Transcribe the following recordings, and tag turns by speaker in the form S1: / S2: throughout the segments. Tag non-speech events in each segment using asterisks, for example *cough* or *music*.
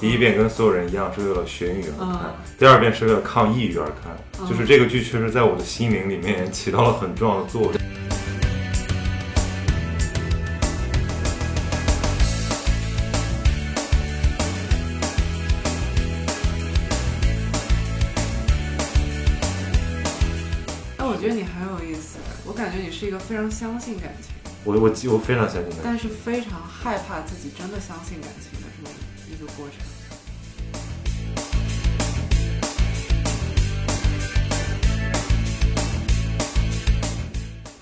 S1: 第一遍跟所有人一样是为了学英语而看，
S2: 嗯
S1: 第二遍是为了抗抑郁而看。
S2: 嗯
S1: 就是这个剧确实在我的心灵里面起到了很重要的作用。
S2: 但哎我觉得你很有意思，我感觉你是一个非常相信感情，
S1: 我我记我非常相信的，
S2: 但是非常害怕自己真的相信感情的这么一个过程。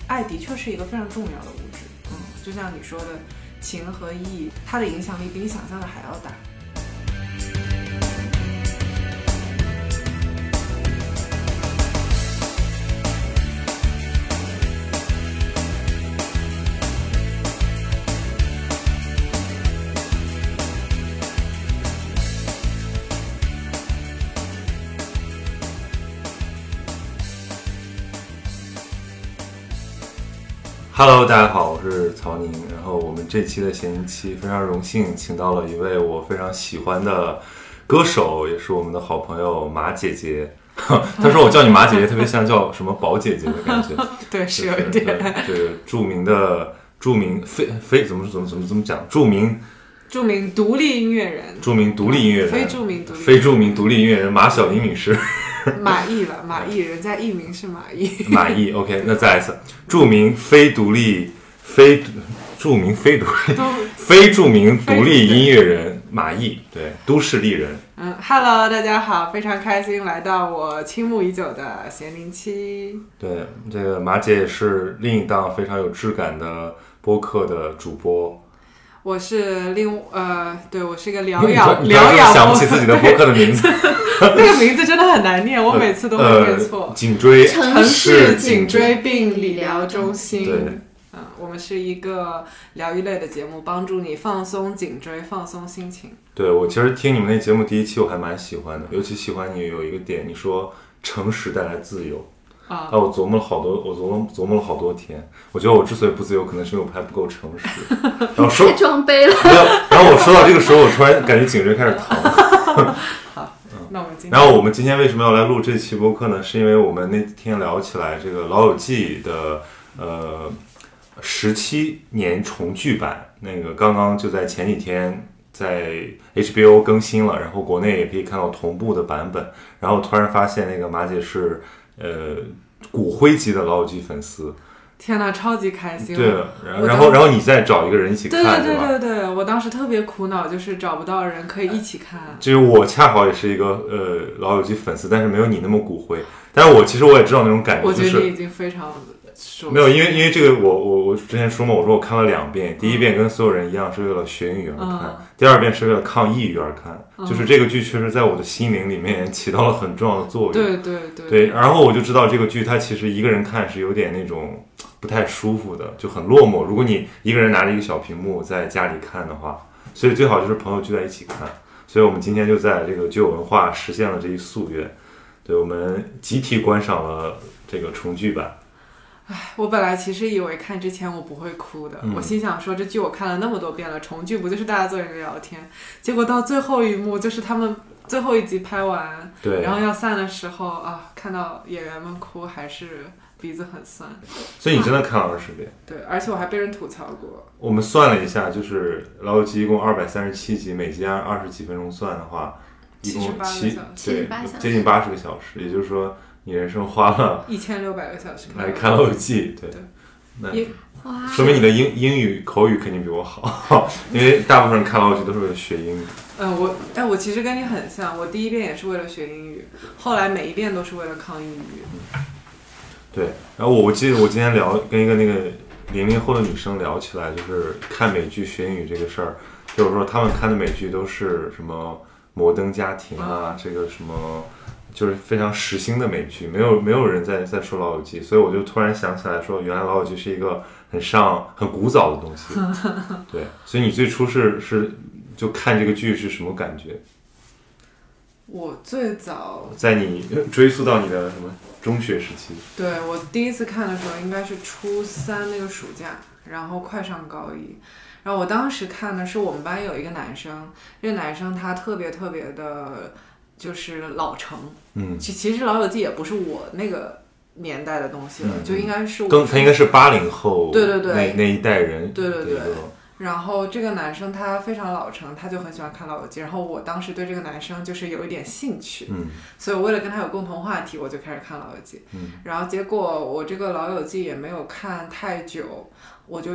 S2: 爱的确是一个非常重要的物质，嗯，就像你说的，情和义，它的影响力比你想象的还要大。
S1: Hello，大家好，我是曹宁。然后我们这期的闲鱼期非常荣幸请到了一位我非常喜欢的歌手，也是我们的好朋友马姐姐。 *laughs* 她说我叫你马姐姐，特别像叫什么宝姐姐的感
S2: *laughs*
S1: 觉，
S2: *laughs* 对，是有一
S1: 对
S2: 点。
S1: 对对著名的著名非非怎么怎么怎么怎么讲，著名
S2: 著名独立音乐人，
S1: 著名独立音乐人，
S2: 非著名独立
S1: 非著名独立音乐人马小玲女士，
S2: 马毅了，马毅，人家艺名是马
S1: *laughs*
S2: 毅，
S1: 马毅。OK，那再来一次，著名非独立非独著名非独立
S2: 都
S1: 非著名独立音乐人马毅，对，都市丽人。
S2: 嗯，Hello，大家好，非常开心来到我倾慕已久的咸宁期。
S1: 对，这个马姐也是另一档非常有质感的播客的主播。
S2: 我是另呃，对我是一个疗
S1: 你
S2: 养
S1: 你突然是不
S2: 疗
S1: 是
S2: 养
S1: 想不
S2: 播
S1: 起自己
S2: *laughs*
S1: 的播客的名字，
S2: 那个名字真的很难念，我每次都会念
S1: 呃
S2: 错。
S1: 颈椎
S2: 城市
S1: 颈
S2: 颈椎病理疗中心。
S1: 对
S2: 嗯，我们是一个疗愈类的节目，帮助你放松颈椎，放松心情。
S1: 对我其实听你们那节目第一期我还蛮喜欢的，尤其喜欢你有一个点，你说诚实带来自由啊，
S2: 啊
S1: 我琢磨了好多，我琢磨琢磨了好多天，我觉得我之所以不自由，可能是因为我还不够诚实。然后说
S3: 太装杯了。
S1: 没有，然后我说到这个时候，我突然感觉颈椎开始疼。
S2: 那我们今
S1: 嗯
S2: 天
S1: 然后我们今天为什么要来录这期播客呢？是因为我们那天聊起来这个《老友记》的呃十七年重聚版，那个刚刚就在前几天在 HBO 更新了，然后国内也可以看到同步的版本。然后突然发现那个马姐是呃骨灰级的《老友记》粉丝，
S2: 天呐，超级开心！
S1: 对，然然
S2: 我当
S1: 后然后你再找一个人一起
S2: 对
S1: 看，
S2: 对
S1: 是吧？
S2: 对对对，我当时特别苦恼，就是找不到人可以一起看。
S1: 就是我恰好也是一个呃老友记粉丝，但是没有你那么骨灰。但是我其实我也知道那种感觉，
S2: 我
S1: 就
S2: 觉得
S1: 是
S2: 你已经非常熟悉
S1: 没有，因为因为这个我我我之前说嘛，我说我看了两遍，第一
S2: 嗯
S1: 遍跟所有人一样是为了学英语而看，第二遍是为了抗抑郁而看。
S2: 嗯
S1: 就是这个剧确实在我的心灵里面 *laughs* 起到了很重要的作用。
S2: 对对对
S1: 对，然后我就知道这个剧它其实一个人看是有点那种不太舒服的，就很落寞。如果你一个人拿着一个小屏幕在家里看的话，所以最好就是朋友聚在一起看。所以我们今天就在这个具有文化实现了这一夙愿，对我们集体观赏了这个重聚版。
S2: 我本来其实以为看之前我不会哭的，
S1: 嗯
S2: 我心想说这剧我看了那么多遍了，重剧不就是大家坐着聊天？结果到最后一幕就是他们最后一集拍完，
S1: 对，
S2: 然后要散的时候啊，看到演员们哭还是鼻子很酸。
S1: 所以你真的看了二十遍。
S2: 对，而且我还被人吐槽过，
S1: 我们算了一下，就是《老友记》一共二百三十七集，每集按二十几分钟算的话，一共
S2: 78
S1: 七
S2: 个小
S3: 时
S1: 对
S3: 78小时
S1: 接近八十个小时，也就是说你人生花了。
S2: 一千六百个小时
S1: 来看《老友记》，对
S2: 对，
S1: 那
S2: 也
S3: 哇，
S1: 说明你的英英语口语肯定比我好， *laughs* 因为大部分人看《老友记》都是为了学英语。
S2: 嗯，我哎，我其实跟你很像，我第一遍也是为了学英语，后来每一遍都是为了抗抑郁。
S1: 对，然后我我记得我今天聊跟一个那个零零后的女生聊起来，就是看美剧学英语这个事儿，就是说他们看的美剧都是什么《摩登家庭》啊，这个什么就是非常时兴的美剧，没有没有人在在说《老友记》，所以我就突然想起来说，原来《老友记》是一个很上很古早的东西。对，所以你最初是是就看这个剧是什么感觉？
S2: 我最早
S1: 在你追溯到你的什么中学时期？
S2: 对我第一次看的时候应该是初三那个暑假，然后快上高一。然后我当时看的是我们班有一个男生，这个男生他特别特别的，就是老成。
S1: 嗯，
S2: 其其实《老友记》也不是我那个年代的东西了，
S1: 嗯
S2: 就应该是我
S1: 更他应该是八零后，
S2: 对对对
S1: 那那一代人，
S2: 对对
S1: 对
S2: 对然后这个男生他非常老成，他就很喜欢看《老友记》。然后我当时对这个男生就是有一点兴趣，
S1: 嗯
S2: 所以我为了跟他有共同话题，我就开始看《老友记》。
S1: 嗯
S2: 然后结果我这个《老友记》也没有看太久，我就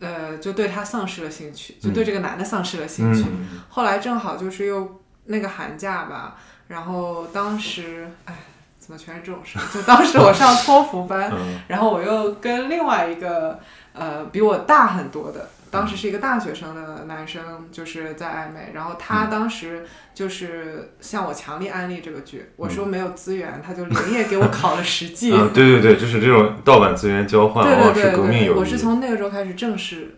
S2: 呃就对他丧失了兴趣，就对这个男的丧失了兴趣。
S1: 嗯，
S2: 后来正好就是又那个寒假吧，然后当时哎怎么全是这种事儿？就当时我上托福班，
S1: *laughs* 嗯
S2: 然后我又跟另外一个呃比我大很多的，当时是一个大学生的男生，就是在暧昧。然后他当时就是向我强力安利这个剧，我说没有资源，他就连夜给我考了实际。 *laughs*
S1: 嗯，对对对，就是这种盗版资源交换，
S2: 对
S1: 往
S2: 对
S1: 往是
S2: 对
S1: 革命
S2: 对，
S1: 友
S2: 我
S1: 谊
S2: 是。从那个时候开始正式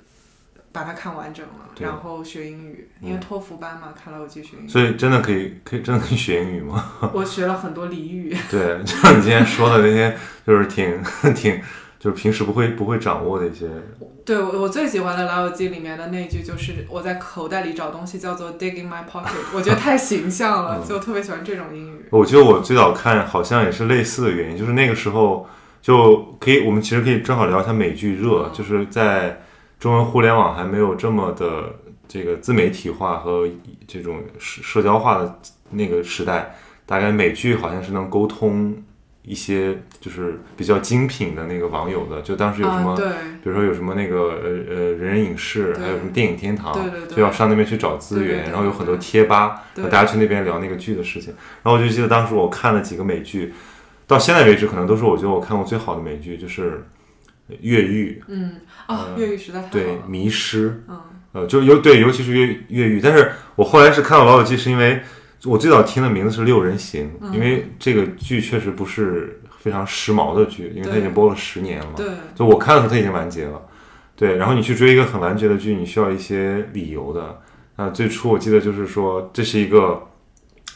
S2: 把它看完整了，
S1: 对嗯
S2: 然后学英语，因为托福班嘛，看了我继续学英语，
S1: 所以真的可以，可以真的可以学英语吗？ *laughs*
S2: 我学了很多俚语。
S1: 对，就像你今天说的那些，就是挺 *laughs* 挺，就是平时不会不会掌握的一些，
S2: 对，我我最喜欢的《老友记》里面的那一句就是我在口袋里找东西，叫做 dig in my pocket，我觉得太形
S1: 嗯
S2: 象了，就特别喜欢这种英语。
S1: 我觉得我最早看好像也是类似的原因，就是那个时候就可以，我们其实可以正好聊一下美剧热，就是在中文互联网还没有这么的这个自媒体化和这种社社交化的那个时代，大概美剧好像是能沟通一些就是比较精品的那个网友的，就当时有什么
S2: 啊，对
S1: 比如说有什么那个呃呃人人影视，
S2: 对
S1: 还有什么电影天堂，
S2: 对对对
S1: 就啊要上那边去找资源，
S2: 对对对
S1: 然后有很多贴吧，
S2: 对
S1: 然后大家去那边聊那个剧的事情。然后我就记得当时我看了几个美剧，到现在为止可能都是我觉得我看过最好的美剧，就是《越狱
S2: 嗯啊，
S1: 嗯
S2: 粤语实在太》好
S1: 对《
S2: 了，
S1: 迷失》，
S2: 嗯
S1: 呃，就尤对尤其是越越狱。但是我后来是看到《老友记》，是因为我最早听的名字是《六人行》
S2: 嗯
S1: 因为这个剧确实不是非常时髦的剧，因为它已经
S2: 对
S1: 播了十年了。
S2: 对
S1: 就我看的时候它已经完结了，对。然后你去追一个很完结的剧，你需要一些理由的。那最初我记得就是说，这是一个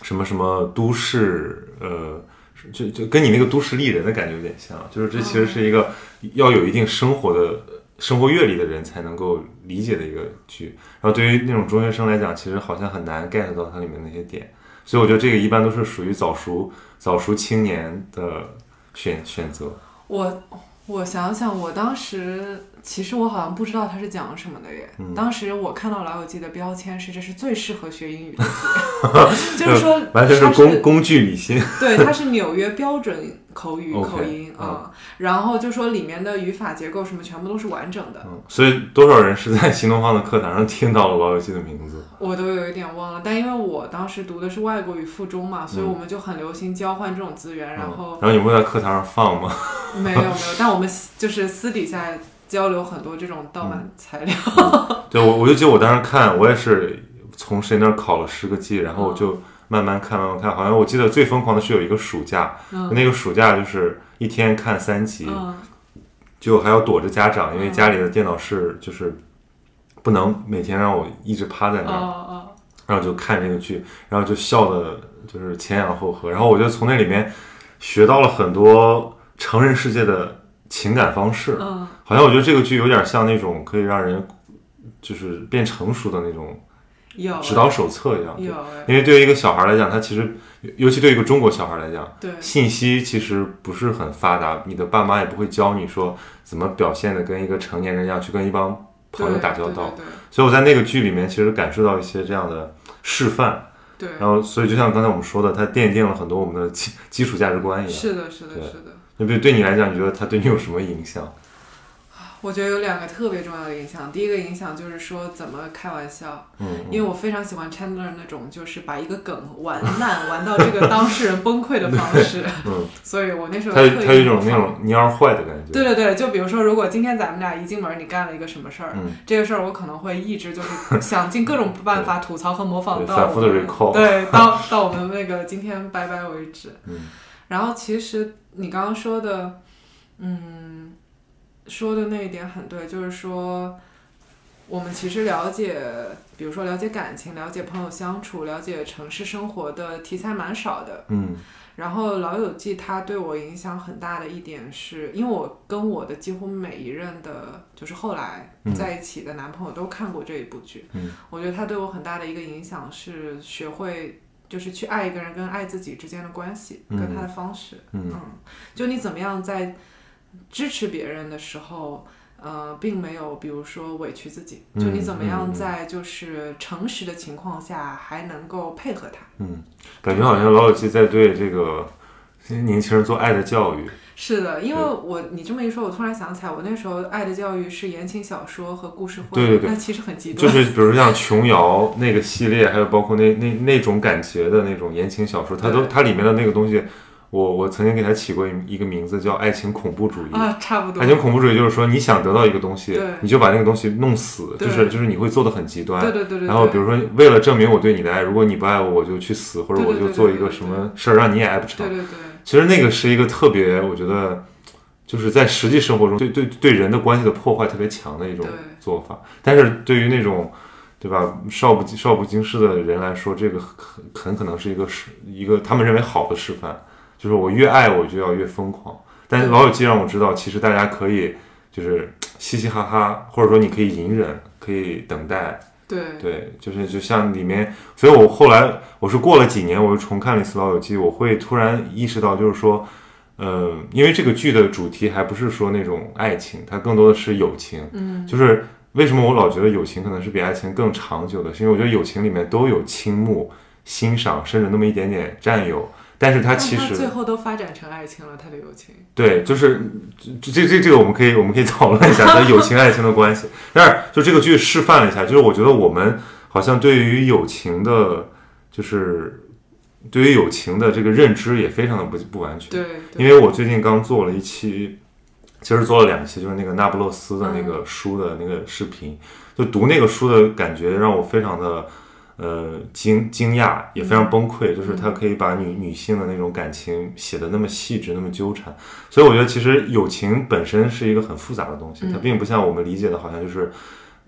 S1: 什么什么都市，呃，是就就跟你那个都市丽人的感觉有点像，就是这其实是一个要有一定生活的生活阅历的人才能够理解的一个剧。然后对于那种中学生来讲，其实好像很难 get 到它里面那些点。所以我觉得这个一般都是属于早熟早熟青年的选选择。
S2: 我我想想，我当时其实我好像不知道它是讲什么的耶。
S1: 嗯
S2: 当时我看到《老友记》的标签是这是最适合学英语的
S1: *laughs*
S2: 剧，就是说
S1: 完全是
S2: 它
S1: 工工具理性。
S2: *laughs* 对，它是纽约标准口语
S1: OK，
S2: 口音
S1: 嗯
S2: 啊、然后就说里面的语法结构什么全部都是完整的，
S1: 嗯，所以多少人是在新东方的课堂上听到了老友记的名字？
S2: 我都有一点忘了。但因为我当时读的是外国语附中嘛，所以我们就很流行交换这种资源，然
S1: 嗯
S2: 后
S1: 然后你们会在课堂上放
S2: *laughs*
S1: 吗？
S2: 没有没有，但我们私就是私底下交流很多这种盗
S1: 嗯
S2: 版材料，嗯
S1: 对，我我就记得我当时看，我也是从谁那儿考了十个 G，然后我
S2: 嗯
S1: 就慢慢看，慢慢看。好像我记得最疯狂的是有一个暑假，
S2: 嗯
S1: 那个暑假就是一天看三集，
S2: 嗯
S1: 就还要躲着家长，因为
S2: 嗯
S1: 家里的电脑是就是不能每天让我一直趴在
S2: 哦
S1: 那儿，
S2: 哦，
S1: 然后就看这个剧，然后就笑的，就是前仰后合。然后我就从那里面学到了很多成人世界的情感方式。
S2: 嗯
S1: 好像我觉得这个剧有点像那种可以让人就是变成熟的那种
S2: 有哎
S1: 指导手册一样。
S2: 有哎
S1: 因为对于一个小孩来讲，他其实，尤其对于一个中国小孩来讲，
S2: 对
S1: 信息其实不是很发达，你的爸妈也不会教你说怎么表现的跟一个成年人一样去跟一帮朋友
S2: 对
S1: 打交道。
S2: 对
S1: 所以我在那个剧里面其实感受到一些这样的示范。
S2: 对对
S1: 然后，所以就像刚才我们说的，它奠定了很多我们的基基础价值观一
S2: 对，
S1: 样。
S2: 是的是的
S1: 对
S2: 是的。
S1: 那比如对你来讲，你觉得它对你有什么影响？
S2: 我觉得有两个特别重要的影响。第一个影响就是说怎么开玩笑，
S1: 嗯，
S2: 因为我非常喜欢 Chandler 那种就是把一个梗玩烂，玩到这个当事人崩溃的方式。
S1: 嗯，
S2: *laughs* 所以我那时候
S1: 他
S2: 特意
S1: 他有一种
S2: 模
S1: 那
S2: 仿
S1: 种蔫儿坏的感觉。
S2: 对对对，就比如说，如果今天咱们俩一进门，你干了一个什么事儿，
S1: 嗯
S2: 这个事儿我可能会一直就是想尽各种办法吐槽和模仿
S1: 对
S2: 到
S1: 反复地
S2: 我们
S1: recall
S2: 对，到到我们那个今天拜拜为止。
S1: 嗯
S2: 然后其实你刚刚说的，嗯，说的那一点很对，就是说，我们其实了解，比如说了解感情、了解朋友相处、了解城市生活的题材蛮少的。
S1: 嗯
S2: 然后《老友记》它对我影响很大的一点是，因为我跟我的几乎每一任的，就是后来
S1: 嗯
S2: 在一起的男朋友都看过这一部剧。
S1: 嗯，
S2: 我觉得它对我很大的一个影响是学会就是去爱一个人跟爱自己之间的关系，
S1: 嗯
S2: 跟他的方式。
S1: 嗯
S2: 就你怎么样在支持别人的时候。呃，并没有，比如说委屈自己，就
S1: 嗯
S2: 你怎么
S1: 嗯
S2: 样
S1: 嗯
S2: 在就是诚实的情况下，还能够配合他，
S1: 嗯，感觉好像老友记在对这个年轻人做爱的教育。
S2: 是的，因为
S1: 对
S2: 我你这么一说，我突然想起来，我那时候《爱的教育》是言情小说和故事会，
S1: 对对对
S2: 那其实很极
S1: 就
S2: 端。
S1: 是比如像琼瑶那个系列，还有包括那那那种感觉的那种言情小说，它都
S2: 对
S1: 它里面的那个东西，我我曾经给它起过一个名字叫爱情恐怖主义。
S2: 啊，差不多
S1: 爱。情恐怖主义就是说，你想得到一个东西
S2: 对，
S1: 你就把那个东西弄死，
S2: 对
S1: 就是就是你会做的很极端。
S2: 对对对对。
S1: 然后
S2: 对
S1: 比如说，为了证明我对你的爱，如果你不爱我，我就去死，或者
S2: 对
S1: 我
S2: 对
S1: 就
S2: 对
S1: 做
S2: 对
S1: 一个
S2: 对
S1: 什么事儿让你也爱不成
S2: 对。对对，
S1: 其实那个是一个特别，我觉得就是在实际生活中对对对人的关系的破坏特别强的一种
S2: 对
S1: 做法。但是对于那种对吧少不少不经事的人来说，这个很很可能是一个示一个他们认为好的示范，就是我越爱我就要越疯狂。但是
S2: 对
S1: 老友记让我知道，其实大家可以就是嘻嘻哈哈，或者说你可以隐忍，可以等待，
S2: 对
S1: 对，就是就像里面，所以我后来我是过了几年，我又重看了一次《老友记》，我会突然意识到，就是说，呃，因为这个剧的主题还不是说那种爱情，它更多的是友情。
S2: 嗯，
S1: 就是为什么我老觉得友情可能是比爱情更长久的，是因为我觉得友情里面都有倾慕、欣赏，甚至那么一点点占有，但是它
S2: 但
S1: 其
S2: 他
S1: 实
S2: 最后都发展成爱情了，他的友情。
S1: 对，就是这这这这个我们可以我们可以讨论一下它友情爱情的关系。但是就这个剧示范了一下，就是我觉得我们好像对于友情的，就是对于友情的这个认知也非常的不不完全。
S2: 对，对
S1: 因为我最近刚做了一期，其实做了两期，就是那个那不勒斯的那
S2: 嗯
S1: 个书的那个视频，就读那个书的感觉让我非常的呃惊惊讶，也非
S2: 嗯
S1: 常崩溃，就是他可以把女女性的那种感情写的那么细致，那么纠缠，所以我觉得其实友情本身是一个很复杂的东西，
S2: 嗯
S1: 它并不像我们理解的，好像就是。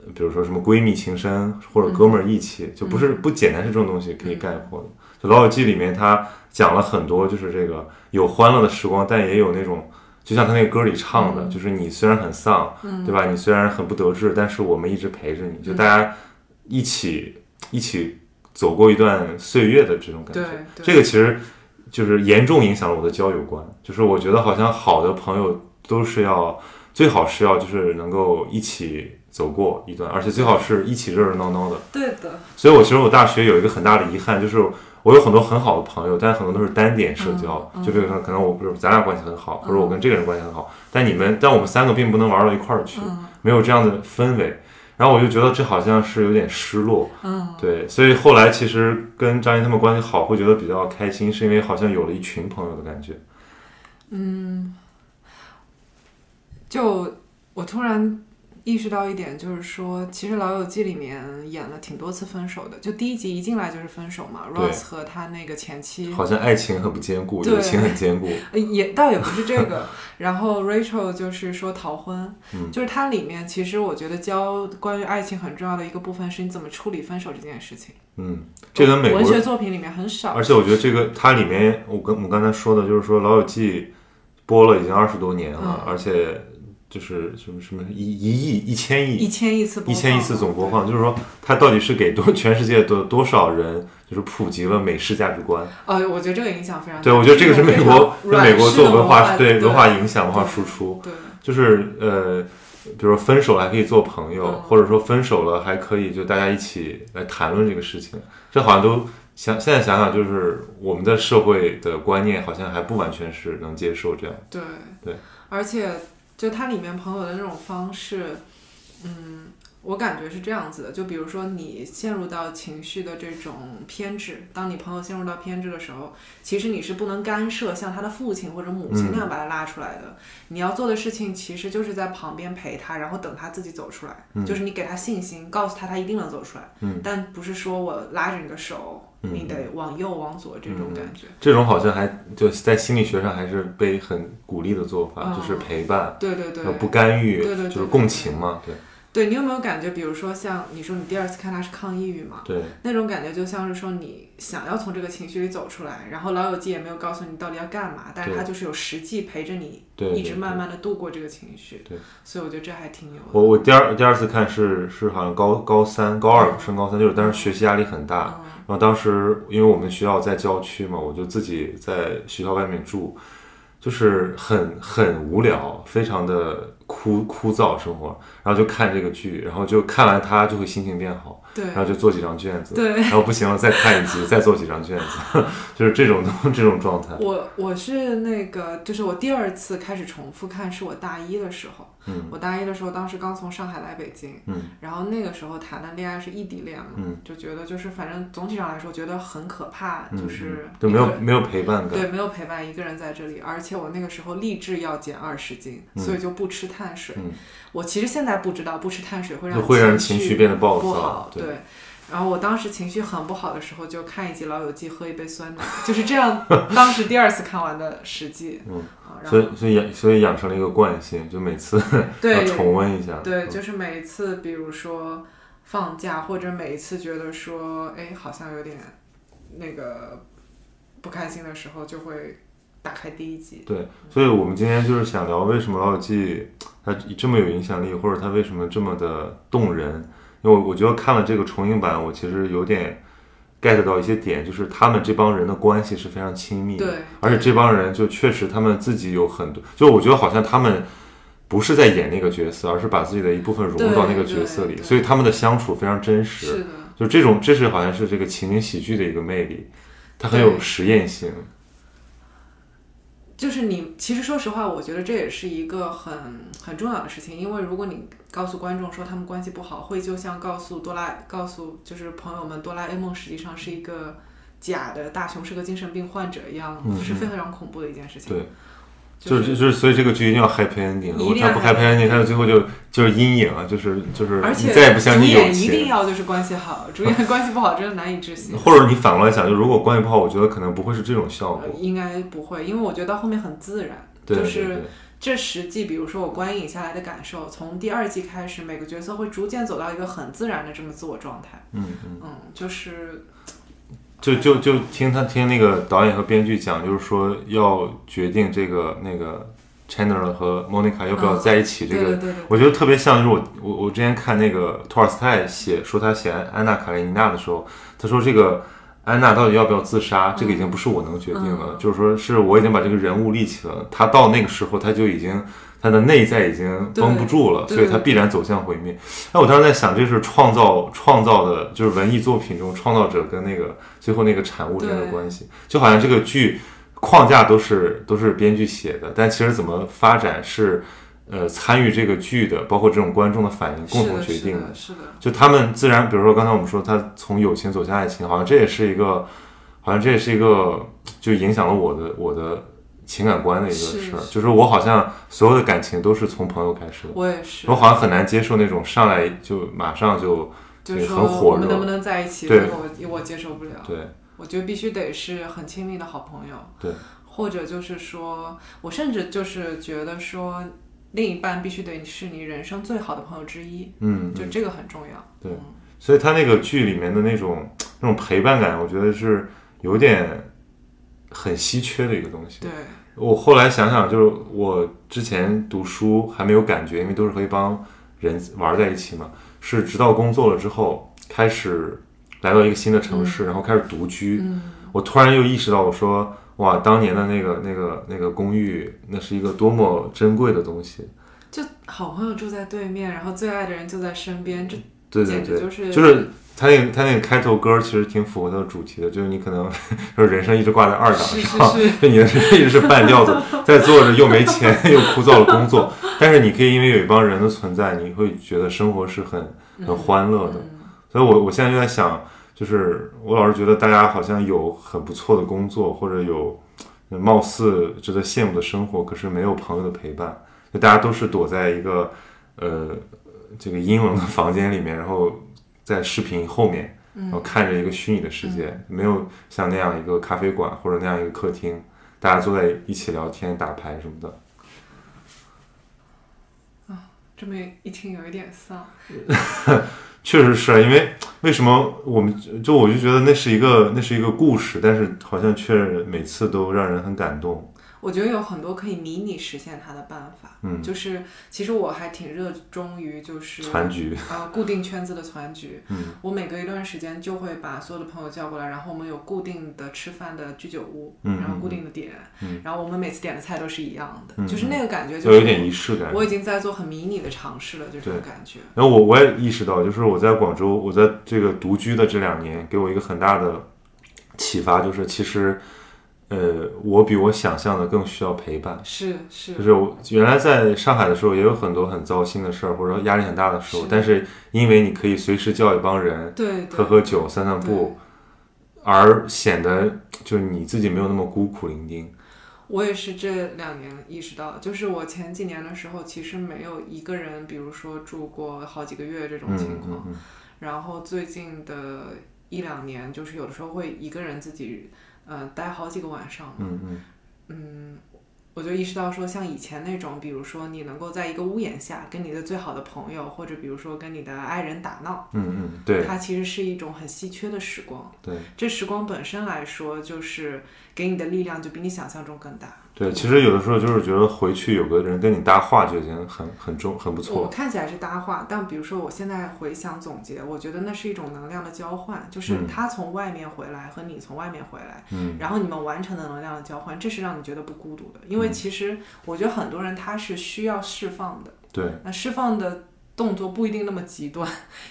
S1: 呃比如说什么闺蜜情深或者哥们儿义气，
S2: 嗯
S1: 就不是不简单是这种东西可以概括的。就《老友记》里面，他讲了很多，就是这个有欢乐的时光，但也有那种，就像他那个歌里唱的，就是你虽然很丧，
S2: 嗯
S1: 对吧？你虽然很不得志，但是我们一直陪着你，就大家一起、一起走过一段岁月的这种感觉
S2: 对。对
S1: 这个其实就是严重影响了我的交友观，就是我觉得好像好的朋友都是要最好是要就是能够一起走过一段，而且最好是一起热热闹闹的。
S2: 对的，
S1: 所以我其实我大学有一个很大的遗憾，就是我有很多很好的朋友，但很多都是单点社交，
S2: 嗯嗯
S1: 就比如说可能我不是咱俩关系很好，或者我跟这个人关系很好，但你们但我们三个并不能玩到一块儿去，
S2: 嗯
S1: 没有这样的氛围。然后我就觉得这好像是有点失落，
S2: 嗯，
S1: 对，所以后来其实跟张一他们关系好，会觉得比较开心，是因为好像有了一群朋友的感觉。
S2: 就我突然意识到一点，就是说，其实《老友记》里面演了挺多次分手的，就第一集一进来就是分手嘛
S1: 对
S2: ，Rose 和他那个前妻
S1: 好像爱情很不坚固，
S2: 嗯对
S1: 友情很坚固。
S2: 呃也倒也不是这个。然后 Rachel 就是说逃婚，
S1: 嗯
S2: 就是它里面其实我觉得教关于爱情很重要的一个部分是你怎么处理分手这件事情。
S1: 嗯，这跟美国
S2: 文学作品里面很少，
S1: 而且我觉得这个它里面，我跟我刚才说的，就是说《老友记》播了已经二十多年了，
S2: 嗯
S1: 而且就是什么什么一一亿、一千
S2: 一
S1: 亿、
S2: 千亿次播
S1: 一
S2: 放
S1: 千亿次总播放，就是说它到底是给多 *laughs* 全世界多多少人就是普及了美式价值观？
S2: 呃，我觉得这个影响非常大。
S1: 对，我觉得这个是美国
S2: 非
S1: 跟
S2: 常
S1: 美国做文
S2: 软
S1: 化
S2: 式的
S1: 对
S2: 对
S1: 文化影响、文化输出。
S2: 对
S1: 就是呃，比如说分手了还可以做朋友，
S2: 嗯
S1: 或者说分手了还可以就大家一起来谈论这个事情，这好像都想现在想想，就是我们的社会的观念好像还不完全是能接受这样。
S2: 对
S1: 对，
S2: 而且。就它里面朋友的那种方式，嗯，我感觉是这样子的。就比如说你陷入到情绪的这种偏执，当你朋友陷入到偏执的时候，其实你是不能干涉像他的父亲或者母
S1: 嗯
S2: 亲那样把他拉出来的。你要做的事情其实就是在旁边陪他，然后等他自己走出来，
S1: 嗯
S2: 就是你给他信心，告诉他他一定能走出来，但不是说我拉着你的手。
S1: 嗯
S2: 你得往右往左这种感觉，
S1: 这种好像还就在心理学上还是被很鼓励的做法，就是陪伴，
S2: 对对对，
S1: 呃不干预，
S2: 对对对
S1: 就是共情嘛，对
S2: 对你有没有感觉，比如说像你说你第二次看他是抗抑郁嘛，
S1: 对，
S2: 那种感觉就像是说你想要从这个情绪里走出来，然后《老友记》也没有告诉你到底要干嘛，但是他就是有实际陪着你，
S1: 对
S2: 一直慢慢的度过这个情绪，
S1: 对，
S2: 所以我觉得这还挺有，
S1: 我我第二第二次看是是好像高高三高二升高三，就是当时学习压力很
S2: 嗯
S1: 大，然后当时因为我们学校在郊区嘛，我就自己在学校外面住，就是很很无聊，非常的枯枯燥生活，然后就看这个剧，然后就看完它就会心情变好，
S2: 对
S1: 然后就做几张卷子，
S2: 对，
S1: 然后不行了再看一集，再做几张卷子， *laughs* 就是这种这种状态，
S2: 我我是那个，就是我第二次开始重复看，是我大一的时候。嗯，我大一的时候，当时刚从上海来北京。
S1: 嗯，
S2: 然后那个时候谈的恋爱是异地恋嘛，
S1: 嗯，
S2: 就觉得就是反正总体上来说，觉得很可怕，
S1: 嗯，
S2: 就是
S1: 就
S2: 一
S1: 没
S2: 个
S1: 有没有陪伴感，
S2: 对没有陪伴，一个人在这里。而且我那个时候立志要减二十斤，所以就不吃碳水。
S1: 嗯
S2: 我其实现在不知道，不吃碳水会
S1: 就会让
S2: 情
S1: 情绪变得暴
S2: 不
S1: 躁
S2: 好，，
S1: 对。
S2: 然后我当时情绪很不好的时候，就看一集《老友记》，喝一杯酸奶， *laughs* 就是这样。当时第二次看完的实际，
S1: 嗯
S2: 啊，然
S1: 所
S2: 后
S1: 以，所以养，所以养成了一个惯性，就每次要
S2: 对
S1: 重温一下。
S2: 对，
S1: 嗯
S2: 就是每一次，比如说放假，或者每一次觉得说，哎，好像有点那个不开心的时候，就会打开第一集。
S1: 对，所以我们今天就是想聊为什么《老友记》它这么有影响力，或者它为什么这么的动人。因为我我觉得看了这个重映版，我其实有点 get 到一些点，就是他们这帮人的关系是非常亲密的。
S2: 对，
S1: 而且这帮人就确实他们自己有很多，就我觉得好像他们不是在演那个角色，而是把自己的一部分融入到那个角色
S2: 对对
S1: 里，
S2: 对
S1: 所以他们的相处非常真实。
S2: 是的。
S1: 就这种，这是好像是这个情景喜剧的一个魅力，它很有
S2: 对
S1: 实验性。
S2: 就是你，其实说实话，我觉得这也是一个很很重要的事情，因为如果你告诉观众说他们关系不好，会就像告诉哆啦，告诉就是朋友们，哆啦 A 梦实际上是一个假的，大雄是个精神病患者一样，
S1: 嗯
S2: 是非常恐怖的一件事情。
S1: 对，就
S2: 就是
S1: 就是，所以这个剧一定要 happy ending。
S2: 一定要
S1: 如果它不
S2: happy
S1: happy ending，它最后就就是阴影啊，就是就是
S2: 而
S1: 你
S2: 且
S1: 再也不相
S2: 主
S1: 信友
S2: 演一定
S1: 情。
S2: 要就是关系好，主演关系不好真的难以置
S1: *laughs*
S2: 信。
S1: 或者你反过来想，就如果关系不好，我觉得可能不会是这种效
S2: 呃
S1: 果。
S2: 应该不会，因为我觉得到后面很自然，
S1: 对
S2: 就
S1: 对
S2: 是
S1: 对，
S2: 这十季，比如说我观影下来的感受，从第二季开始，每个角色会逐渐走到一个很自然的这么自我状态。
S1: 嗯嗯，
S2: 嗯，就是
S1: 就就就听他听那个导演和编剧讲，就是说要决定这个那个 Chandler 和 Monica 要不要
S2: 嗯
S1: 在一起
S2: 对
S1: 这个
S2: 对对对，
S1: 我觉得特别像，就是我我我之前看那个托尔斯泰写说他写安娜卡列尼娜的时候，他说这个安娜到底要不要自杀，这个已
S2: 嗯
S1: 经不是我能决定的，就是说是我已经把这个人物立起了，他到那个时候他就已经他的内在已经绷不住了，
S2: 对
S1: 所以他必然走向毁灭。那我当时在想，这是创造创造的，就是文艺作品中创造者跟那个最后那个产物之间的
S2: 对
S1: 关系，就好像这个剧框架都是都是编剧写的，但其实怎么发展是呃参与这个剧的，包括这种观众的反应共
S2: 是
S1: 同
S2: 的，
S1: 决
S2: 是
S1: 定
S2: 的，是的，
S1: 就他们自然，比如说刚才我们说他从友情走向爱情，好像这也是一个，好像这也是一个就影响了我的我的情感观的一个
S2: 是
S1: 事儿，
S2: 是
S1: 就是我好像所有的感情都是从朋友开始的。
S2: 我也是
S1: 我。好像很难接受那种上来就马上就
S2: 就是说
S1: 很火热
S2: 我们能不能在一起？
S1: 对
S2: 我我接受不了。
S1: 对
S2: 我觉得必须得是很亲密的好朋友，
S1: 对，
S2: 或者就是说，我甚至就是觉得说，另一半必须得是你人生最好的朋友之一，
S1: 嗯，
S2: 就这个很重要。
S1: 对
S2: 嗯
S1: 所以他那个剧里面的那种那种陪伴感，我觉得是有点很稀缺的一个东西。
S2: 对，
S1: 我后来想想，就是我之前读书还没有感觉，因为都是和一帮人玩在一起嘛。是直到工作了之后，开始来到一个新的城市，然后开始独居。
S2: 嗯，
S1: 我突然又意识到，我说哇，当年的那个那个那个公寓，那是一个多么珍贵的东西。
S2: 就好朋友住在对面，然后最爱的人就在身边，这
S1: 对对
S2: 简直
S1: 对，
S2: 就是
S1: 就是他那个他那个开头歌其实挺符合那个主题的，就是你可能 *laughs* 说人生一直挂在二档
S2: 是是
S1: 上，
S2: 是
S1: 就你的人生一直是半吊
S2: *laughs*
S1: 子，在做着又没钱又枯燥的工作，但是你可以因为有一帮人的存在，你会觉得生活是很 *laughs* 很欢乐的。
S2: 嗯
S1: 所以我我现在就在想，就是我老是觉得大家好像有很不错的工作，或者有呃貌似值得羡慕的生活，可是没有朋友的陪伴，就大家都是躲在一个呃这个阴冷的房间里面，然后在视频后面，
S2: 嗯
S1: 然后看着一个虚拟的世界，没有像那样一个咖啡馆或者那样一个客厅，大家坐在一起聊天、打牌什么的。
S2: 这么一听有一点丧，
S1: 确实是啊因为为什么我们就我就觉得那是一个那是一个故事，但是好像却每次都让人很感动。
S2: 我觉得有很多可以迷你实现它的办法。
S1: 嗯，
S2: 就是其实我还挺热衷于就是
S1: 残局，
S2: 啊，固定圈子的团局。
S1: *laughs* 嗯，
S2: 我每隔一段时间就会把所有的朋友叫过来，然后我们有固定的吃饭的居酒屋，
S1: 嗯
S2: 然后固定的点，
S1: 嗯
S2: 然后我们每次点的菜都是一样的，
S1: 嗯
S2: 就是那个感觉，
S1: 就
S2: 就是
S1: 有点仪式感。
S2: 我已经在做很迷你的尝试了，就这种感觉。
S1: 然后我我也意识到，就是我在广州，我在这个独居的这两年，给我一个很大的启发，就是其实，呃，我比我想象的更需要陪伴。
S2: 是，
S1: 就是是我原来在上海的时候，也有很多很糟心的事儿，或者说压力很大的时候，
S2: 是
S1: 但是因为你可以随时叫一帮人
S2: 对
S1: 喝
S2: 对
S1: 喝酒、散散步，而显得就是你自己没有那么孤苦伶仃。
S2: 我也是这两年意识到，就是我前几年的时候，其实没有一个人，比如说住过好几个月这种
S1: 嗯嗯
S2: 情况。
S1: 嗯
S2: 然后最近的一两年，就是有的时候会一个人自己，呃，待好几个晚上嘛。
S1: 嗯嗯
S2: 嗯，我就意识到说，像以前那种，比如说你能够在一个屋檐下跟你的最好的朋友，或者比如说跟你的爱人打闹，
S1: 嗯嗯，对
S2: 它其实是一种很稀缺的时光。
S1: 对
S2: 这时光本身来说，就是给你的力量就比你想象中更大。
S1: 对，其实有的时候就是觉得回去有个人跟你搭话就已经很很重很不
S2: 我
S1: 错。
S2: 看起来是搭话，但比如说我现在回想总结，我觉得那是一种能量的交换，就是
S1: 嗯
S2: 他从外面回来和你从外面回来，
S1: 嗯
S2: 然后你们完成的能量的交换，这是让你觉得不孤独的。
S1: 嗯
S2: 因为其实我觉得很多人他是需要释放的，
S1: 对，
S2: 那释放的动作不一定那么极端，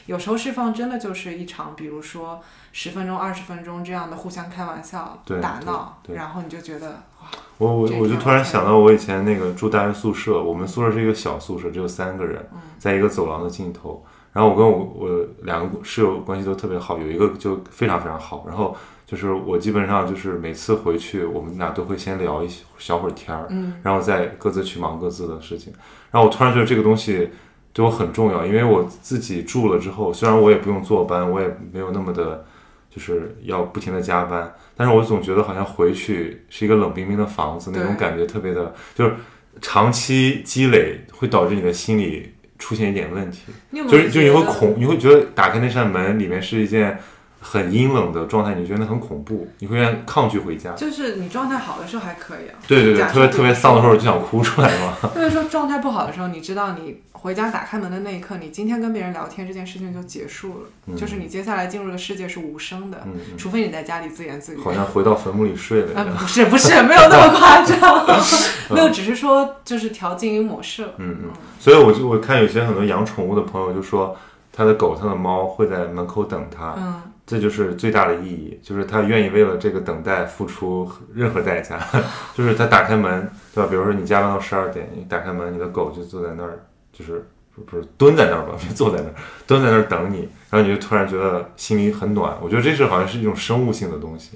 S2: 有时候释放真的就是一场，比如说十分钟、二十分钟这样的互相开玩笑
S1: 对、
S2: 打闹，
S1: 对对
S2: 然后你就觉得哇，
S1: 我我
S2: 这
S1: 我就
S2: 条
S1: 突然
S2: 件
S1: 想到我以前那个住大学宿舍，我们宿舍是一个小宿舍，只有三个人，在一个走廊的尽头。然后我跟我我两个室友关系都特别好，有一个就非常非常好。然后就是我基本上就是每次回去，我们俩都会先聊一小会儿天儿，
S2: 嗯，
S1: 然后再各自去忙各自的事情。然后我突然觉得这个东西对我很重要，因为我自己住了之后，虽然我也不用坐班，我也没有那么的，就是要不停的加班，但是我总觉得好像回去是一个冷冰冰的房子，那种
S2: 对
S1: 感觉特别的，就是长期积累会导致你的心理出现一点问题，
S2: 你有没
S1: 就
S2: 有
S1: 是就你会
S2: 觉得
S1: 恐，你会觉得打开那扇门里面是一件。很阴冷的状态，你觉得很恐怖，你会抗拒回家。
S2: 就是你状态好的时候还可以啊，
S1: 对对对，
S2: 假设
S1: 特别
S2: 比如
S1: 特别丧的时候就想哭出来嘛。
S2: 或者说状态不好的时候，你知道你回家打开门的那一刻，你今天跟别人聊天这件事情就结束了，
S1: 嗯
S2: 就是你接下来进入的世界是无声的，
S1: 嗯，
S2: 除非你在家里自言自语。
S1: 好像回到坟墓里睡了一
S2: 啊，
S1: 样。
S2: 不是不是，没有那么夸张， *laughs* 没有，只是说就是调静音模式了。
S1: 嗯嗯，所以我就我看有些很多养宠物的朋友就说，他的狗、他的猫会在门口等他，
S2: 嗯，
S1: 这就是最大的意义，就是他愿意为了这个等待付出任何代价， *laughs* 就是他打开门，对吧？比如说你加班到十二点，你打开门，你的狗就坐在那儿，就是不不是蹲在那儿吧， *laughs* 别坐在那儿，蹲在那儿等你，然后你就突然觉得心里很暖。我觉得这是好像是一种生物性的东西。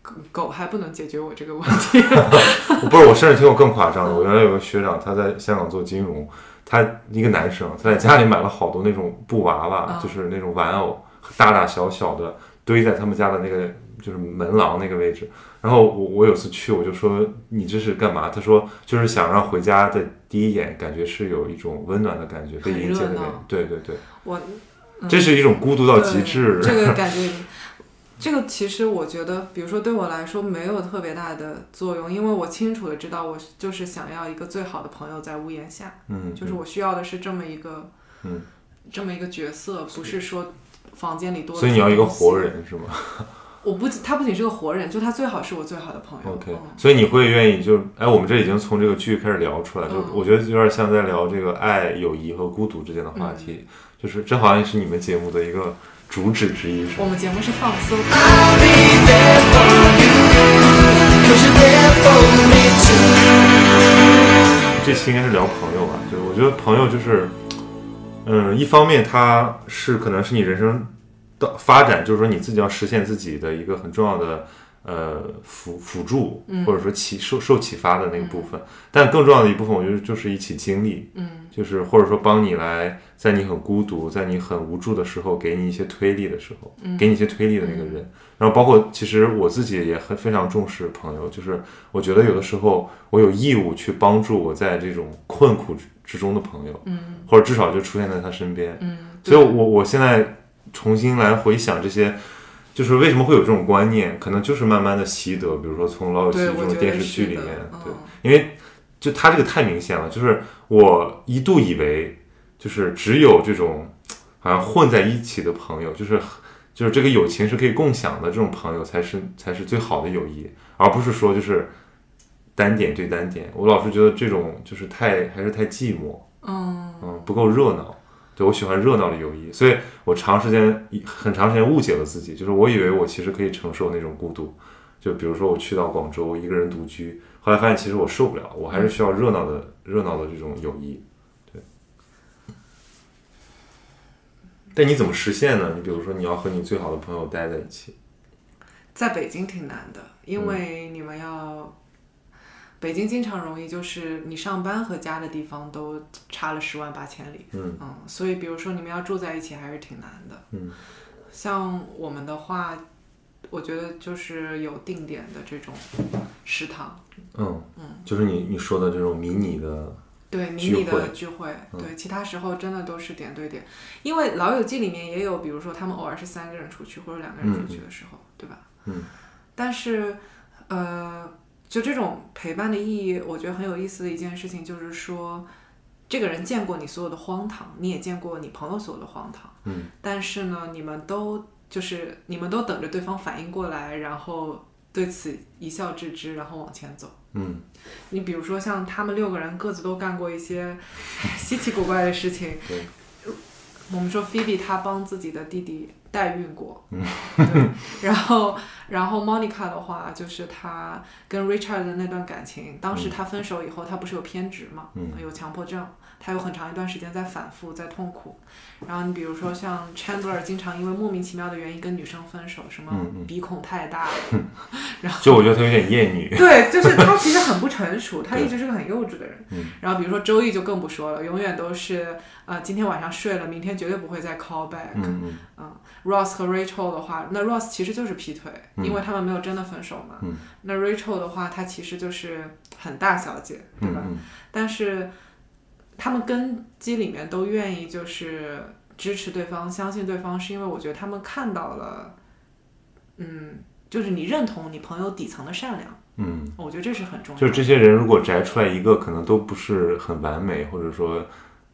S2: 狗嗯狗还不能解决我这个问题。
S1: 我 *laughs* 不是，我甚至听过更夸张的。我原来有个学长，他在香港做金融，他一个男生，他在家里买了好多那种布娃娃
S2: 嗯，
S1: 就是那种玩偶，大大小小的堆在他们家的那个就是门廊那个位置。然后我我有次去，我就说你这是干嘛？他说就是想让回家的第一眼感觉是有一种温暖的感觉，被
S2: 很
S1: 迎接的
S2: 热
S1: 那
S2: 闹
S1: 种。对对对，
S2: 我
S1: 这是一种孤独到极致
S2: 嗯对。这个感觉，这个其实我觉得，比如说对我来说没有特别大的作用，因为我清楚的知道，我就是想要一个最好的朋友在屋檐下。
S1: 嗯，
S2: 就是我需要的是这么一个，
S1: 嗯，
S2: 这么一个角色，不是说房间里多。
S1: 所以你要一个活。人是吗？
S2: 我不，他不仅是个活人，就他最好是我最好的朋友。
S1: OK，
S2: 嗯
S1: 所以你会愿意就哎，我们这已经从这个剧开始聊出来，就
S2: 嗯
S1: 我觉得有点像
S2: 嗯
S1: 在聊这个爱、友谊和孤独之间的话题，就是这好像是你们节目的一个主旨之一是
S2: 我
S1: 吗？
S2: 们节目是放松。
S3: I'll be there for you, cause you're there for me too.
S1: 这期应该是聊朋友吧？对，我觉得朋友就是，嗯，一方面他是可能是你人生的发展，就是说你自己要实现自己的一个很重要的呃辅辅助，
S2: 嗯
S1: 或者说启受受启发的那个部分。但更重要的一部分，我觉得就是一起经历，
S2: 嗯
S1: 就是或者说帮你来，在你很孤独、在你很无助的时候，给你一些推力的时候，
S2: 嗯
S1: 给你一些推力的那个人。然后包括其实我自己也很非常重视朋友，就是我觉得有的时候我有义务去帮助我在这种困苦之之中的朋友，
S2: 嗯
S1: 或者至少就出现在他身边。
S2: 嗯，
S1: 所以我，
S2: 对
S1: 我现在重新来回想这些，就是为什么会有这种观念，可能就是慢慢的习得，比如说从老友记
S2: 对
S1: 这
S2: 我
S1: 种
S2: 觉
S1: 电
S2: 得
S1: 视剧
S2: 是
S1: 里
S2: 的
S1: 面，对
S2: 嗯，
S1: 因为就他这个太明显了，就是我一度以为就是只有这种好像混在一起的朋友，就是就是这个友情是可以共享的这种朋友才是才是最好的友谊，而不是说就是单点对单点。我老是觉得这种就是太还是太寂寞，
S2: 嗯
S1: 嗯，不够热闹。对我喜欢热闹的友谊，所以我长时间很长时间误解了自己，就是我以为我其实可以承受那种孤独，就比如说我去到广州一个人独居，后来发现其实我受不了，我还是需要热闹的热闹的这种友谊。对。但你怎么实现呢？你比如说你要和你最好的朋友待在一起，
S2: 在北京挺难的，
S1: 嗯
S2: 因为你们要。北京经常容易就是你上班和家的地方都差了十万八千里，
S1: 嗯
S2: 所以比如说你们要住在一起还是挺难的，
S1: 嗯
S2: 像我们的话，我觉得就是有定点的这种食堂，
S1: 嗯就是你你说的这种迷你的，
S2: 对迷
S1: 聚
S2: 你
S1: 会嗯
S2: 的聚会，对，其他时候真的都是点对点，因为《老友记》里面也有，比如说他们偶尔是三个人出去或者两个人出去的时候，对吧？
S1: 嗯。
S2: 但是，呃，就这种陪伴的意义，我觉得很有意思的一件事情就是说，这个人见过你所有的荒唐，你也见过你朋友所有的荒唐，
S1: 嗯。
S2: 但是呢，你们都就是你们都等着对方反应过来，然后对此一笑置之，然后往前走。
S1: 嗯
S2: 你比如说像他们六个人各自都干过一些 *laughs* 稀奇古怪的事情。
S1: 对
S2: 我们说菲比她帮自己的弟弟代孕过，
S1: 嗯
S2: *laughs* 对。然后然后 Monica 的话就是她跟 Richard 的那段感情，当时她分手以后，她不是有偏执嘛，
S1: 嗯
S2: 有强迫症，她有很长一段时间在反复在痛苦。然后你比如说像 Chandler 经常因为莫名其妙的原因跟女生分手，什么
S1: 嗯嗯
S2: 鼻孔太大，
S1: 就我觉得他有点厌女，
S2: 对，就是他其实很不成熟，
S1: *laughs*
S2: 他一直是个很幼稚的人
S1: 嗯。
S2: 然后比如说周易就更不说了，永远都是呃今天晚上睡了，明天绝对不会再 call back。呃
S1: 嗯嗯。
S2: Ross 和 Rachel 的话，那 Ross 其实就是劈腿，
S1: 嗯
S2: 因为他们没有真的分手嘛。
S1: 嗯
S2: 那 Rachel 的话，她其实就是很大小姐，对
S1: 嗯
S2: 吧？
S1: 嗯
S2: 但是他们根基里面都愿意就是支持对方、相信对方，是因为我觉得他们看到了，嗯，就是你认同你朋友底层的善良，
S1: 嗯
S2: 我觉得这是很重要的。
S1: 就这些人如果摘出来一个，可能都不是很完美，或者说，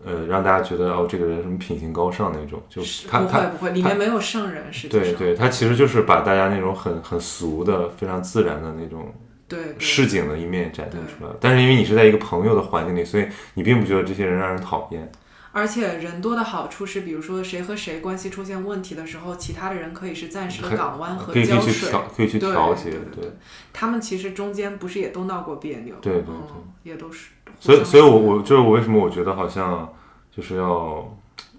S1: 呃，让大家觉得哦，这个人什么品行高尚那种，就是他
S2: 不
S1: 他
S2: 会不会，里面没有圣人，实际
S1: 对
S2: 上
S1: 对，他其实就是把大家那种很很俗的、非常自然的那种
S2: 对对
S1: 市井的一面展现出来了。但是因为你是在一个朋友的环境里，所以你并不觉得这些人让人讨厌。
S2: 而且人多的好处是，比如说谁和谁关系出现问题的时候，其他的人可以是暂时的港湾和
S1: 可以可以
S2: 胶
S1: 去
S2: 水，
S1: 调，可以去
S2: 对
S1: 调节
S2: 对，
S1: 对
S2: 对。他们其实中间不是也都闹过别扭，
S1: 对对对
S2: 嗯，也都是。
S1: 所以，所以我
S2: 互相
S1: 我就是我为什么我觉得好像就是要，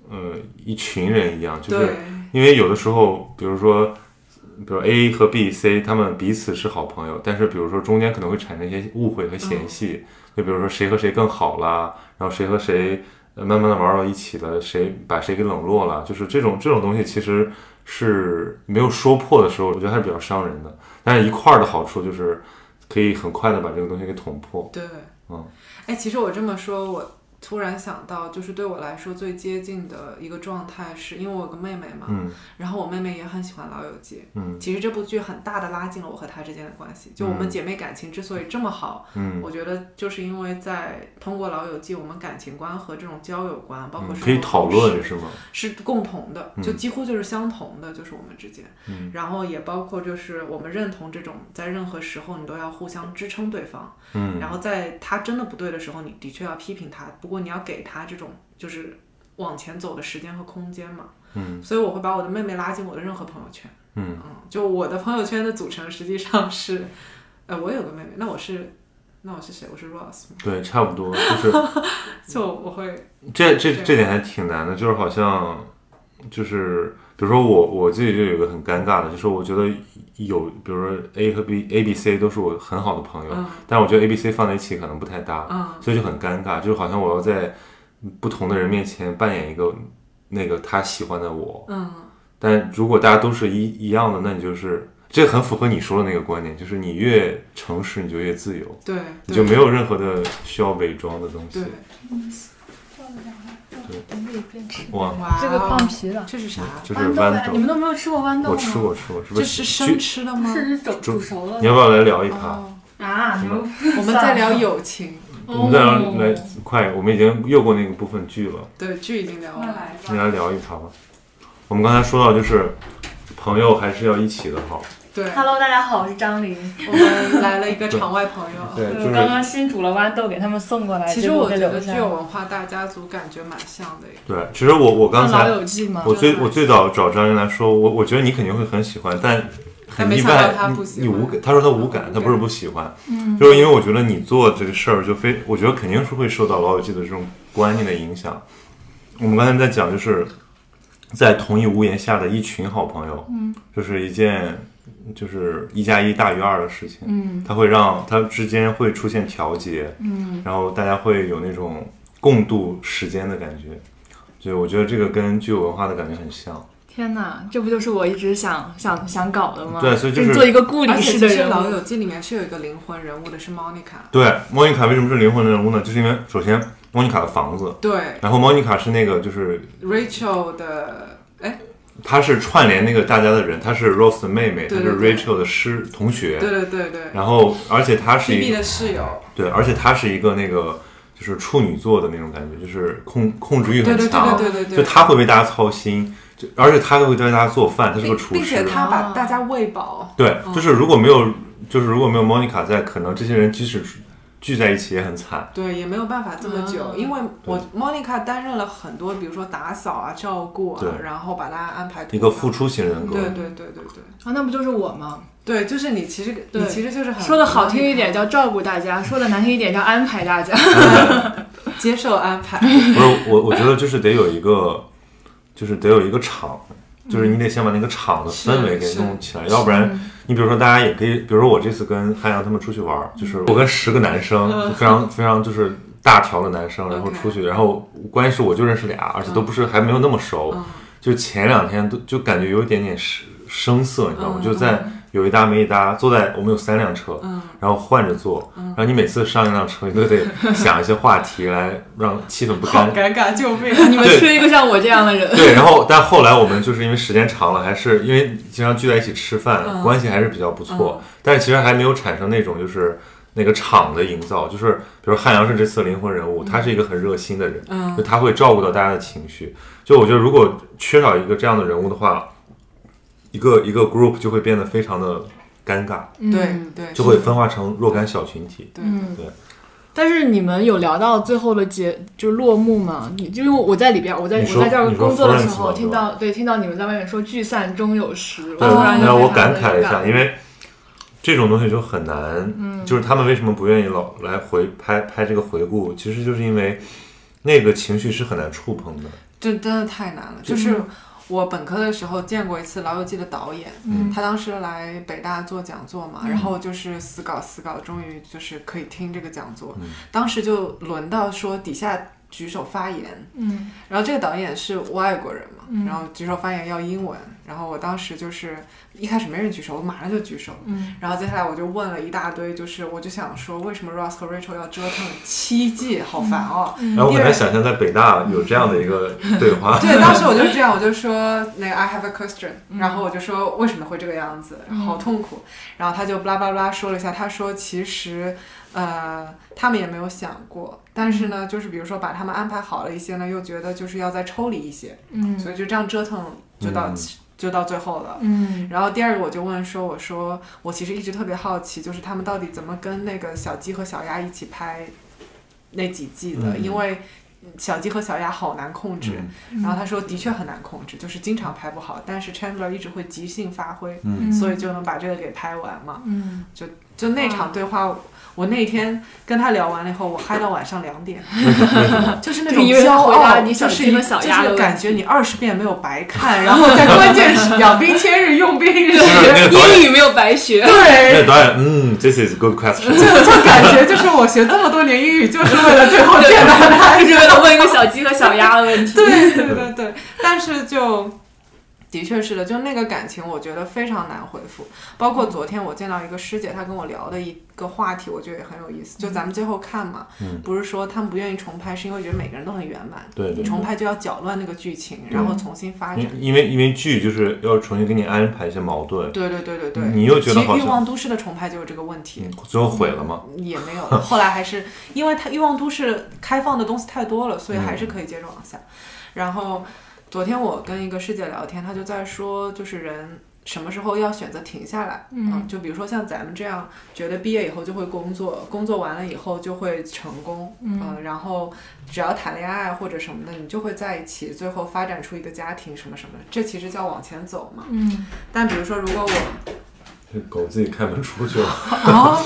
S1: 呃，一群人一样，就是
S2: 对
S1: 因为有的时候，比如说，比如 A 和 B、C，他们彼此是好朋友，但是比如说中间可能会产生一些误会和嫌隙，就比如说谁和谁更好啦，然后谁和谁呃慢慢的玩到一起了，谁把谁给冷落了，就是这种这种东西其实是没有说破的时候，我觉得还是比较伤人的。但是一块儿的好处就是可以很快的把这个东西给捅破。
S2: 对，
S1: 嗯，
S2: 哎，其实我这么说，我突然想到，就是对我来说最接近的一个状态是，因为我有个妹妹嘛，
S1: 嗯
S2: 然后我妹妹也很喜欢《老友记》，
S1: 嗯
S2: 其实这部剧很大的拉近了我和她之间的关系。就我们姐妹感情之所以这么好，
S1: 嗯，
S2: 我觉得就是因为在通过《老友记》，我们感情观和这种交友观，包括
S1: 嗯
S2: 生活
S1: 可以讨
S2: 方
S1: 论
S2: 式
S1: 是吗？
S2: 是共同的，
S1: 嗯
S2: 就几乎就是相同的，就是我们之间。
S1: 嗯
S2: 然后也包括就是我们认同这种，在任何时候你都要互相支撑对方，
S1: 嗯
S2: 然后在他真的不对的时候，你的确要批评他，不过你要给他这种就是往前走的时间和空间嘛。
S1: 嗯
S2: 所以我会把我的妹妹拉进我的任何朋友圈。
S1: 嗯
S2: 嗯，就我的朋友圈的组成实际上是，呃，我有个妹妹，那我是，那我是谁？我是 Rose 吗？
S1: 对，差不多就是
S2: 就
S4: 嗯
S2: 我会，
S1: 这这
S2: 对
S1: 这点还挺难的，就是好像就是比如说我我自己就有一个很尴尬的，就是我觉得有比如说 A 和 B A B C 都是我很好的朋友，
S2: 嗯
S1: 但我觉得 A B C 放在一起可能不太搭，
S2: 嗯
S1: 所以就很尴尬，就是好像我要在不同的人面前扮演一个那个他喜欢的我，
S2: 嗯
S1: 但如果大家都是一一样的，那你就是这很符合你说的那个观点，就是你越诚实你就越自由，
S2: 对，
S1: 你就
S2: 对
S1: 没有嗯任何的需要伪装的东西
S2: 对。，
S4: 漂亮啊，等会变吃。
S1: 哇，嗯
S2: 哇，
S4: 这个放皮的，
S2: 这是啥？
S1: 啊就是
S4: 豌
S1: 豌
S4: 豆啊，
S1: 豆
S4: 你。们都没有吃过豌豆吗？
S1: 我吃过，吃过，是不
S2: 这
S1: 是？
S2: 是
S1: 去
S2: 生吃的
S4: 不
S2: 吗？
S4: 是是煮
S1: 煮
S4: 煮熟了
S1: 你要不要来聊一趴？
S2: 哦，
S4: 啊！你们
S2: 我们在聊友情，
S1: 我们再聊
S4: 哦
S1: 来快，我们已经越过那个部分剧了，
S2: 对剧已经聊完
S4: 那
S2: 了。
S4: 来
S1: 你
S4: 吧，
S1: 来聊一趴吧。我们刚才说到，就是朋友还是要一起的好。
S2: 对，
S4: Hello，大家嗯好，我是张琳。
S2: 我们来了一个场外朋友。
S1: *laughs* 对，哎就
S4: 我刚
S1: 是
S4: 刚新煮了豌豆，给他们送过来。
S2: 其实我觉
S4: 结果被
S2: 得
S4: 留下
S2: 具有文化大家族感觉蛮像的耶，
S1: 对。其实我我刚
S4: 那老
S1: 才
S4: 友记吗？
S1: 我最我最早找张云来说，我我觉得你肯定会很喜欢，但
S2: 但
S1: 很
S2: 没
S1: 意
S2: 想到
S1: 外
S2: 他不，喜
S1: 你你
S2: 欢嗯
S1: 无感。他说他无感，他不是不喜欢，就是因为我觉得你做这个事儿就非，我觉得肯定是会受到老友记的这种观念的影响。我们刚才在讲，就是在同一屋檐下的一群好朋友，嗯，就是一件就是一加一大于二的事情，嗯，它会让它之间会出现调节，嗯，然后大家会有那种共度时间的感觉，所以我觉得这个跟具有文化的感觉很像。
S4: 天哪，这不就是我一直想想想搞的吗？
S1: 对所以就是
S4: 你做一个固
S2: 而
S4: 定
S2: 且
S4: 式
S2: 其
S4: 的
S2: 实《
S4: 人
S2: 老
S4: 物。
S2: 友记》里面是有一个灵魂人物的，是 Monica。
S1: 对，莫妮卡为什么是灵魂人物呢？就是因为首先莫妮卡的房子，
S2: 对
S1: 然后莫妮卡是那个就是
S2: ，Rachel 的，哎，
S1: 她是串联那个大家的人，她是 Rose 的妹妹，她
S2: 对
S1: 是
S2: 对对
S1: Rachel 的师同学，
S2: 对对对对
S1: 然后而且她是一
S2: ，PB
S1: 个
S2: 的室友，
S1: 对，而且她是一个那个就是处女座的那种感觉，就是控控制欲
S2: 对
S1: 很
S2: 对
S1: 强，
S2: 对对对对
S1: 就
S2: 对，
S1: 她会为大家操心，就而且她会为大家做饭，她是个
S2: 并
S1: 厨
S2: 并且
S1: 师，
S2: 他
S4: 啊
S2: 把大家喂饱，
S1: 对，
S2: 嗯
S1: 就是如果没有就是如果没有莫妮卡在，可能这些人即使聚在一起也很惨，
S2: 对，也没有办法这么久，
S4: 嗯
S2: 因为我 Monica 担任了很多，比如说打扫啊、照顾啊
S1: 对，
S2: 然后把大家安排
S1: 一个付，出型人格，
S2: 对对对对对
S4: 啊，那不就是我吗？
S2: 对，就是你其实
S4: 对
S2: 你其实就是很
S4: 说的好听一点叫照顾大家，说的难听一点叫安排大家。 *laughs*
S2: 接受安排，
S1: 不是我，我觉得就是得有一个，就是得有一个场，就是你得先把那个场的氛围给
S2: 是
S1: 弄起来，要不然你比如说大家也可以，比如说我这次跟汉阳他们出去玩儿，就是我跟十个男生，就非常非常就是大条的男生，然后
S2: 嗯 OK
S1: 出去，然后关键是我就认识俩，而且都不是还没有那么熟，
S2: 嗯
S1: 就前两天都就感觉有一点点生生涩，你知道吗？
S2: 嗯
S1: 就在有一搭没一搭，坐在我们有三辆车，
S2: 嗯
S1: 然后换着坐，然后你每次上一辆车，你都得想一些话题来让气氛不
S2: 好
S1: 尴尬。
S2: 尴尬，救命！
S4: 你们
S1: 对
S4: 缺一个像我这样的 *laughs* 人，
S1: 对，然后但后来我们就是因为时间长了，还是因为经常聚在一起吃饭，
S2: 嗯
S1: 关系还是比较 *laughs* 不错。
S4: 嗯
S1: 但是其实还没有产生那种就是那个场的营造，就是比如汉阳是这次的灵魂人物，
S4: 嗯
S1: 他是一个很热心的人，
S2: 嗯
S1: 就他会照顾到大家的情绪。就我觉得如果缺少一个这样的人物的话，一个一个 group 就会变得非常的尴尬，
S2: 对
S4: 哎
S2: 对，
S1: 嗯就会分化成若干小群体。
S2: 对
S4: 嗯
S1: 对。
S4: 但是你们有聊到最后的结，就是落幕吗？你就因为我在里边，我在
S1: 你
S4: 我
S1: 说
S4: 在这儿
S1: 你说
S4: 工作的时
S1: Florence
S4: 候，
S1: 吗
S4: 听到对听到你们在外面说聚散终有时，
S1: 对，
S4: 突然就
S1: 然后我
S4: 非常
S1: 感
S4: 地
S1: 慨一
S4: 有
S1: 下，
S4: 感
S1: 因为这种东西就很难，
S4: 嗯
S2: 嗯
S1: 就是他们为什么不愿意老来回拍拍这个回顾，其实就是因为那个情绪是很难触碰的。
S2: 这真的太难了。就是我本科的时候见过一次《老友记》的导演，
S1: 嗯
S2: 他当时来北大做讲座嘛，然后就是死搞死搞，终于就是可以听这个讲座。
S1: 嗯
S2: 当时就轮到说底下举手发言，
S4: 嗯
S2: 然后这个导演是外国人嘛，
S4: 嗯
S2: 然后举手发言要英文，然后我当时就是一开始没人举手，我马上就举手了。
S4: 嗯，
S2: 然后接下来我就问了一大堆，就是我就想说，为什么 Ross 和 Rachel 要折腾七季，好烦哦。
S1: 然后我很难想象在北大有这样的一个对话。
S2: *laughs* 对，当时我就是这样，我就说那个 I have a question，、然后我就说为什么会这个样子，好痛苦。然后他就巴拉巴拉说了一下，他说其实呃他们也没有想过，但是呢，就是比如说把他们安排好了一些呢，又觉得就是要再抽离一些，
S4: 嗯
S2: 所以就这样折腾就到、
S1: 嗯
S2: 就到最后了。
S4: 嗯
S2: 然后第二个我就问说，我说我其实一直特别好奇，就是他们到底怎么跟那个小鸡和小鸭一起拍那几季的，
S1: 嗯
S2: 因为小鸡和小鸭好难控制。
S1: 嗯
S2: 然后他说的确很难控制，就是经常拍不好，但是 Chandler 一直会即兴发挥，
S1: 嗯
S4: 嗯
S2: 所以就能把这个给拍完嘛。
S4: 嗯，
S2: 就那场对话，我那天跟他聊完了以后，我嗨到晚上两点，就是那种
S4: 对因为
S2: 骄
S4: 他回答
S2: 傲，
S4: 你
S2: 就
S4: 想
S2: 是
S4: 听
S2: 一
S4: 的小
S2: 就
S4: 鸭的
S2: 是
S4: 问
S2: 感觉你二十遍没有白
S4: *laughs*
S2: 看，然后在关键时养兵千日，用兵日，
S1: 那个导演
S4: 英语没有白学， *laughs*
S1: 那
S2: 对
S1: 个。导演，嗯，this is good
S2: *laughs*
S1: question。
S2: 就感觉就是我学这么多年英语，就是为了最后
S4: *laughs*
S2: 见到他
S4: 就是为了问一个小鸡和小鸭的问
S1: *laughs*
S4: 题。
S2: 对对对对，但是就的确是的，就那个感情，我觉得非常难回复。包
S1: 嗯
S2: 括昨天我见到一个师姐，她跟我聊的一个话题，我觉得也很有意思。就咱们最后看嘛，
S1: 嗯
S2: 不是说他们不愿意重拍，是因为觉得每个人都很圆满，
S1: 对对，
S2: 重拍就要搅乱那个剧情，然后重新发展。
S1: 因因为因为剧就是要重新给你安排一些矛盾，
S2: 对对对对对，
S1: 你又觉得
S2: 其实
S1: 好
S2: 《欲
S1: 像
S2: 望都市》的重拍就有这个问题。
S1: 嗯最后毁了嘛？
S2: 也没有了，后来还是因为它欲望都市开放的东西太多了，所以还是可以接着往下。然后昨天我跟一个师姐聊天，她就在说，就是人什么时候要选择停下来，啊
S4: 嗯
S2: 就比如说像咱们这样，觉得毕业以后就会工作，工作完了以后就会成功，嗯、然后只要谈恋爱或者什么的，你就会在一起，最后发展出一个家庭什么什么的，这其实叫往前走嘛。
S4: 嗯，
S2: 但比如说，如果我
S1: 这狗自己开门出去了，
S2: 啊，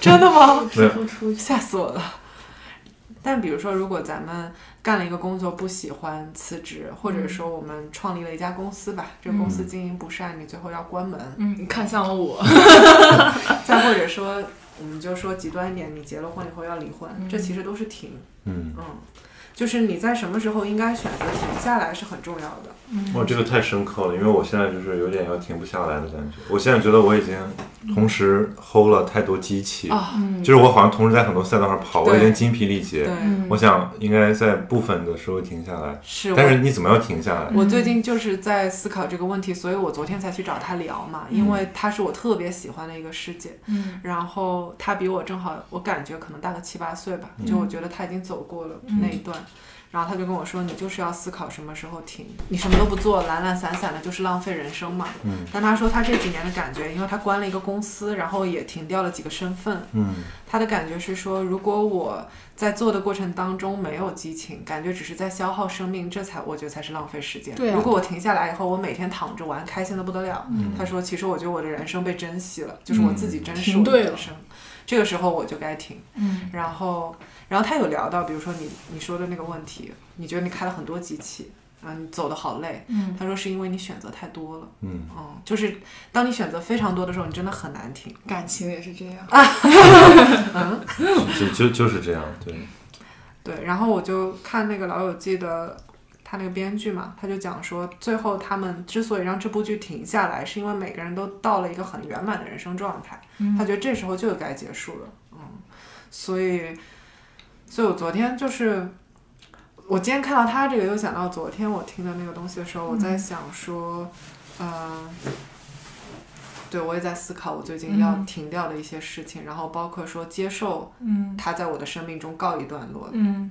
S2: 真的吗？
S1: 对
S4: 不哦出
S2: *laughs*
S4: 去。
S2: 吓死我了。但比如说，如果咱们干了一个工作不喜欢辞职，或
S1: 嗯
S2: 者说我们创立了一家公司吧，这个公司经营不善，你最后要关门。
S4: 嗯，你看向了我。
S2: 再或者说，我们就说极端一点，你结了婚以后要离婚，这其实都是停。
S1: 嗯，
S2: 嗯，就是你在什么时候应该选择停下来是很重要的。
S4: 嗯
S1: 哇，这个太深刻了，因为我现在就是有点要停不下来的感觉。我现在觉得我已经同时 hold 了太多机器，
S2: 啊
S4: 嗯
S1: 就是我好像同时在很多赛道上跑，我已经筋疲力
S2: 对
S1: 竭。，
S4: 嗯
S1: 我想应该在部分的时候停下来，
S2: 是我
S1: 但是你怎么要停下来？
S2: 我最近就是在思考这个问题，所以我昨天才去找他聊嘛，
S1: 嗯
S2: 因为她是我特别喜欢的一个师姐，
S4: 嗯，
S2: 然后她比我正好，我感觉可能大个七八岁吧，就我觉得她已经走过了那一段，然后她就跟我说，你就是要思考什么时候停，你什么都不做，懒懒散散的，就是浪费人生嘛。
S1: 嗯
S2: 但她说她这几年的感觉，因为她关了一个公司，然后也停掉了几个身份，
S1: 嗯
S2: 他的感觉是说，如果我在做的过程当中没有激情，感觉只是在消耗生命，这才我觉得才是浪费时间。
S4: 对啊
S2: 如果我停下来以后，我每天躺着玩，开心的不得了。他说，其实我觉得我的人生被珍惜了，就是我自己珍视我
S4: 停
S2: 的
S4: 对
S2: 人
S4: 了
S2: 生。这个时候我就该停。
S4: 嗯，
S2: 然后，然后他有聊到，比如说你你说的那个问题，你觉得你开了很多机器，啊，你走的好累。
S4: 嗯，
S2: 他说是因为你选择太多了。
S1: 嗯，
S2: 嗯，就是当你选择非常多的时候，你真的很难停。
S4: 感情也是这样。
S1: 嗯就就就是这样，对，
S2: 对，然后我就看那个《老友记》的他那个编剧嘛，他就讲说，最后他们之所以让这部剧停下来，是因为每个人都到了一个很圆满的人生状态，他觉得这时候就该结束了，嗯，所以，所以我昨天就是。我今天看到他这个，又想到昨天我听的那个东西的时候，我在想说，嗯、对我也在思考我最近要
S4: 嗯
S2: 停掉的一些事情，然后包括说接受
S4: 嗯
S2: 他在我的生命中告一段落，
S4: 嗯。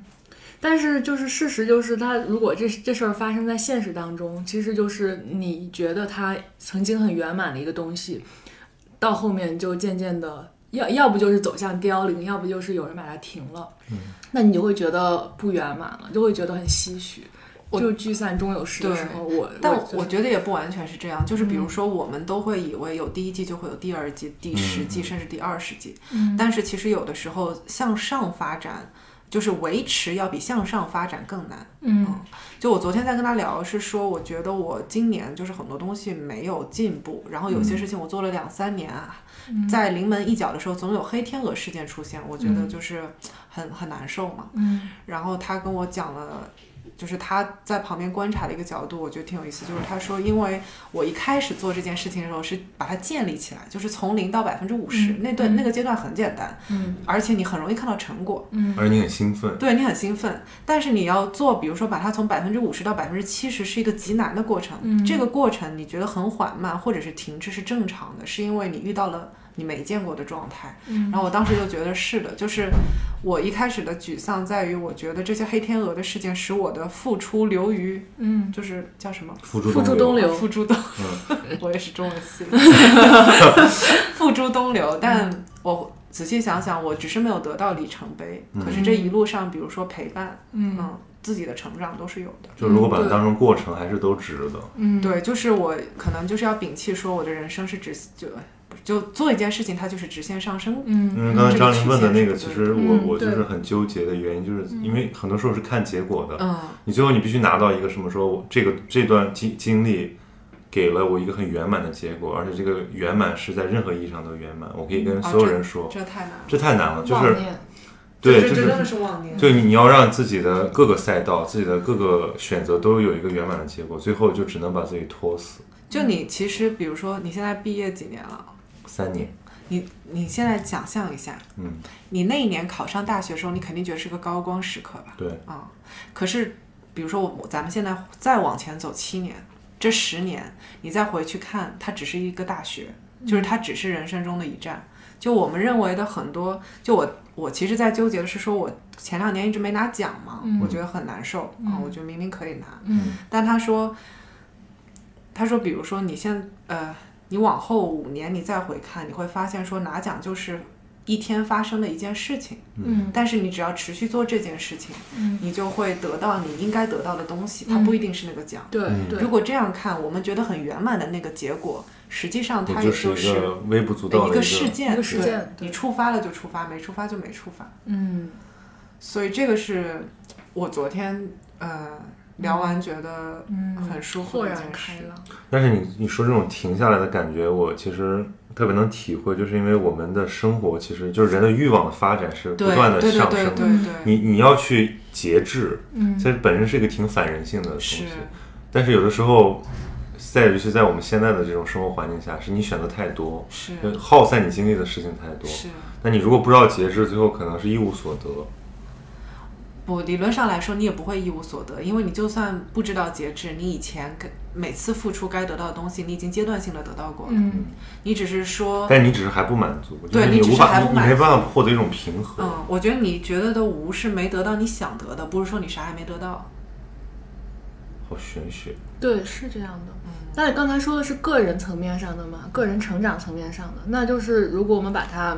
S4: 但是，就是事实就是，他如果这这事儿发生在现实当中，其实就是你觉得他曾经很圆满的一个东西，到后面就渐渐的，要要不就是走向凋零，要不就是有人把它停了，嗯、那你就会觉得不圆满了，就会觉得很唏嘘。就聚散终有时的时候，我
S2: 但
S4: 我嗯
S2: 我觉得也不完全是这样，就是比如说，我们都会以为有第一季就会有第二季、第十季，甚至第二十季。
S4: 嗯
S2: 但是其实有的时候向上发展，就是维持要比向上发展更难。
S4: 嗯
S2: 就我昨天在跟他聊，是说我觉得我今年就是很多东西没有进步，然后有
S4: 嗯
S2: 些事情我做了两三年啊，在临门一脚的时候，总有黑天鹅事件出现，我觉得就是很很难受嘛。
S4: 嗯
S2: 然后他跟我讲了，就是他在旁边观察的一个角度，我觉得挺有意思。就是他说，因为我一开始做这件事情的时候是把它建立起来，就是从零到百分之五十
S4: 嗯
S2: 那段、那个阶段很简单，
S4: 嗯
S2: 而且你很容易看到成果，
S4: 嗯
S1: 而你很兴奋，
S2: 对你很兴奋。但是你要做，比如说把它从百分之五十到百分之七十是一个极难的过程，
S4: 嗯
S2: 这个过程你觉得很缓慢或者是停滞是正常的，是因为你遇到了你没见过的状态。
S4: 嗯
S2: 然后我当时就觉得是的，就是我一开始的沮丧在于，我觉得这些黑天鹅的事件使我的付出流于，
S4: 嗯，
S2: 就是叫什么？啊
S1: 付诸
S4: 付诸东
S1: 流，
S4: 流，
S2: 付诸东， *laughs* 我也是中文系的，付诸东流。但我仔细想想，我只是没有得到里程碑，可是这一路上，比如说陪伴，
S4: 嗯
S2: 嗯，自己的成长都是有的。
S1: 就如果把它
S4: 对
S1: 当成过程，还是都值得。
S4: 嗯，
S2: 对，就是我可能就是要摒弃说我的人生是直就不就做一件事情，它就是直线上升。
S4: 嗯，
S1: 因为刚才张琳问的那
S2: 这
S1: 个，
S2: 个
S1: 其
S2: 曲线
S1: 实
S4: 对
S1: 我
S4: 嗯
S1: 我就是
S4: 对
S1: 很纠结的原因，就是因为很多时候是看结果的。
S2: 嗯
S1: 你最后你必须拿到一个什么说，我这个这段经经历给了我一个很圆满的结果，而且这个圆满是在任何意义上都圆满。我可以跟所有人说，
S2: 这太难了，
S1: 这太难了，就
S4: 妄
S1: 是
S4: 念
S1: 对，就
S2: 这这真
S1: 是
S2: 的是妄念。
S1: 就你你要让自己的各个赛道、自己的各个选择都有一个圆满的结果，最后就只能把自己拖死
S2: 就你其实，比如说你现在毕业几年了，
S1: 三年。
S2: 你你现在想象一下，
S1: 嗯，
S2: 你那一年考上大学的时候，你肯定觉得是个高光时刻吧？
S1: 对，
S2: 啊、可是比如说我咱们现在再往前走七年，这十年你再回去看，它只是一个大学，
S4: 嗯
S2: 就是它只是人生中的一站。就我们认为的很多，就我我其实在纠结的是说，我前两年一直没拿奖嘛，我觉得很难受啊、我觉得明明可以拿，
S4: 嗯
S2: 但他说，他说，比如说你现呃，你往后五年你再回看，你会发现说拿奖就是一天发生的一件事情，
S4: 嗯
S2: 但是你只要持续做这件事情，
S4: 嗯，
S2: 你就会得到你应该得到的东西，它
S4: 嗯
S2: 不一定是那个奖。
S4: 对
S1: 嗯
S4: 对
S2: 如，果这样看，我们觉得很圆满的那个结果，实际上它
S1: 也
S2: 也
S1: 是
S2: 就
S1: 一
S2: 是
S1: 个微不足道
S2: 一
S1: 的一个
S2: 事件，
S4: 一个事
S2: 对
S4: 件对
S2: 你触发了就触发，没触发就没触发。
S4: 嗯
S2: 所以这个是我昨天呃聊完觉得
S4: 嗯，
S2: 很舒服
S4: 豁
S2: 的一
S4: 然
S2: 件
S4: 开
S2: 事。
S4: 朗，
S1: 但是你你说这种停下来的感觉，我其实特别能体会，就是因为我们的生活其实就是人的欲望的发展是不
S2: 对
S1: 断的
S2: 对对
S1: 上
S2: 对
S1: 升嗯的，
S2: 对对
S1: 你你要去节制，
S4: 嗯
S1: 其实本身是一个挺反人性的东
S2: 是
S1: 西。但是有的时候，在尤其在我们现在的这种生活环境下，是你选择太多，
S2: 是
S1: 就耗散你精力的事情太多。
S2: 是。
S1: 那你如果不知道节制，最后可能是一无所得。
S2: 哦不，理论上来说，你也不会一无所得，因为你就算不知道节制，你以前跟每次付出该得到的东西，你已经阶段性的得到过了。
S4: 嗯
S2: 你只是说，
S1: 但你只是还不满足，就是
S2: 对
S1: 你
S2: 你只
S1: 无
S2: 是
S1: 法，
S2: 还
S1: 你
S2: 不
S1: 你
S2: 满
S1: 没
S2: 足
S1: 办法获得一种平衡。
S2: 嗯，我觉得你觉得的无是没得到你想得的，不是说你啥也没得到。
S1: 好玄学。
S4: 对，是这样的。但是刚才说的是个人层面上的嘛，个人成长层面上的，那就是如果我们把它，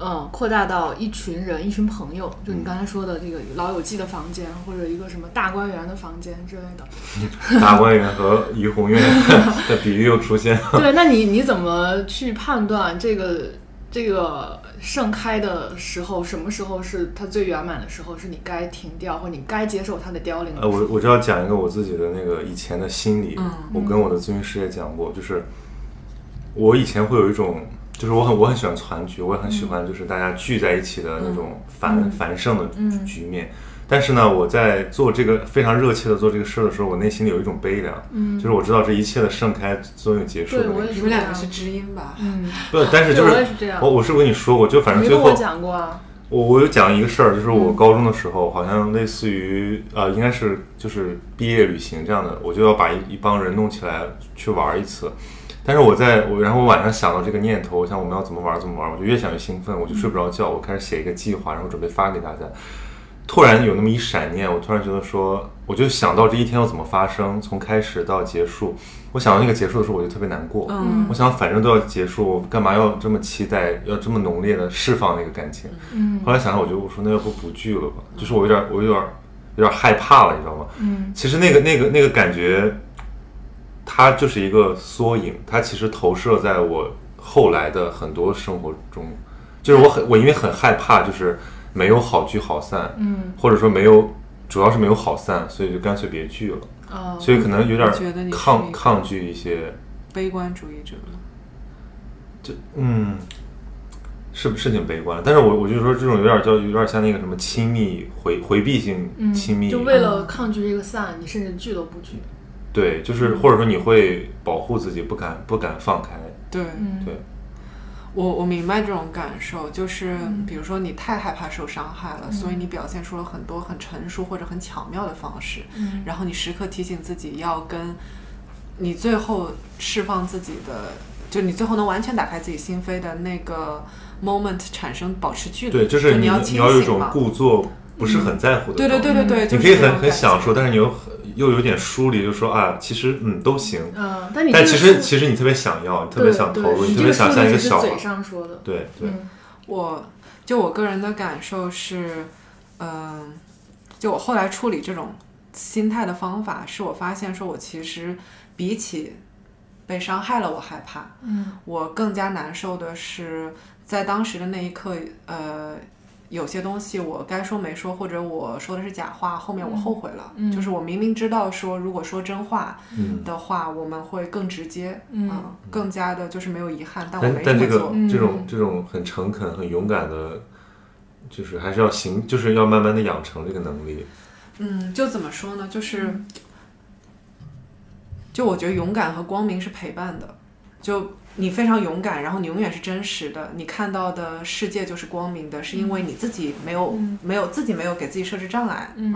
S4: 嗯，扩大到一群人、一群朋友，就你刚才说的这个《老友记》的房间，或者一个什么大观园的房间之类
S1: *laughs*
S4: 的，
S1: 大观园和怡红
S2: *laughs*
S1: 院的比喻又出现了。
S4: 对，那你你怎么去判断这个这个盛开的时候，什么时候是它最圆满的时候，是你该停掉，或者你该接受它的凋零的时
S1: 呃，
S4: 候？
S1: 我我就要讲一个我自己的那个以前的心理，
S2: 嗯
S1: 我跟我的咨询师也讲过，就是我以前会有一种，就是我很我很喜欢团聚，我也很喜欢就是大家聚在一起的那种繁、繁盛的
S4: 嗯嗯
S1: 局面。但是呢，我在做这个非常热切的做这个事儿的时候，我内心里有一种悲凉，就是我知道这一切的盛开总有结束的
S4: 嗯对
S1: 那
S4: 我
S1: 一
S4: 也
S1: 天。
S4: 是
S2: 你们两个是知音吧？
S4: 嗯，
S1: 不，但是就
S4: 对
S1: 是
S4: 我也是这样
S1: 我我是不是跟你说过，就反正
S4: 你
S1: 最
S4: 跟
S1: 后
S4: 我讲过啊，
S1: 我我有讲一个事儿，就是我高中的时候，好像类似于呃，应该是就是毕业旅行这样的，我就要把一一帮人弄起来去玩一次。但是我在我，然后我晚上想到这个念头，我想我们要怎么玩怎么玩，我就越想越兴奋，我就睡不着觉，我开始写一个计划，然后准备发给大家。突然有那么一闪念，我突然觉得说，我就想到这一天要怎么发生，从开始到结束。我想到那个结束的时候，我就特别难过。
S2: 嗯
S1: 我想反正都要结束，我干嘛要这么期待，要这么浓烈的释放那个感情？
S4: 嗯
S1: 后来想想，我就我说那要不不聚了吧？就是我有点，我有点，有点害怕了，你知道吗？
S4: 嗯
S1: 其实那个那个那个感觉，它就是一个缩影，它其实投射在我后来的很多生活中，就是我很我因为很害怕，就是没有好聚好散，
S4: 嗯
S1: 或者说没有，主要是没有好散，所以就干脆别聚了，
S4: 哦，
S1: 所以可能有
S2: 我觉得
S1: 点
S2: 你是
S1: 抗
S2: 一个
S1: 抗拒一些，
S2: 悲观主义者吗？
S1: 嗯。是是挺悲观的，但是我我就说这种有点叫有点像那个什么亲密回回避性
S4: 嗯
S1: 亲密，
S4: 就为了抗拒这个散，你甚至聚都不聚。
S1: 对，就是或者说你会保护自己，不敢不敢放开。
S2: 对，
S4: 嗯
S1: 对，
S2: 我我明白这种感受，就是比如说你太害怕受伤害了，所以你表现出了很多很成熟或者很巧妙的方式，
S4: 嗯
S2: 然后你时刻提醒自己要跟你最后释放自己的，就你最后能完全打开自己心扉的那个 moment 产生保持距离，
S1: 对，就是
S2: 你
S1: 你
S2: 要
S1: 你
S2: 清
S1: 要有一
S2: 醒
S1: 种
S2: 嘛，嗯
S1: 故作不是很在乎的、
S2: 对对对，对对，就
S1: 你可
S2: 是
S1: 以
S2: 这种
S1: 很很
S2: 感
S1: 享
S2: 觉
S1: 受，但是你又很又有点疏离，就说啊，其实嗯都行，
S4: 嗯，但你
S1: 但其
S4: 这个
S1: 实
S4: 是
S1: 其实你特别想要，你特
S4: 对
S1: 别想投入，
S4: 对
S1: 你特
S4: 你这
S1: 别
S4: 个
S1: 想
S4: 说
S1: 像
S4: 的
S1: 一个
S4: 是
S1: 小孩
S4: 嘴。上说的，
S1: 对对，
S4: 嗯
S2: 我就我个人的感受是，嗯、就我后来处理这种心态的方法，是我发现说我其实比起被伤害了，我害怕，
S4: 嗯
S2: 我更加难受的是，在当时的那一刻，呃，有些东西我该说没说，或者我说的是假话，后面我后悔了。
S4: 嗯
S2: 就是我明明知道说，如果说真话
S1: 嗯，
S2: 的话，我们会更直接，
S4: 嗯
S2: 啊更加的就是没有遗憾，啊但我
S1: 但
S2: 没这
S1: 但
S2: 么
S1: 这
S2: 做
S1: 个。
S4: 嗯
S1: 这种这种很诚恳、很勇敢的，就是还是要行，就是要慢慢的养成这个能力。
S2: 嗯，就怎么说呢？就是，
S4: 嗯
S2: 就我觉得勇敢和光明是陪伴的。就你非常勇敢，然后你永远是真实的，你看到的世界就是光明的，是因为你自己没有、
S4: 嗯
S2: 没有自己没有给自己设置障碍。
S4: 嗯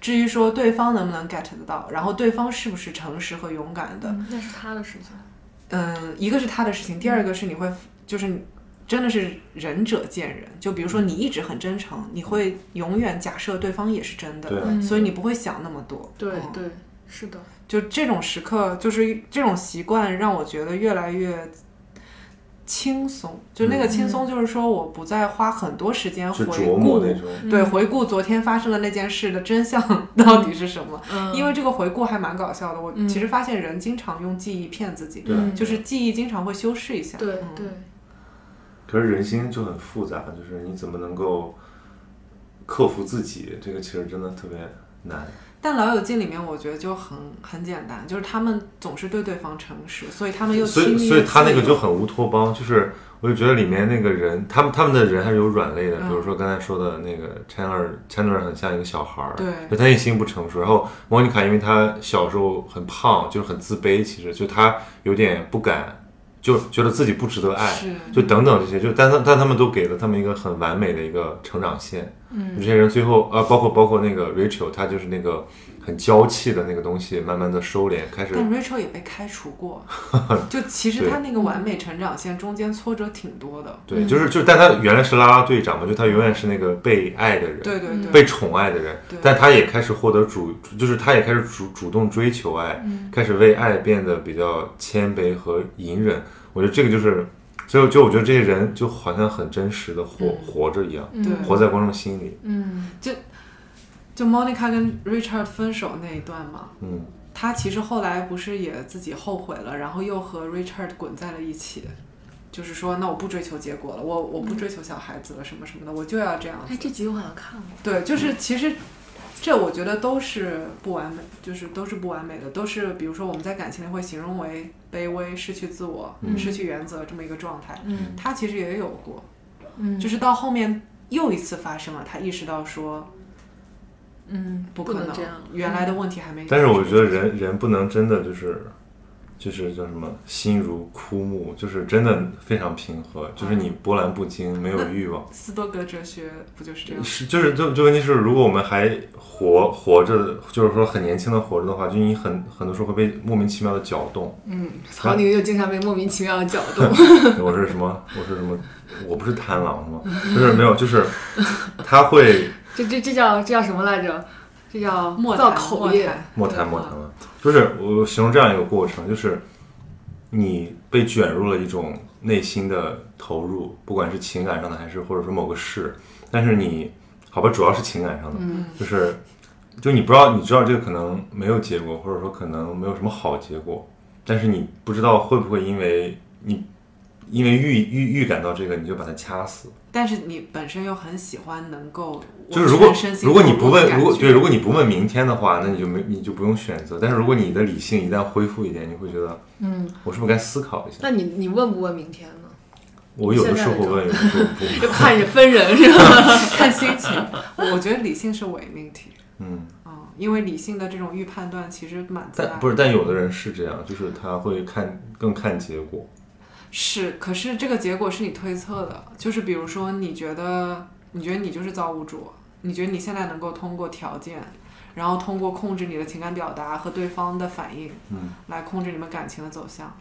S2: 至于说对方能不能 get 得到，然后对方是不是诚实和勇敢的，
S4: 嗯那是他的事情。
S2: 嗯，一个是他的事情，第二
S4: 嗯
S2: 个是你会，就是你真的是仁者见仁。就比如
S4: 嗯
S2: 说你一直很真诚，你会永远假设对方也是真的，
S1: 对啊，
S4: 嗯
S2: 所以你不会想那么多。
S4: 对
S2: 嗯
S4: 对，是的，
S2: 就这种时刻，就是这种习惯让我觉得越来越轻松。就那个轻松，就是说我不再花很多时间
S1: 就嗯
S2: 回
S1: 琢磨
S2: 顾，
S1: 那种。
S2: 对，
S4: 嗯
S2: 回顾昨天发生的那件事的真相 *laughs* 到底是什么。
S4: 嗯，
S2: 因为这个回顾还蛮搞笑的，我
S4: 嗯
S2: 其实发现人经常用记忆骗自己，
S1: 对啊
S4: 嗯
S2: 就是记忆经常会修饰一下。
S4: 对
S2: 嗯
S4: 对，
S1: 可是人心就很复杂，就是你怎么能够克服自己？这个其实真的特别难。
S2: 但《老友记》里面，我觉得就很很简单，就是他们总是对对方诚实，所以他们又
S1: 所以，
S2: 亲密
S1: 所以
S2: 又
S1: 他那个
S2: 自
S1: 就
S2: 由
S1: 很乌托邦，就是我就觉得里面那个人，他们他们的人还是有软肋的，
S2: 嗯
S1: 比如说刚才说的那个 Chandler Chandler 很像一个小孩儿，
S2: 对
S1: 就他内心不成熟。然后莫妮卡因为她小时候很胖，就是很自卑，其实就她有点不敢，就觉得自己不值得爱，
S2: 是
S1: 就等等这些，就但他但他们都给了他们一个很完美的一个成长线。
S4: 嗯
S1: 这些人最后啊，包括包括那个 Rachel，她就是那个很娇气的那个东西，慢慢的收敛，开始
S2: 但 Rachel 也被开除
S1: *laughs*
S2: 过，就其实
S1: 对
S2: 他那个完美成长线中间挫折挺多的。
S1: 对，就是就是，但他原来是啦啦队长嘛，就他永远是那个被爱的人，
S2: 对对对，
S1: 嗯被宠爱的人
S2: 对，
S1: 但他也开始获得主，就是他也开始主主动追求爱，
S4: 嗯
S1: 开始为爱变得比较谦卑和隐忍。我觉得这个就是，所以就我觉得这些人就好像很真实的活、活着一样，
S2: 对
S1: 活在观众心里。
S4: 嗯
S2: 就 Monica 跟 Richard 分手那一段嘛，
S1: 嗯，
S2: 他其实后来不是也自己后悔了，然后又和 Richard 滚在了一起，就是说，那我不追求结果了，我我不追求小孩子了，什么什么的，我就要这样子
S4: 哎，。这集我好像看过。
S2: 对，就是其实这我觉得都是不完美，就是都是不完美的，都是比如说我们在感情里会形容为卑微、失去自我、
S1: 嗯
S2: 失去原则这么一个状态。
S4: 嗯
S2: 他其实也有过，
S4: 嗯，
S2: 就是到后面又一次发生了，他意识到说
S4: 嗯，
S2: 不
S4: 不
S2: 可
S4: 能
S2: 能
S4: 这样，
S2: 原来的问题还没。
S1: 但是我觉得人人不能真的就是。就是叫什么心如枯木，就是真的非常平和，就是你波澜不惊，没有欲望。
S2: 斯多格哲学不就是这样？
S1: 是，就是就就问题是，如果我们还活活着，就是说很年轻的活着的话，就你很很多时候会被莫名其妙的搅动。
S4: 嗯，曹宁就经常被莫名其妙的搅动。
S1: 我是什么？我是什么？我不是贪狼吗？就是没有，就是他会
S4: *laughs* 这这这叫这叫什么来着？这叫
S2: 莫
S4: 造
S2: 谈
S4: 口
S2: 莫
S4: 业。
S2: 谈
S1: 莫谈莫谈了。就是我形容这样一个过程，就是你被卷入了一种内心的投入，不管是情感上的，还是或者说某个事，但是你好吧，主要是情感上的，
S4: 嗯
S1: 就是就你不知道，你知道这个可能没有结果，或者说可能没有什么好结果，但是你不知道会不会因为你因为预预预感到这个，你就把它掐死。
S2: 但是你本身又很喜欢能够
S1: 就是如果
S2: 全身心
S1: 如果你
S2: 投入
S1: 不
S2: 的
S1: 问，
S2: 感
S1: 如果
S2: 觉
S1: 对，如果你不问明天的话，那你就没你就不用选择。但是如果你的理性一旦恢复一点，你会觉得
S4: 嗯，
S1: 我是不是该思考一下？
S4: 那你你问不问明天呢？
S1: 我有的时候问，有的时候不问。
S2: *laughs*
S4: 就看着分人是吧？
S2: 看心情，我觉得理性是伪命题。
S1: 嗯，
S2: 嗯，因为理性的这种预判断其实蛮自
S1: 但
S2: 然，
S1: 不是，但有的人是这样，就是他会看更看结果。
S2: 是，可是这个结果是你推测的，就是比如说你觉得你觉得你就是造物主，你觉得你现在能够通过条件，然后通过控制你的情感表达和对方的反应，
S1: 嗯，
S2: 来控制你们感情的走向。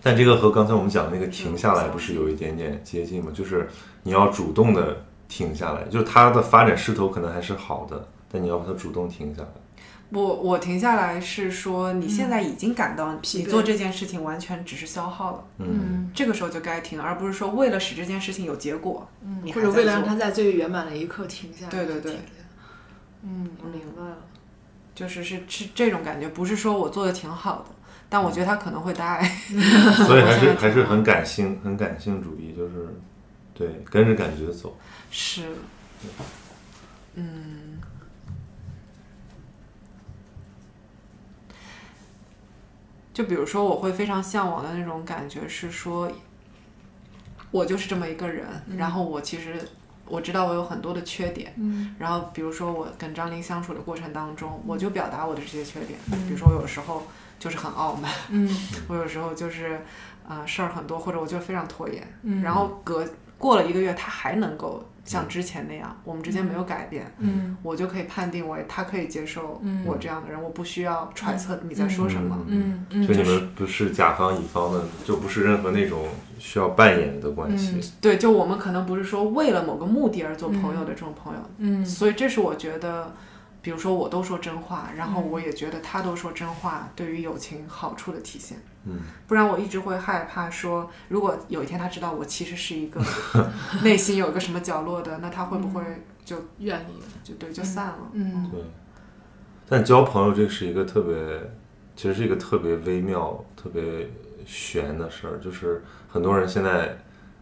S1: 但这个和刚才我们讲的那个
S2: 嗯
S1: 停下来不是有一点点接近吗？就是你要主动的停下来，就是它的发展势头可能还是好的，但你要把它主动停下来。
S2: 我我停下来是说，你现在已经感到
S4: 疲
S2: 你
S4: 惫
S2: 做这件事情完全只是消耗了，
S1: 嗯，
S2: 这个时候就该停，而不是说为了使这件事情有结果，嗯你还
S4: 或者
S2: 在
S4: 为了让
S2: 做
S4: 它在最圆满的一刻停下来。
S2: 对对对
S4: 就停下来。嗯，我明白了。
S2: 就是是是这种感觉，不是说我做的挺好的，但我觉得他可能会 *laughs* 大爱。
S1: *laughs* 所以还
S2: 我现在
S1: 是
S2: 挺
S1: 还是很感性，很感性主义，就是对跟着感觉走。
S2: 是，嗯，就比如说，我会非常向往的那种感觉是说，我就是这么一个人，然后我其实我知道我有很多的缺点，
S4: 嗯
S2: 然后比如说我跟张琳相处的过程当中，我就表达我的这些缺点，比如说我有时候就是很傲慢，
S4: 嗯
S2: 我有时候就是啊、呃事儿很多，或者我就非常拖延，
S4: 嗯
S2: 然后隔过了一个月，他还能够像之前那样，我们之间没有改变，
S4: 嗯
S2: 我就可以判定为他可以接受
S4: 嗯
S2: 我这样的人，我不需要揣测你在说什么。
S4: 嗯嗯，
S1: 所以
S4: 就
S1: 你
S4: 是
S1: 们不是甲方乙方的，就不是任何那种需要扮演的关
S4: 嗯
S1: 系。
S2: 对，就我们可能不是说为了某个目的而做朋友的这种朋友，
S4: 嗯
S2: 所以这是我觉得，比如说我都说真话，然
S4: 嗯
S2: 后我也觉得他都说真话，对于友情好处的体现。
S1: 嗯，
S2: 不然我一直会害怕说，如果有一天他知道我其实是一个 *laughs* 内心有一个什么角落的，那他会不会
S4: 嗯愿意。
S2: 就对就散了？
S4: 嗯
S1: 对。但交朋友这是一个特别，其实是一个特别微妙、特别悬的事儿。就是很多人现在，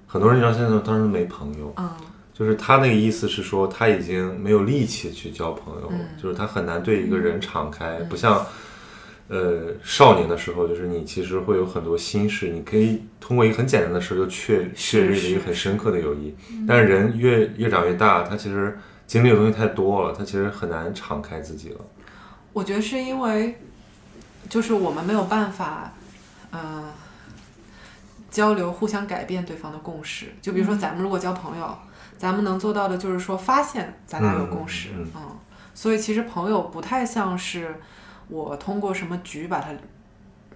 S1: 很多人你知道现在当时没朋友，
S2: 嗯
S1: 就是他那个意思是说他已经没有力气去交朋友
S2: 嗯
S1: 了，就是他很难对一个人敞开，不像。呃，少年的时候，就是你其实会有很多心事，你可以通过一个很简单的事就确确
S2: 是
S1: 立了一个
S2: 是嗯
S1: 很深刻的友谊。但是人越越长越大，他其实经历的东西太多了，他其实很难敞开自己了。
S2: 我觉得是因为，就是我们没有办法，呃，交流互相改变对方的共识。就比如
S1: 嗯
S2: 说，咱们如果交朋友，咱们能做到的就是说，发现咱俩有共识，
S1: 嗯嗯
S2: 所以其实朋友不太像是我通过什么局把它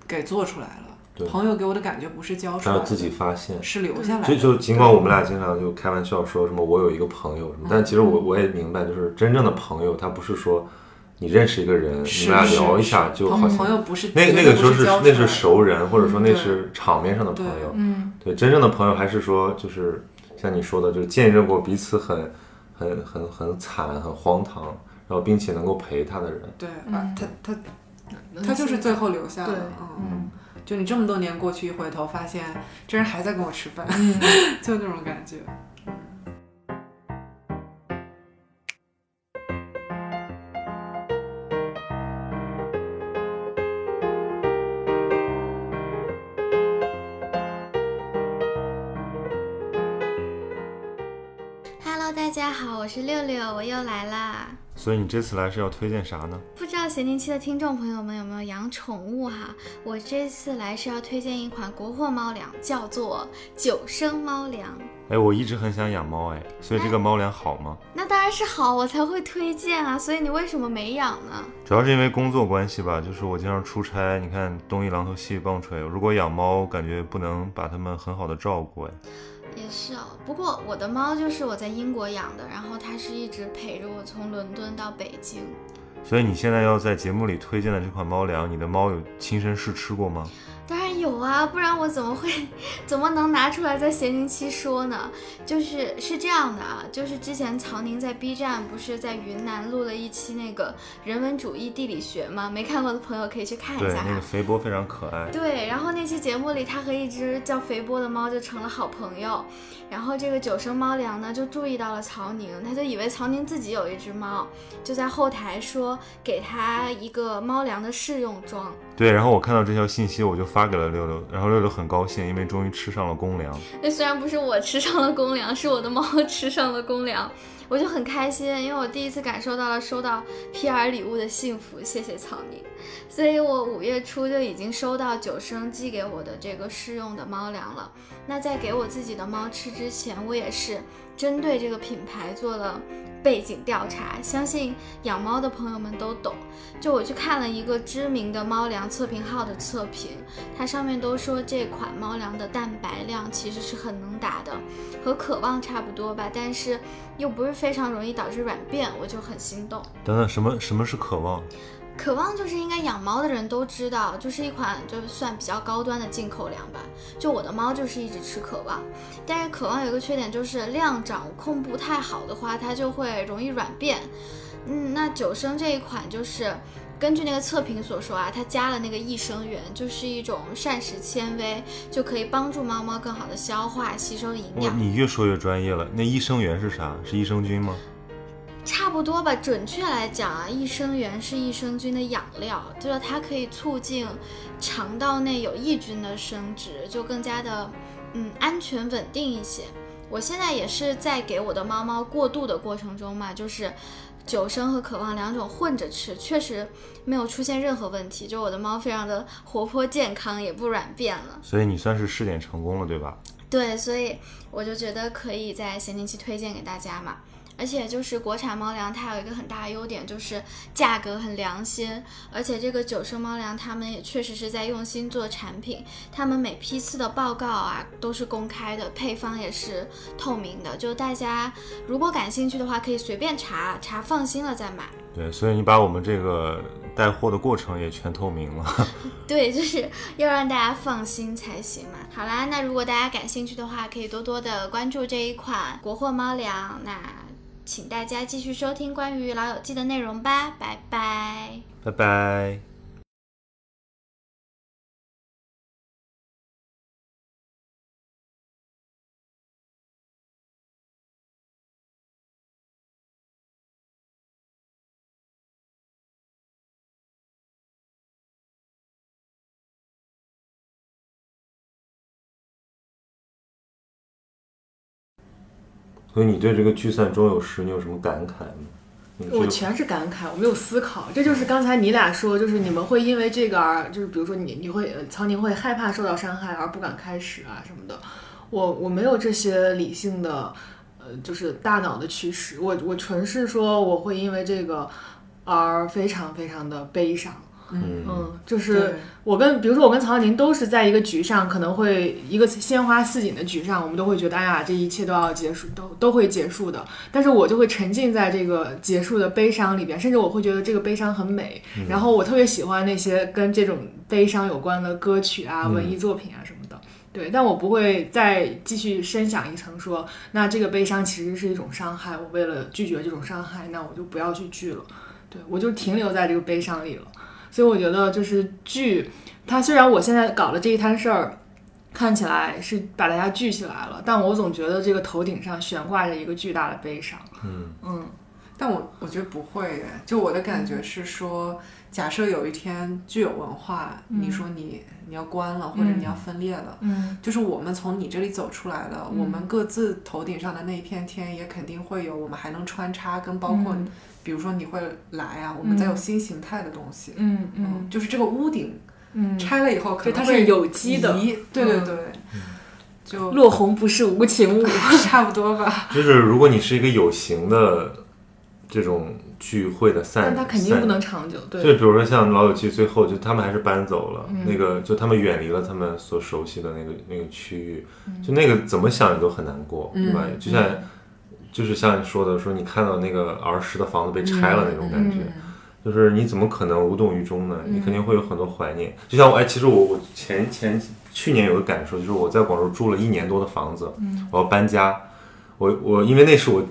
S2: 给做出来
S1: 对
S2: 了。朋友给我的感觉不是交
S1: 还
S2: 出来
S1: 有
S2: 的，
S1: 自己发现，
S2: 是留下来
S1: 就
S2: 的。
S1: 就尽管我们俩经常就开玩笑说什么我有一个朋友什么，但其
S2: 嗯
S1: 实我我也明白，就是真正的朋友，他不是说你认识一个人，你
S2: 是
S1: 们俩
S2: 是
S1: 聊一下
S2: 是
S1: 就好
S2: 朋
S1: 像
S2: 朋友不是
S1: 那
S2: 绝
S1: 那
S2: 对
S1: 个
S2: 不
S1: 时候是
S2: 交出
S1: 那
S2: 来
S1: 是
S2: 的
S1: 熟人，或者说
S2: 嗯
S1: 那
S2: 对
S1: 是场面上的朋友。
S4: 嗯
S1: 对，真正的朋友还是说就是像你说的，就是见证过彼此很很很很惨、很荒唐，然后并且能够陪他的人。
S2: 对，
S4: 嗯
S2: 啊他他
S4: 嗯，
S2: 他就是最后留下
S4: 对
S2: 了，嗯。
S4: 嗯
S2: 就你这么多年过去，一回头发现这人还在跟我吃饭，
S4: 嗯。
S2: *laughs* 就那种感觉。
S5: Hello，大家好，我是六六，我又来啦。
S1: 所以你这次来是要推荐啥呢？
S5: 不知道咸宁期的听众朋友们有没有养宠物哈？我这次来是要推荐一款国货猫粮，叫做九生猫粮。
S1: 哎，我一直很想养猫，哎，所以这个猫粮好吗？
S5: 那当然是好，我才会推荐啊。所以你为什么没养呢？
S1: 主要是因为工作关系吧，就是我经常出差，你看东一榔头西一棒槌，如果养猫，感觉不能把它们很好的照顾，哎，
S5: 也是哦，不过我的猫就是我在英国养的，然后它是一直陪着我从伦敦到北京。
S1: 所以你现在要在节目里推荐的这款猫粮，你的猫有亲身试吃过吗？
S5: 当然有啊，不然我怎么会 *laughs* 怎么能拿出来在咸宁期说呢？就是是这样的啊，就是之前曹宁在 B 站不是在云南录了一期那个人文主义地理学吗？没看过的朋友可以去看一
S1: 对，
S5: 下
S1: 那个
S5: 啊。
S1: 肥波非常可爱。
S5: 对，然后那期节目里，他和一只叫肥波的猫就成了好朋友。然后这个九生猫粮呢，就注意到了曹宁，他就以为曹宁自己有一只猫，就在后台说给他一个猫粮的试用装。
S1: 对，然后我看到这条信息，我就发给了六六，然后六六很高兴，因为终于吃上了公粮。
S5: 那虽然不是我吃上了公粮，是我的猫 *laughs* 吃上了公粮，我就很开心，因为我第一次感受到了收到 PR 礼物的幸福。谢谢草宁，所以我五月初就已经收到九生寄给我的这个试用的猫粮了。那在给我自己的猫吃之前，我也是针对这个品牌做了。背景调查，相信养猫的朋友们都懂。就我去看了一个知名的猫粮测评号的测评，它上面都说这款猫粮的蛋白量其实是很能打的，和渴望差不多吧，但是又不是非常容易导致软便，我就很心动。
S1: 等等，什么什么是渴望？
S5: 渴望就是应该养猫的人都知道，就是一款就是算比较高端的进口粮吧。就我的猫就是一直吃渴望，但是渴望有一个缺点就是量掌控不太好的话，它就会容易软便。嗯，那九升这一款就是根据那个测评所说啊，它加了那个益生元，就是一种膳食纤维，就可以帮助猫猫更好的消化吸收营
S1: 我
S5: 养。
S1: 你越说越专业了。那益生元是啥？是益生菌吗？
S5: 差不多吧，准确来讲啊，益生元是益生菌的养料，就是它可以促进肠道内有益菌的生殖，就更加的嗯安全稳定一些。我现在也是在给我的猫猫过渡的过程中嘛，就是九生和渴望两种混着吃，确实没有出现任何问题，就我的猫非常的活泼健康，也不软便了。
S1: 所以你算是试点成功了，对吧？
S5: 对，所以我就觉得可以在咸宁期推荐给大家嘛。而且就是国产猫粮，它有一个很大的优点，就是价格很良心。而且这个九生猫粮，他们也确实是在用心做产品，他们每批次的报告啊都是公开的，配方也是透明的。就大家如果感兴趣的话，可以随便查查，放心了再买。
S1: 对，所以你把我们这个带货的过程也全透明了。
S5: 对，就是要让大家放心才行嘛。好啦，那如果大家感兴趣的话，可以多多的关注这一款国货猫粮。那请大家继续收听关于《老友记》的内容吧，拜拜。
S1: 拜拜。所以你对这个聚散终有时，你有什么感慨吗？你这
S4: 我
S1: 个
S4: 全是感慨，我没有思考，这就是刚才你俩说，就是你们会因为这个而，就是比如说你你会呃曹宁会害怕受到伤害而不敢开始啊什么的，我我没有这些理性的，呃，就是大脑的驱使，我我纯是说我会因为这个而非常非常的悲伤，
S1: 嗯
S4: 嗯，就是
S2: 对，
S4: 我跟比如说我跟曹宁都是在一个局上，可能会一个鲜花似锦的局上，我们都会觉得哎呀，这一切都要结束，都都会结束的。但是我就会沉浸在这个结束的悲伤里边，甚至我会觉得这个悲伤很美。然后我特别喜欢那些跟这种悲伤有关的歌曲啊、
S1: 嗯
S4: 文艺作品啊什么的。对，但我不会再继续深想一层说，那这个悲伤其实是一种伤害。我为了拒绝这种伤害，那我就不要去聚了。对我就停留在这个悲伤里了。所以我觉得就是聚，它虽然我现在搞了这一摊事儿，看起来是把大家聚起来了，但我总觉得这个头顶上悬挂着一个巨大的悲伤。
S1: 嗯
S4: 嗯，
S2: 但我我觉得不会耶，就我的感觉是说，假设有一天具有文化，
S4: 嗯
S2: 你说你你要关了，或者你要分裂了。
S4: 嗯
S2: 就是我们从你这里走出来了，
S4: 嗯
S2: 我们各自头顶上的那一片天也肯定会有，我们还能穿插跟包括，
S4: 嗯
S2: 比如说你会来啊，我们再有新形态的东西，
S4: 嗯嗯
S2: 就是这个屋顶
S4: 嗯，
S2: 拆了以后，可
S4: 对，
S2: 能
S4: 它
S2: 会
S4: 是有机的，
S2: 移，对对
S4: 嗯
S2: 对，就
S4: 落红不是无情物。
S2: *laughs* 差不多吧。
S4: *laughs*
S1: 就是如果你是一个有形的这种聚会的散，
S4: 但它肯定不
S1: 散
S4: 能长久，
S1: 就
S4: 对，嗯
S1: 比如说像老友记，最后就他们还是搬走了，那个就他们远离了他们所熟悉的那个那个区域，
S4: 嗯
S1: 就那个怎么想你都很难过，对吧？就像就是像你说的，说你看到那个儿时的房子被拆
S4: 嗯
S1: 了那种
S2: 嗯
S1: 感觉，就是你怎么可能无动于衷呢？你肯定会有很多怀念。就像我，哎，其实我我前前去年有个感受，就是我在广州住了一年多的房子，我要搬家，我我因为那是我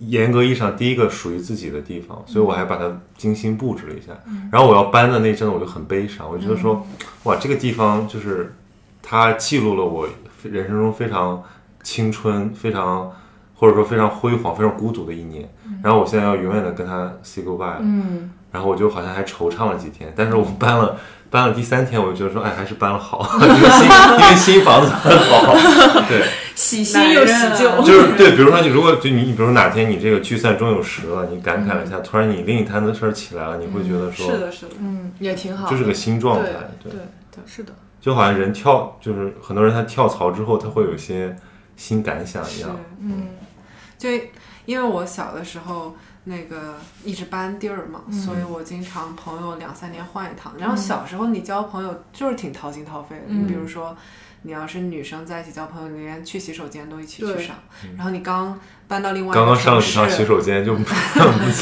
S1: 严格意义上第一个属于自己的地方，所以我还把它精心布置了一下。然后我要搬的那阵，我就很悲伤，我就觉得说，哇，这个地方就是它记录了我人生中非常青春、非常或者说非常辉煌、非常孤独的一年。然后我现在要永远的跟它 say goodbye 了。
S4: 嗯，
S1: 然后我就好像还惆怅了几天，但是
S2: 嗯
S1: 我搬了搬了第三天，我就觉得说，哎，还是搬了好，
S2: *laughs*
S1: 因为新因为新房子很好，对，
S4: 喜新又喜旧
S2: 男人，啊
S1: 就是对，比如说你如果就你，你比如说哪天你这个聚散终有时了，你感慨了一下，突然你另一摊子事儿起来了，你会觉得说，
S2: 嗯是的，是的，
S4: 嗯，也挺好，
S1: 就是个新状态
S4: 对，
S1: 对，
S4: 对，是的，
S1: 就好像人跳，就是很多人他跳槽之后，他会有一些新感想一
S2: 是
S1: 样，
S4: 嗯
S2: 就因为我小的时候那个一直搬地儿嘛，
S4: 嗯
S2: 所以我经常朋友两三年换一趟。然后小时候你交朋友就是挺掏心掏肺的，
S4: 嗯
S2: 比如说你要是女生在一起交朋友，你连去洗手间都一起去
S4: 对
S2: 上，然后你刚搬到另外一个
S1: 嗯刚刚上了几
S2: 城
S1: 趟
S2: 市
S1: 洗手间就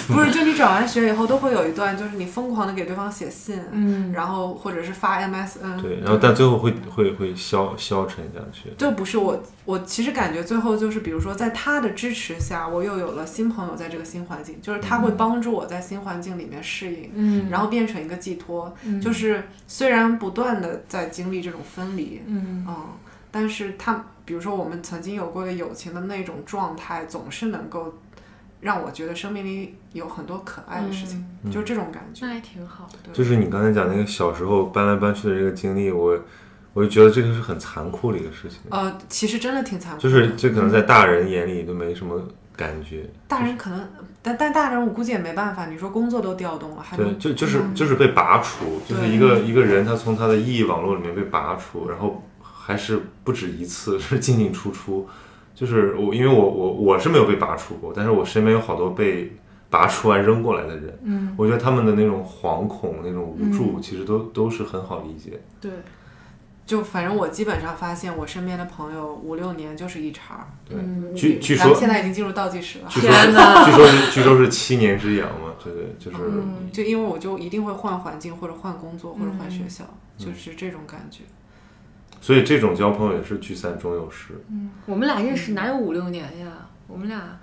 S2: 不是，就你转完学以后都会有一段，就是你疯狂的给对方写信，
S4: 嗯，
S2: 然后或者是发 MSN，
S1: 对，然后但最后会会会消消沉下去。
S2: 这不是我，我其实感觉最后就是，比如说在他的支持下，我又有了新朋友，在这个新环境，就是他会帮助我在新环境里面适应，
S4: 嗯，
S2: 然后变成一个寄托。
S4: 嗯
S2: 就是虽然不断的在经历这种分离，
S4: 嗯
S2: 嗯，但是他，比如说我们曾经有过的友情的那种状态，总是能够让我觉得生命里有很多可爱的事情，
S1: 嗯
S2: 就这种感觉。
S4: 那也挺好。
S2: 嗯
S1: 就是你刚才讲那个小时候搬来搬去的这个经历，我我就觉得这个是很残酷的一个事情，
S2: 呃，其实真的挺残酷的，
S1: 就是这可能在大人眼里都没什么感觉，
S2: 大人可能，但但大人我估计也没办法。你说工作都调动了，还
S1: 对，
S2: 能
S1: 就就是就是被拔除，就是一个一个人他从他的意义网络里面被拔除，然后还是不止一次， *laughs* 是进进出出。就是我，因为我我我是没有被拔除过，但是我身边有好多被拔除完扔过来的人，
S4: 嗯，
S1: 我觉得他们的那种惶恐、那种无助，其实都都是很好理解。
S4: 对，
S2: 就反正我基本上发现，我身边的朋友五六年就是一茬儿。
S4: 嗯，
S1: 据据
S2: 咱们
S1: 说，
S2: 现在已经进入倒计时了，
S1: 据说是
S4: 天哪
S1: 据说是据说是七年之痒嘛，对对，就是
S2: 嗯，就因为我就一定会换环境或者换工作或者换
S4: 嗯
S2: 学校，就是这种感觉。
S1: 所以这种交朋友也是聚散终有时。
S4: 嗯我们俩认
S1: 嗯
S4: 识哪有五六年呀？我们俩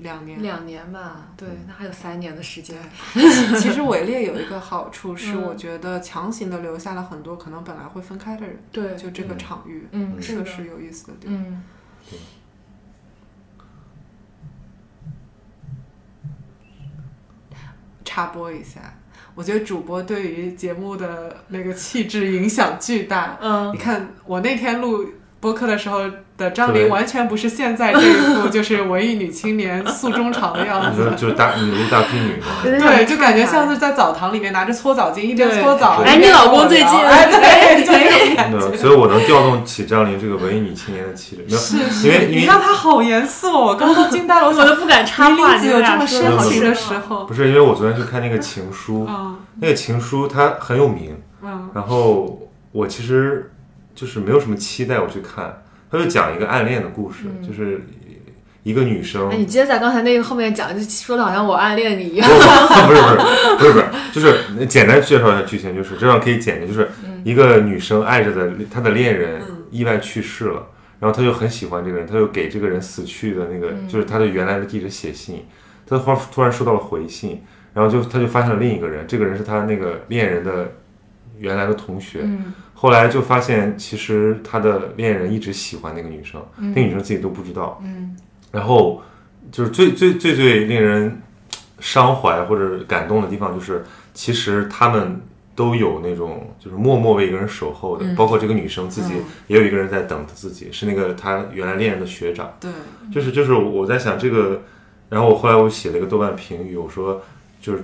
S2: 两年，
S4: 两年嗯吧，对，那还有三年的时间。
S2: *laughs* 其实伪劣有一个好处是，
S4: 嗯
S2: 我觉得强行的留下了很多可能本来会分开的人，
S4: 对，
S2: 就这个场域，
S4: 嗯，
S2: 这
S4: 是
S2: 个
S4: 的，
S2: 是有意思的地方。
S4: 嗯，
S2: 插播一下，我觉得主播对于节目的那个气质影响巨
S4: *laughs*
S2: 大。
S4: 嗯
S2: 你看我那天录播客的时候的张
S1: 对
S2: 琳，完全不是现在这一
S4: *laughs*
S2: 副就是文艺女青年诉衷肠的样
S1: 你说
S4: 嗯
S2: 子。
S1: 就是大你如大批女嘛，
S4: 有点像
S2: 对，就感觉
S4: 看
S2: 像是在澡堂里面拿着搓澡巾，一边
S4: 对
S2: 搓澡。
S1: 哎
S2: 一边
S4: 你老公
S2: 跟我
S4: 最
S2: 聊
S4: 近
S2: 哎，
S4: *laughs*
S2: 对，就那种感
S1: 对，
S2: 觉。
S1: 所以我能调动起张琳这个文艺女青年的气质，没有，因为
S2: 你
S1: 因
S2: 让
S1: 为
S2: 他好严肃哦，我刚刚惊呆了，我
S4: 我
S2: 想
S4: 都不敢插
S2: 林
S4: 话，
S2: 林
S4: 你
S2: 子有
S4: 们
S2: 这
S4: 俩
S2: 么
S4: 说得
S2: 深
S4: 好
S2: 情
S4: 深
S2: 的
S4: 奥
S2: 时候，
S1: 不是因为我昨天是看那个《情书》，
S2: 嗯
S1: 那个《情书》它很有名，
S2: 嗯
S1: 然后我其实就是没有什么期待我去看，它就讲一个暗恋的故事，
S2: 嗯
S1: 就是一个女生
S4: 哎，你接在刚才那个后面讲，就说的好像我暗恋你一样。
S1: *laughs* 不是不是不是不是，就是简单介绍一下剧情，就是这样可以简洁，就是一个女生爱着的她的恋人意外去世了，然后她就很喜欢这个人，她就给这个人死去的那个，就是她的原来的地址写信，她突突然收到了回信，然后就她就发现了另一个人，这个人是她那个恋人的原来的同学，
S4: 嗯
S1: 后来就发现其实她的恋人一直喜欢那个女生，那个女生自己都不知道，
S4: 嗯
S1: 然后就是最最最最令人伤怀或者感动的地方，就是其实他们都有那种就是默默为一个人守候的，
S4: 嗯
S1: 包括这个女生自己也有一个人在等自己，是那个她原来恋人的学长。
S2: 对，
S1: 就是就是我在想这个，然后我后来我写了一个豆瓣评语，我说就是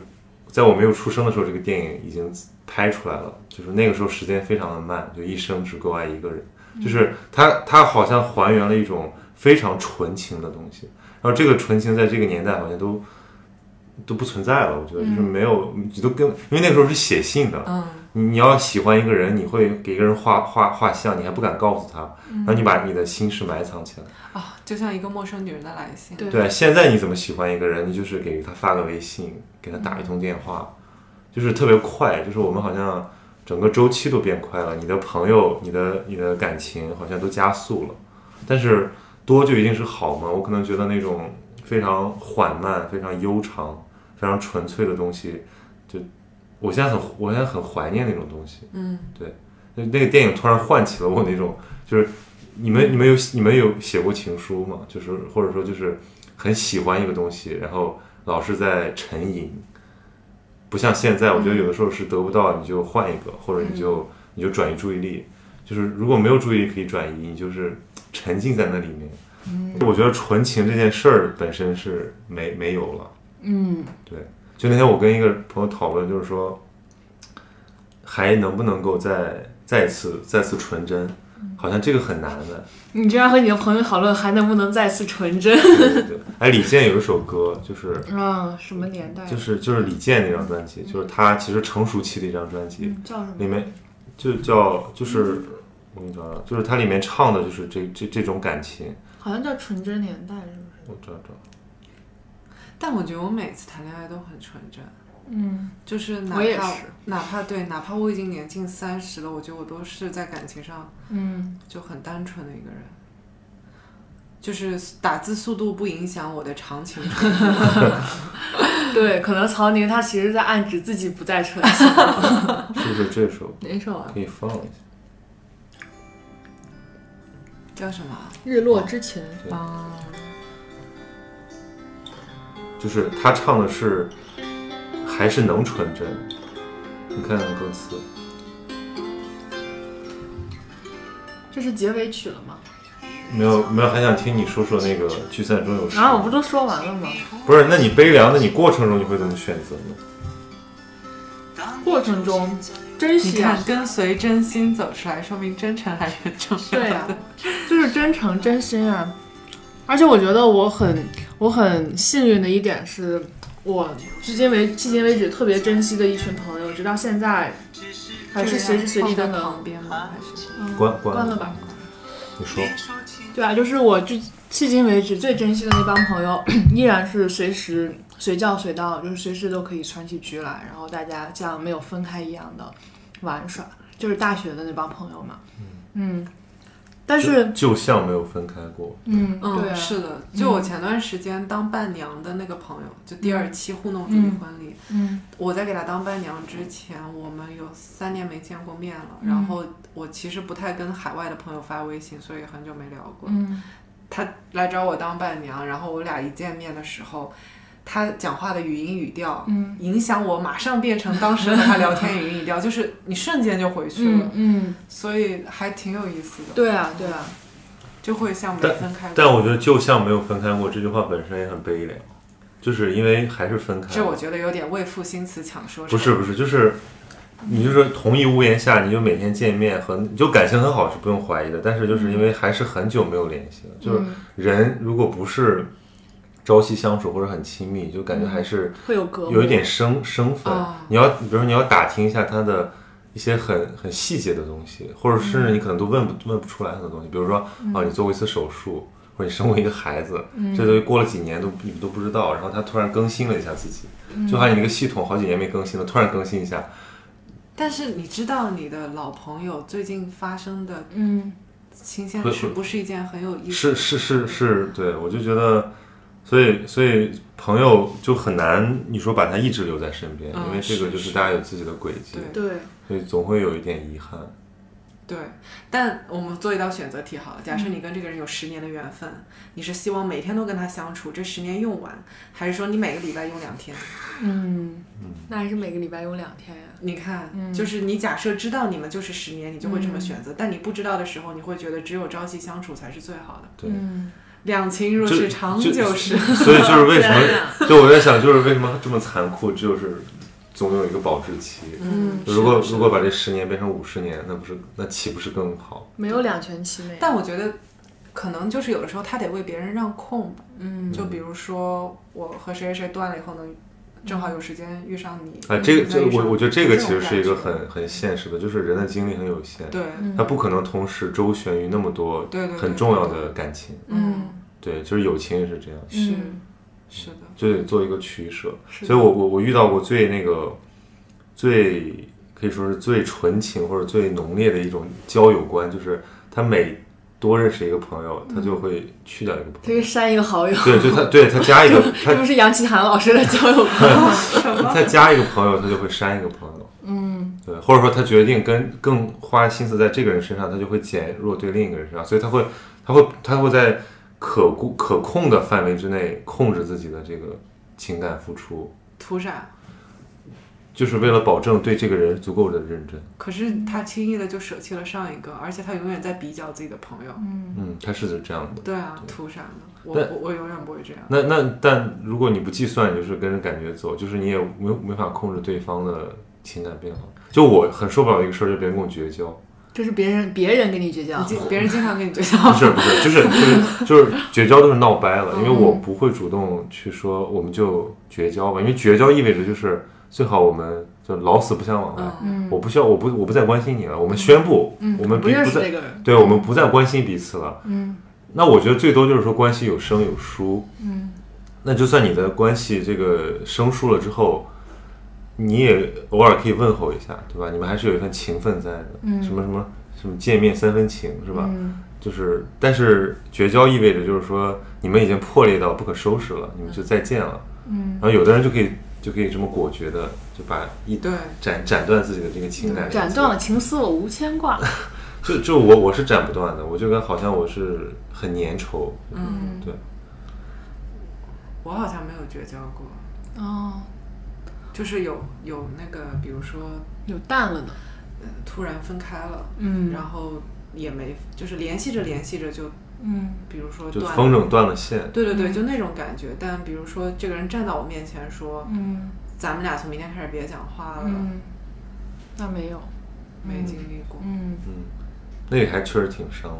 S1: 在我没有出生的时候，这个电影已经拍出来了，就是那个时候时间非常的慢，就一生只够爱一个人，就是它它好像还原了一种非常纯情的东西，然后这个纯情在这个年代好像都。都不存在了，我觉得就是没有，你都跟因为那个时候是写信的，
S2: 嗯，
S1: 你你要喜欢一个人，你会给一个人画画画像，你还不敢告诉他，然后你把你的心事埋藏起来。
S2: 啊，就像一个陌生女人的来信。
S4: 对
S1: 对，现在你怎么喜欢一个人，你就是给他发个微信，给他打一通电话，就是特别快，就是我们好像整个周期都变快了，你的朋友、你的你的感情好像都加速了，但是多就一定是好吗？我可能觉得那种非常缓慢、非常悠长、非常纯粹的东西，就我现在很我现在很怀念那种东西。
S2: 嗯，
S1: 那那个电影突然唤起了我那种，就是你们你们有你们有写过情书吗？就是或者说就是很喜欢一个东西，然后老是在沉吟，不像现在，我觉得有的时候是得不到你就换一个，或者你就你就转移注意力，就是如果没有注意力可以转移，你就是沉浸在那里面。我觉得纯情这件事儿本身是没没有了。
S4: 嗯，
S1: 就那天我跟一个朋友讨论，就是说，还能不能够再再次再次纯真，好像这个很难的。
S4: 你居然和你的朋友讨论还能不能再次纯真？
S1: 对 *laughs* 对对哎，李健有一首歌，就是
S4: 啊，什么年代？
S1: 就是就是李健那张专辑，
S4: 嗯
S1: 就是他其实成熟期的一张专辑，
S4: 嗯叫什么？
S1: 里面就叫就是。那个就是它里面唱的就是这这这种感情，
S4: 好像叫纯真年代，是不是？
S1: 我找找。
S2: 但我觉得我每次谈恋爱都很纯真，
S4: 嗯，
S2: 就是哪
S4: 我也
S2: 怕
S4: 是
S2: 哪怕对，哪怕我已经年近三十了，我觉得我都是在感情上
S4: 嗯，
S2: 就很单纯的一个人。就是打字速度不影响我的长情 *laughs* 程度，
S4: 对，可能曹宁他其实在暗指自己不再纯情。
S1: 是不是这首
S4: 哪首啊？
S1: 可以放一下？
S2: 叫什么啊？
S4: 日落之前。
S2: 哦，
S1: 就是他唱的是还是能纯真，你看看歌词，
S4: 这是结尾曲了吗？
S1: 没有没有，还想听你说说那个聚散终有时。
S4: 啊，我不都说完了吗？
S1: 不是，那你悲凉，那你过程中你会怎么选择呢？
S4: 过程中珍
S2: 你
S4: 惜啊
S2: 看，，跟随真心走出来，说明真诚还是很重要的。*laughs*
S4: 对啊，就是真诚真心啊。而且我觉得我很我很幸运的一点是，我至今为迄今为止特别珍惜的一群朋友，直到现在还是随时随地都
S2: 放在
S4: 能
S2: 旁边吗？还是
S1: 关关
S4: 嗯关了吧。
S1: 你说，
S4: 对啊，就是我至迄今为止最珍惜的那帮朋友，依然是随时随叫随到，就是随时都可以穿起局来，然后大家像没有分开一样的玩耍，就是大学的那帮朋友嘛。嗯，但是
S1: 就像没有分开过，
S4: 嗯，对、
S2: 嗯，
S4: 啊，
S2: 是的，就我前段时间当伴娘的那个朋友，就第二期互弄主义婚礼，
S4: 嗯
S2: 我在给他当伴娘之前，我们有三年没见过面了。然后我其实不太跟海外的朋友发微信，所以很久没聊过。
S4: 嗯
S2: 他来找我当伴娘，然后我俩一见面的时候，他讲话的语音语调，
S4: 嗯
S2: 影响我马上变成当时和他聊天语音语调，就是你瞬间就回去了，
S4: 嗯嗯，
S2: 所以还挺有意思的，
S4: 对啊对啊，
S2: 就会像没分开过。
S1: 但我觉得就像没有分开过这句话本身也很悲凉，就是因为还是分开
S2: 这我
S1: 了。
S2: 觉得有点为赋新词强说愁。
S1: 不是不是，就是你就是同一屋檐下，你就每天见面和你就感情很好是不用怀疑的，但是
S4: 嗯
S1: 就是因为还是很久没有联系了，就是人如果不是朝夕相处或者很亲密，就感觉还是
S4: 会有隔膜，
S1: 有一点生生分
S2: 哦。
S1: 你要比如说你要打听一下他的一些很很细节的东西，或者
S2: 嗯
S1: 甚至你可能都问不问不出来很多东西，比如说啊你做过一次手术。或者你生过一个孩子，
S2: 嗯
S1: 这都过了几年都你都不知道，然后他突然更新了一下自己，
S2: 嗯
S1: 就好像你一个系统好几年没更新了，突然更新一下，
S2: 但是你知道你的老朋友最近发生的
S4: 嗯
S2: 新鲜
S1: 不
S2: 事，
S1: 不
S2: 不是一件很有意思
S1: 是是是是，对我就觉得，所以所以朋友就很难，你说把他一直留在身边，
S2: 嗯
S1: 因为这个
S2: 是
S1: 就是
S2: 是
S1: 大家有自己的轨迹，
S2: 对
S4: 对，
S1: 所以总会有一点遗憾。
S2: 对，但我们做一道选择题好了。假设你跟这个人有十年的缘分，你是希望每天都跟他相处，这十年用完，还是说你每个礼拜用两天？
S4: 嗯，那还是每个礼拜有两天呀、
S2: 你看，就是你假设知道你们就是十年，你就会这么选择；但你不知道的时候，你会觉得只有朝夕相处才是最好的。
S1: 对
S4: 嗯，
S2: 两情若是长久时，
S1: 所以就是为什
S4: 天
S2: *laughs*
S1: 么，就我在想，就是为什么这么残酷，就是总有一个保质期。
S2: 嗯，
S1: 如果
S2: 是的
S1: 如果把这十年变成五十年，那不是那岂不是更好？
S4: *laughs* 没有两全其美。
S2: 但我觉得，可能就是有的时候他得为别人让空吧。嗯，就比如说我和谁谁谁断了以后呢，正好有时间遇上你
S1: 啊，这个
S2: 嗯
S1: 这
S2: 那遇上
S1: 我我觉得这个
S2: 就
S1: 其
S2: 种
S1: 实是一个
S2: 感觉
S1: 很很现实的，就是人的精力很有限，
S2: 对，
S4: 嗯
S1: 他不可能同时周旋于那么多
S2: 对对对
S1: 很重要的感情。
S2: 嗯，
S1: 对，就是友情也是这样，
S2: 是
S4: 嗯
S2: 是的，
S1: 就得做一个取舍。
S4: 是的
S1: 所以我我我遇到过最那个最可以说是最纯情或者最浓烈的一种交友观，就是他每多认识一个朋友，他就会去掉一个
S4: 可
S1: 朋友。
S4: 以删一个好友，
S1: 对，就他对他加一
S4: *laughs*
S1: 个
S4: 这不
S1: 他
S4: 是杨奇涵老师的交友观？
S1: 他加一个朋友，他就会删一个朋友。嗯，对，或者说他决定跟更花心思在这个人身上，他就会减弱对另一个人身上，所以他会他会他会在可顾可控的范围之内控制自己的这个情感付出。
S2: 图啥？
S1: 就是为了保证对这个人足够的认真。
S2: 可是他轻易的就舍弃了上一个，而且他永远在比较自己的朋友。
S1: 嗯，他是这样的。
S2: 对啊，图啥呢？我
S1: 但
S2: 我我永远不会这样。
S1: 那那但如果你不计算，你就是跟着感觉走，就是你也没没法控制对方的情感变化。就我很受不了一个事儿，就别人跟我绝交，
S4: 这是别人别人跟你绝交
S2: 你，经别人经常跟你
S1: *laughs*
S2: 对象，
S1: 不是不是，就是就是就是绝交都是闹掰了，因为我不会主动去说我们就绝交吧，因为绝交意味着就是最好我们就老死不相往来。
S2: 嗯，
S5: 嗯
S1: 我不需要，我不我不再关心你了。我们宣布，我们
S2: 不
S1: 彼
S2: 认
S1: 不
S2: 识
S1: 再
S2: 这个人，
S1: 对，我们不再关心彼此了。
S5: 嗯
S1: 那我觉得最多就是说关系有生有疏，
S5: 嗯
S1: 那就算你的关系这个生疏了之后，你也偶尔可以问候一下，对吧？你们还是有一份情分在的，
S5: 嗯
S1: 什么什么什么见面三分情，
S2: 啊
S1: 是吧？
S5: 嗯
S1: 就是，但是绝交意味着就是说你们已经破裂到不可收拾了，你们就再见了。
S5: 嗯
S1: 然后有的人就可以就可以这么果决的就把一
S2: 对，
S1: 斩斩断自己的这个情感，
S4: 斩断了情丝，我无牵挂。
S1: 就就我我是斩不断的，我就感觉好像我是很粘稠，
S2: 嗯，
S1: 对，
S2: 我好像没有绝交过，
S4: 哦，
S2: 就是有有那个，比如说
S4: 有淡了呢。
S2: 呃突然分开了，
S4: 嗯
S2: 然后也没就是联系着联系着就，
S4: 嗯
S2: 比如说
S1: 就
S2: 断
S1: 风
S2: 了，
S1: 筝断了线，
S2: 对对对，就那种感觉。但比如说这个人站到我面前说，
S4: 嗯
S2: 咱们俩从明天开始别讲话了，
S4: 嗯，那没有。
S2: 没经历过，
S4: 嗯
S1: 嗯，那个还确实挺伤的。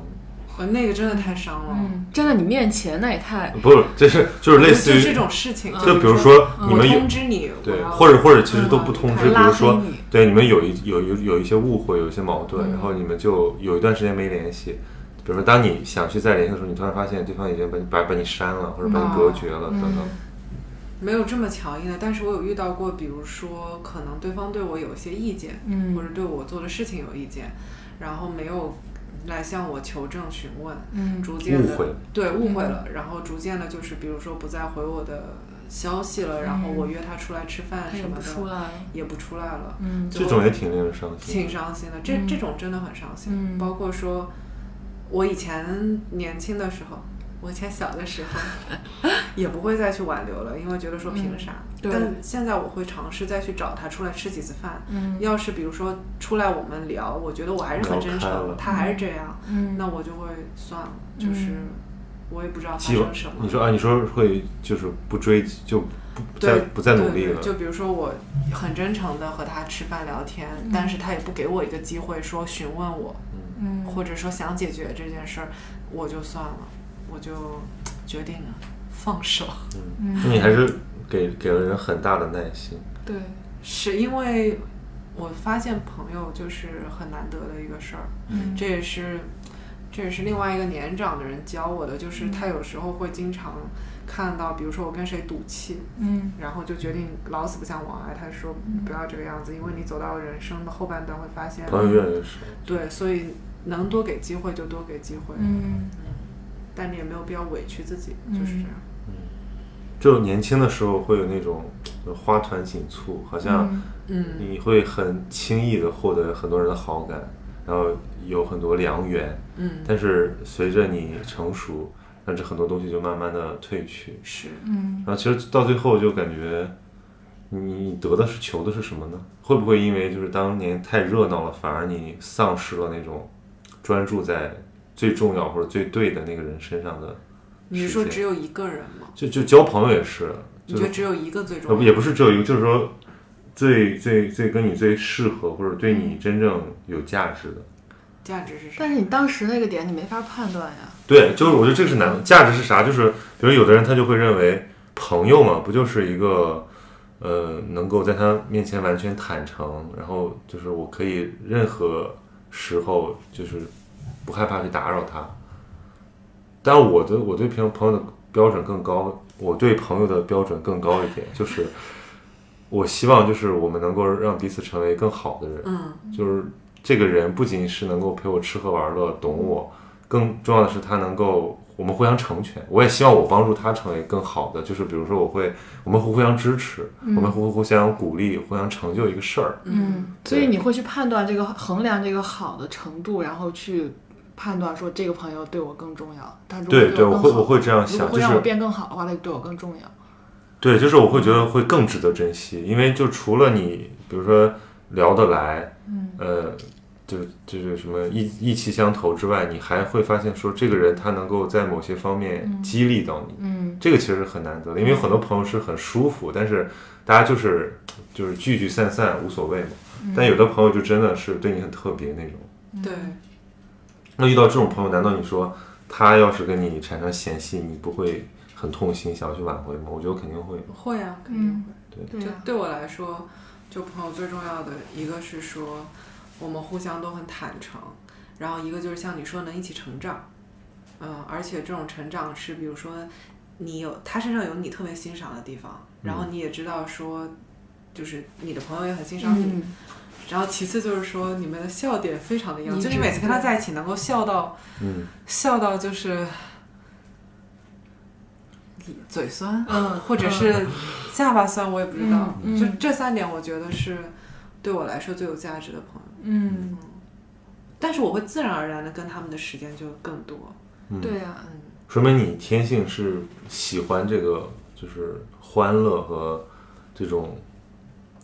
S2: 我呃那个真的太伤了。
S4: 嗯，站在你面前那也太
S1: 不是，这是就是类似
S2: 就这
S1: 于，
S2: 种事
S4: 嗯
S2: 情，
S1: 就比如
S2: 说
S1: 说你
S2: 我
S1: 们有
S2: 通知你，我
S1: 对，
S2: 要
S1: 或者或者其实都不通知，
S4: 嗯
S1: 比如说
S4: 拉黑你
S1: 对你们有一有有有一些误会，有一些矛
S2: 嗯
S1: 盾，然后你们就有一段时间没联系。比如说，当你想去再联系的时候，你突然发现对方已经把你把把你删了，或者把你隔绝
S2: 哦
S1: 了，等等。
S2: 嗯没有这么强硬的，但是我有遇到过，比如说可能对方对我有一些意见，
S4: 嗯
S2: 或者对我做的事情有意见，然后没有来向我求证询问，
S4: 嗯
S2: 逐渐的
S1: 误会
S2: 对误会了，然后逐渐的就是比如说不再回我的消息了，然后我约他出来吃饭
S4: 嗯也
S2: 什么
S4: 不
S2: 的，
S4: 出来了。
S2: 也不出来了，
S4: 嗯
S2: 最
S1: 这
S2: 后
S1: 种也挺令人伤心
S2: 挺伤心的，这、这种真的很伤心。
S4: 嗯
S2: 包括说，我以前年轻的时候，我以前小的时
S4: *laughs*
S2: 候，也不会再去挽留了，因为觉得说凭啥？
S4: 嗯对
S2: 但现在我会尝试再去找他出来吃几次饭。
S4: 嗯
S2: 要是比如说出来我们聊，我觉得我还是很
S1: 聊
S2: 真
S1: 开
S2: 诚
S1: 了，
S2: 他还是这样，
S4: 嗯
S2: 那我就会算了，就是。我也不知道发
S1: 既往
S2: 生什么。
S1: 你说啊，你说会就是不追就不不再
S2: 对，
S1: 不再努力了
S2: 对对。就比如说，我很真诚的和他吃饭聊天，但是他也不给我一个机会说询问我，
S4: 嗯
S2: 或者说想解决这件事儿，我就算了，我就决定了放手。
S1: 那你还是给给了人很大的耐心。
S4: 对，
S2: 是因为我发现朋友就是很难得的一个事儿，
S4: 嗯
S2: 这也是这也是另外一个年长的人教我的，
S4: 嗯
S2: 就是他有时候会经常看到，比如说我跟谁赌气，
S4: 嗯
S2: 然后就决定老死不相往来。他说不要这个样子，因为你走到人生的后半段会发现，
S1: 朋友越来越少，
S2: 对，所以能多给机会就多给机会，
S4: 嗯
S2: 但你也没有必要委屈自己，就是这样。
S1: 就年轻的时候会有那种呃花团锦簇，好像
S2: 嗯
S1: 你会很轻易的获得很多人的好感，然后有很多良缘。
S2: 嗯，
S1: 但是随着你成熟，那这很多东西就慢慢的褪去。
S2: 是
S4: 嗯
S1: 然后其实到最后就感觉你，你得的是求的是什么呢？会不会因为就是当年太热闹了，反而你丧失了那种专注在最重要或者最对的那个人身上的
S2: 你是
S1: 时
S2: 说
S1: 间
S2: 只有一个人吗？
S1: 就就交朋友也是，
S2: 你
S1: 就
S2: 觉
S1: 是
S2: 得只有一个最重
S1: 呃，
S2: 要？
S1: 不也不是只有一个，就是说最最最跟你最适合或者对你真正有价值的。
S2: 价值是啥？
S4: 但是你当时那个点你没法判断呀。
S1: 对，就是我觉得这个是难的。价值是啥？就是比如有的人他就会认为朋友嘛，不就是一个呃能够在他面前完全坦诚，然后就是我可以任何时候就是不害怕去打扰他。但我的我对朋朋友的标准更高，我对朋友的标准更高一点，就是我希望就是我们能够让彼此成为更好的人。
S2: 嗯
S1: 就是这个人不仅是能够陪我吃喝玩乐、懂我，更重要的是他能够我们互相成全。我也希望我帮助他成为更好的，就是比如说我会我们互相支持，我们互互相鼓励，互相成就一个事儿。
S4: 嗯，所以你会去判断这个衡量这个好的程度，然后去判断说这个朋友对我更重要。他如果
S1: 对对，
S4: 我
S1: 我
S4: 更
S1: 会
S4: 好
S1: 我会这样
S4: 如果
S1: 想，就
S4: 会让我
S1: 是
S4: 变更好的话，他就对我更重要。
S1: 对，就是我会觉得会更值得珍惜，因为就除了你，比如说聊得来，嗯，呃，就就是什么意意气相投之外，你还会发现说这个人他能够在某些方面激励到你，
S4: 嗯，
S1: 这个其实是很难得的，因为有很多朋友是很舒服，但是大家就是就是聚聚散散无所谓嘛，但有的朋友就真的是对你很特别那种。
S4: 嗯
S2: 对，
S1: 那遇到这种朋友，难道你说他要是跟你产生嫌隙，你不会很痛心，想要去挽回吗？我觉得肯定会。
S4: 嗯
S2: 会啊，肯定会。
S4: 对
S2: 就
S4: 呀、
S2: 对我来说，就朋友最重要的一个是说，我们互相都很坦诚，然后一个就是像你说能一起成长，嗯，而且这种成长是比如说你有他身上有你特别欣赏的地方，然后你也知道说，就是你的朋友也很欣赏你，
S4: 嗯，
S2: 然后其次就是说你们的笑点非常的一样，
S4: 一
S2: 就
S4: 致
S2: 你每次跟他在一起能够笑到
S1: 嗯，
S2: 笑到就是嘴酸，
S4: 嗯
S2: 或者是下巴酸，我也不知道。
S4: 嗯
S2: 就
S4: 嗯
S2: 这三点，我觉得是对我来说最有价值的朋友。
S4: 嗯，
S2: 但是我会自然而然的跟他们的时间就更多。
S4: 对啊，
S2: 嗯，
S1: 说明你天性是喜欢这个，就是欢乐和这种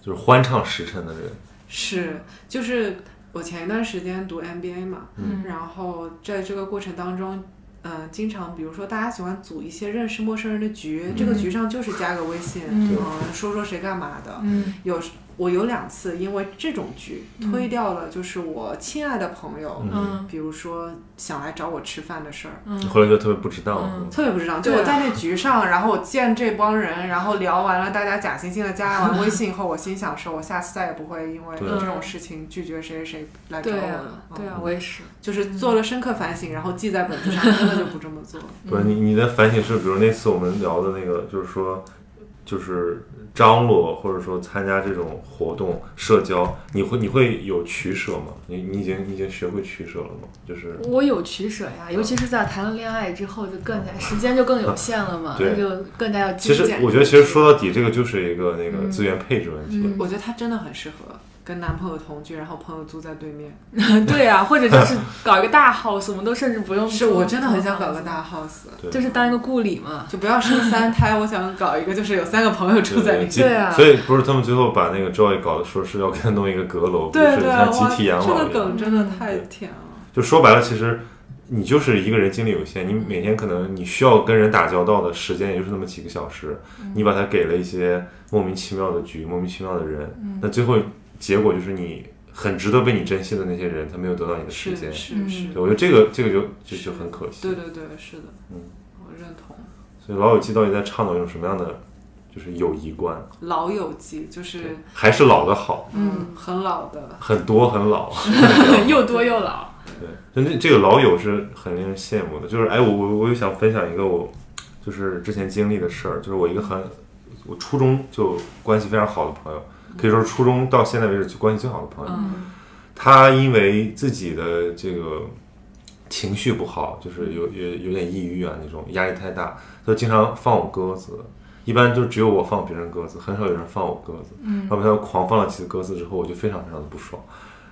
S1: 就是欢唱时辰的人。
S2: 是，就是我前一段时间读 MBA 嘛，
S4: 嗯
S2: 然后在这个过程当中，嗯、经常比如说大家喜欢组一些认识陌生人的局，这个局上就是加个微信，
S4: 嗯
S2: 嗯、说说谁干嘛的。
S4: 嗯
S2: 有时我有两次因为这种局推掉了，就是我亲爱的朋友，
S4: 嗯
S2: 比如说想来找我吃饭的事儿，
S1: 你
S4: 嗯
S1: 后来就特别不值当
S4: 嗯
S1: 了，
S2: 特别不值当。就
S4: 对啊
S2: 我在那局上，然后我见这帮人，然后聊完了，大家假惺惺的加完微信以后，我心想说，我下次再也不会因为
S1: 对
S2: 这种事情拒绝谁谁谁来找我
S4: 对
S2: 了
S4: 啊。
S2: 嗯
S4: 对啊，我也是，
S2: 就是做了深刻反省，然后记在本子上，真的就不这么做了。
S1: 不是你你的反省是，比如那次我们聊的那个，就是说，就是张罗或者说参加这种活动社交，你会你会有取舍吗？你你已经你已经学会取舍了吗？就是
S4: 我有取舍呀，尤其是在谈了恋爱之后，就更加时间就更有限了嘛，
S1: 对
S4: 那就更加要
S1: 其
S4: 精
S1: 实
S4: 简。
S1: 我觉得，其实说到底，这个就是一个那
S2: 嗯
S1: 个资源配置问题。
S4: 嗯
S2: 我觉得她真的很适合跟男朋友同居，然后朋友租在对
S4: *laughs*
S2: 面。
S4: 对啊，或者就是搞一个大 house，我们都甚至不用。嗯
S2: 是我真的很想搞个，大 house，
S1: 对
S4: 就是当一个顾里 *laughs* 嘛。
S2: 就不要生三胎，我想搞一个，就是有三个朋友住在里面。
S1: 集
S4: 对啊
S1: 所以不是他们最后把那个 Joy 搞的说是要给他弄一个阁楼，
S2: 对
S1: 就是
S2: 对，
S1: 像
S2: 哇，
S1: 集体养
S2: 这
S1: 老嗯
S2: 个
S1: 一样。
S2: 梗真的太甜了。
S1: 就说白了，其实你就是一个人精力有限，你每天可能你需要跟人打交道的时间也就是那么几个小时，
S2: 嗯
S1: 你把它给了一些莫名其妙的局、莫名其妙的人，
S2: 嗯
S1: 那最后结果就是你很值得被你珍惜的那些人，他没有得到你的时
S2: 是
S1: 间
S2: 是。是，
S4: 嗯
S1: 对，我觉得这个这个就就就很可惜。
S2: 对对对，是的，
S1: 嗯，
S2: 我认同。
S1: 所以老友记到底在倡导用什么样的就是友谊观？
S2: 老友记就是
S1: 还是老的好，
S2: 嗯，很老的，
S1: 很多很老。
S4: 又多又老。
S1: 对，就那这个老友是很令人羡慕的。就是哎，我我我又想分享一个我就是之前经历的事儿，就是我一个很我初中就关系非常好的朋友，可以说是初中到现在为止就关系最好的朋友。
S2: 嗯
S1: 他因为自己的这个情绪不好，就是有有有点抑郁啊那种，压力太大，他就经常放我鸽子。一般就只有我放别人鸽子，很少有人放我鸽子。嗯，然后他狂放了几次鸽子之后，我就非常非常的不爽。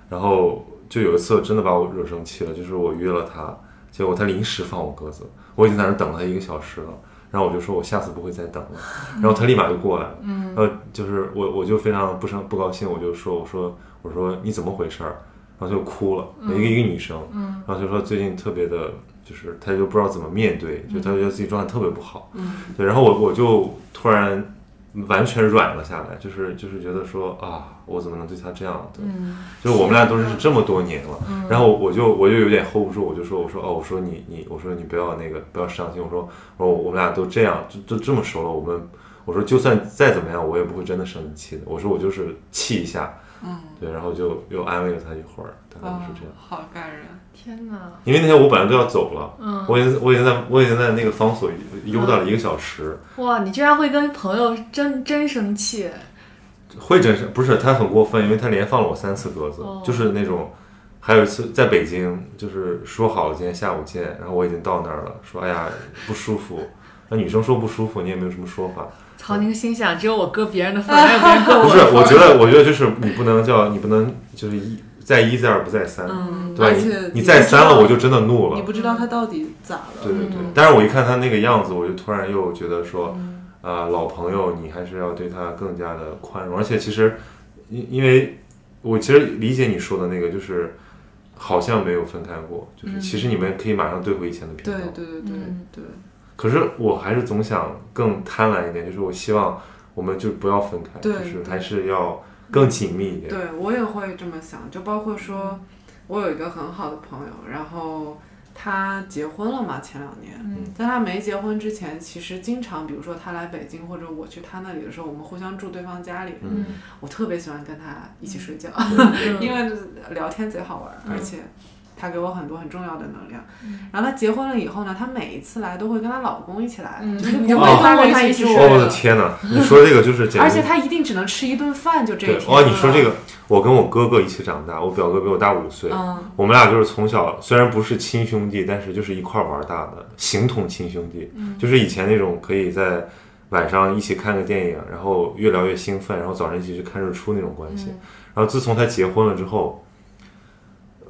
S1: 然后就有一次我真的把我惹生气了，就是我约了他，结果他临时放我鸽子，我已经在那儿等了他一个小时了。然后我就说，我下次不会再等 *laughs* 了。然后他立马就过来了，嗯，呃，就是我我就非常不生不高兴，我就说我说我说你怎么回事儿？然后就哭了，一个一个女生，嗯，然后就说最近特别的，就是她就不知道怎么面对，就她就觉得自己状态特别不好，
S2: 嗯，
S1: 对，然后我我就突然完全软了下来，就是就是觉得说啊，我怎么能对她这样？
S4: 嗯
S1: 对，就是我们俩都认识这么多年了，然后我就我就有点 hold 不住，我就说我说哦，我说你你我说你不要那个不要伤心，我说我说我们俩都这样就就这么熟了，我们我说就算再怎么样，我也不会真的生你气的，我说我就是气一下，
S2: 嗯，
S1: 对，然后就又安慰了他一会儿，大嗯概就是这样。
S2: 好感人。
S4: 天哪，
S1: 因为那天我本来都要走了，
S4: 嗯
S1: 我已经我已经在我已经在那个方所悠达了一个小时，
S4: 哇，你居然会跟朋友真真生气，
S1: 会真是不是他很过分，因为他连放了我三次鸽子，
S4: 哦
S1: 就是那种，还有一次在北京，就是说好了今天下午见，然后我已经到那儿了，说哎呀不舒服，那女生说不舒服，你也没有什么说法，
S4: 曹宁心想，只有我割别人的缝，还有别人割
S2: 哦
S1: 不
S4: *laughs* 我
S1: 是
S4: 的，缝。
S1: 我觉得我觉得就是你不能叫你不能就是一再一再二不再三，
S2: 嗯，
S1: 对吧？
S2: 而且
S1: 你你再三了我就真的怒了
S2: 你，不知道他到底咋了。
S1: 对对对，但是我一看他那个样子，我就突然又觉得说，啊、
S2: 嗯
S1: 老朋友，你还是要对他更加的宽容。而且其实，因因为我其实理解你说的那个，就是好像没有分开过，就是其实你们可以马上对回以前的频
S2: 嗯对
S1: 道。
S2: 对对对
S4: 嗯
S2: 对，
S1: 可是我还是总想更贪婪一点，就是我希望我们就不要分开，就
S2: 对
S1: 是
S2: 对
S1: 还是要更紧密一点。
S2: 对我也会这么想，就包括说，我有一个很好的朋友，然后她结婚了嘛，前两年。
S1: 嗯
S2: 在她没结婚之前，其实经常，比如说她来北京或者我去她那里的时候，我们互相住对方家里。
S1: 嗯
S2: 我特别喜欢跟她一起睡觉，
S4: 嗯
S2: 因为聊天贼好玩儿，而且她给我很多很重要的能量。
S4: 嗯
S2: 然后她结婚了以后呢，她每一次来都会跟她老公一起来，
S4: 嗯
S2: 就不
S4: 你就
S1: 不
S2: 会
S1: 会
S2: 再
S4: 跟我
S2: 跟
S4: 一
S2: 她
S4: 起
S2: 一起
S4: 睡
S1: 哦，我
S2: 睡
S1: 的
S2: 了。
S1: 天哪！你说这个就是简
S2: 而
S1: 直
S2: 且她一定只能吃一顿饭，就这一
S1: 对
S2: 天。
S1: 哦，你说这个，我跟我哥哥一起长大，我表哥比我大五岁，
S2: 嗯，
S1: 我们俩就是从小虽然不是亲兄弟，但是就是一块儿玩大的，形同亲兄弟。
S2: 嗯
S1: 就是以前那种可以在晚上一起看个电影，然后越聊越兴奋，然后早上一起去看日出那种关
S2: 嗯
S1: 系。然后自从他结婚了之后，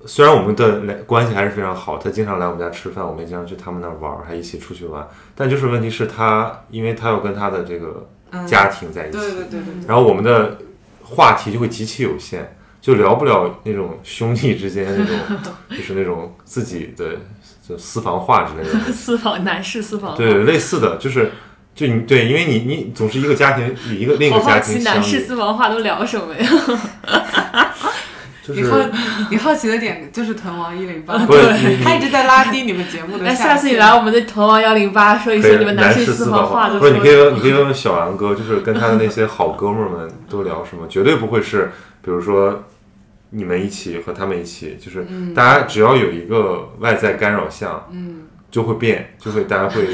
S1: 虽然我们的来关系还是非常好，他经常来我们家吃饭，我们也经常去他们那儿玩儿，还一起出去玩。但就是问题是他，因为他要跟他的这个
S2: 嗯
S1: 家庭在一起，
S2: 对对对
S4: 嗯
S2: 对对，
S1: 然后我们的话题就会极其有限，就聊不了那种兄弟之间那
S4: *laughs*
S1: 种，就是那种自己的就私房话之类的。
S4: 私房男士私房，
S1: 对，类似的就是，就你对，因为你你总是一个家庭与一个另一
S4: 我
S1: 个
S4: 好
S1: 家
S4: 奇
S1: 庭
S4: 男
S1: 相
S4: 士
S1: 遇，
S4: 私房话都聊什么呀？
S1: 就
S2: 你好
S1: 是，
S2: 你好奇的点就是滕王一零八，
S1: 不是
S2: *laughs*
S1: 你
S2: 他一直在拉低你们节目的
S4: 来，
S2: 下
S4: 下次你来我们的同王幺零八说一
S1: 可
S4: 说
S1: 以
S4: 你们
S1: 男
S4: 士
S1: 士
S4: 私
S1: 房
S4: 话都
S1: 不
S4: 说
S1: 是，你可以问你可以问问小杨哥，就是跟他的那些好哥们儿们都聊什么，绝对不会是，比如说。你们一起和他们一起，就是大家只要有一个外在干扰项，
S2: 嗯，
S1: 就会变，就会大家会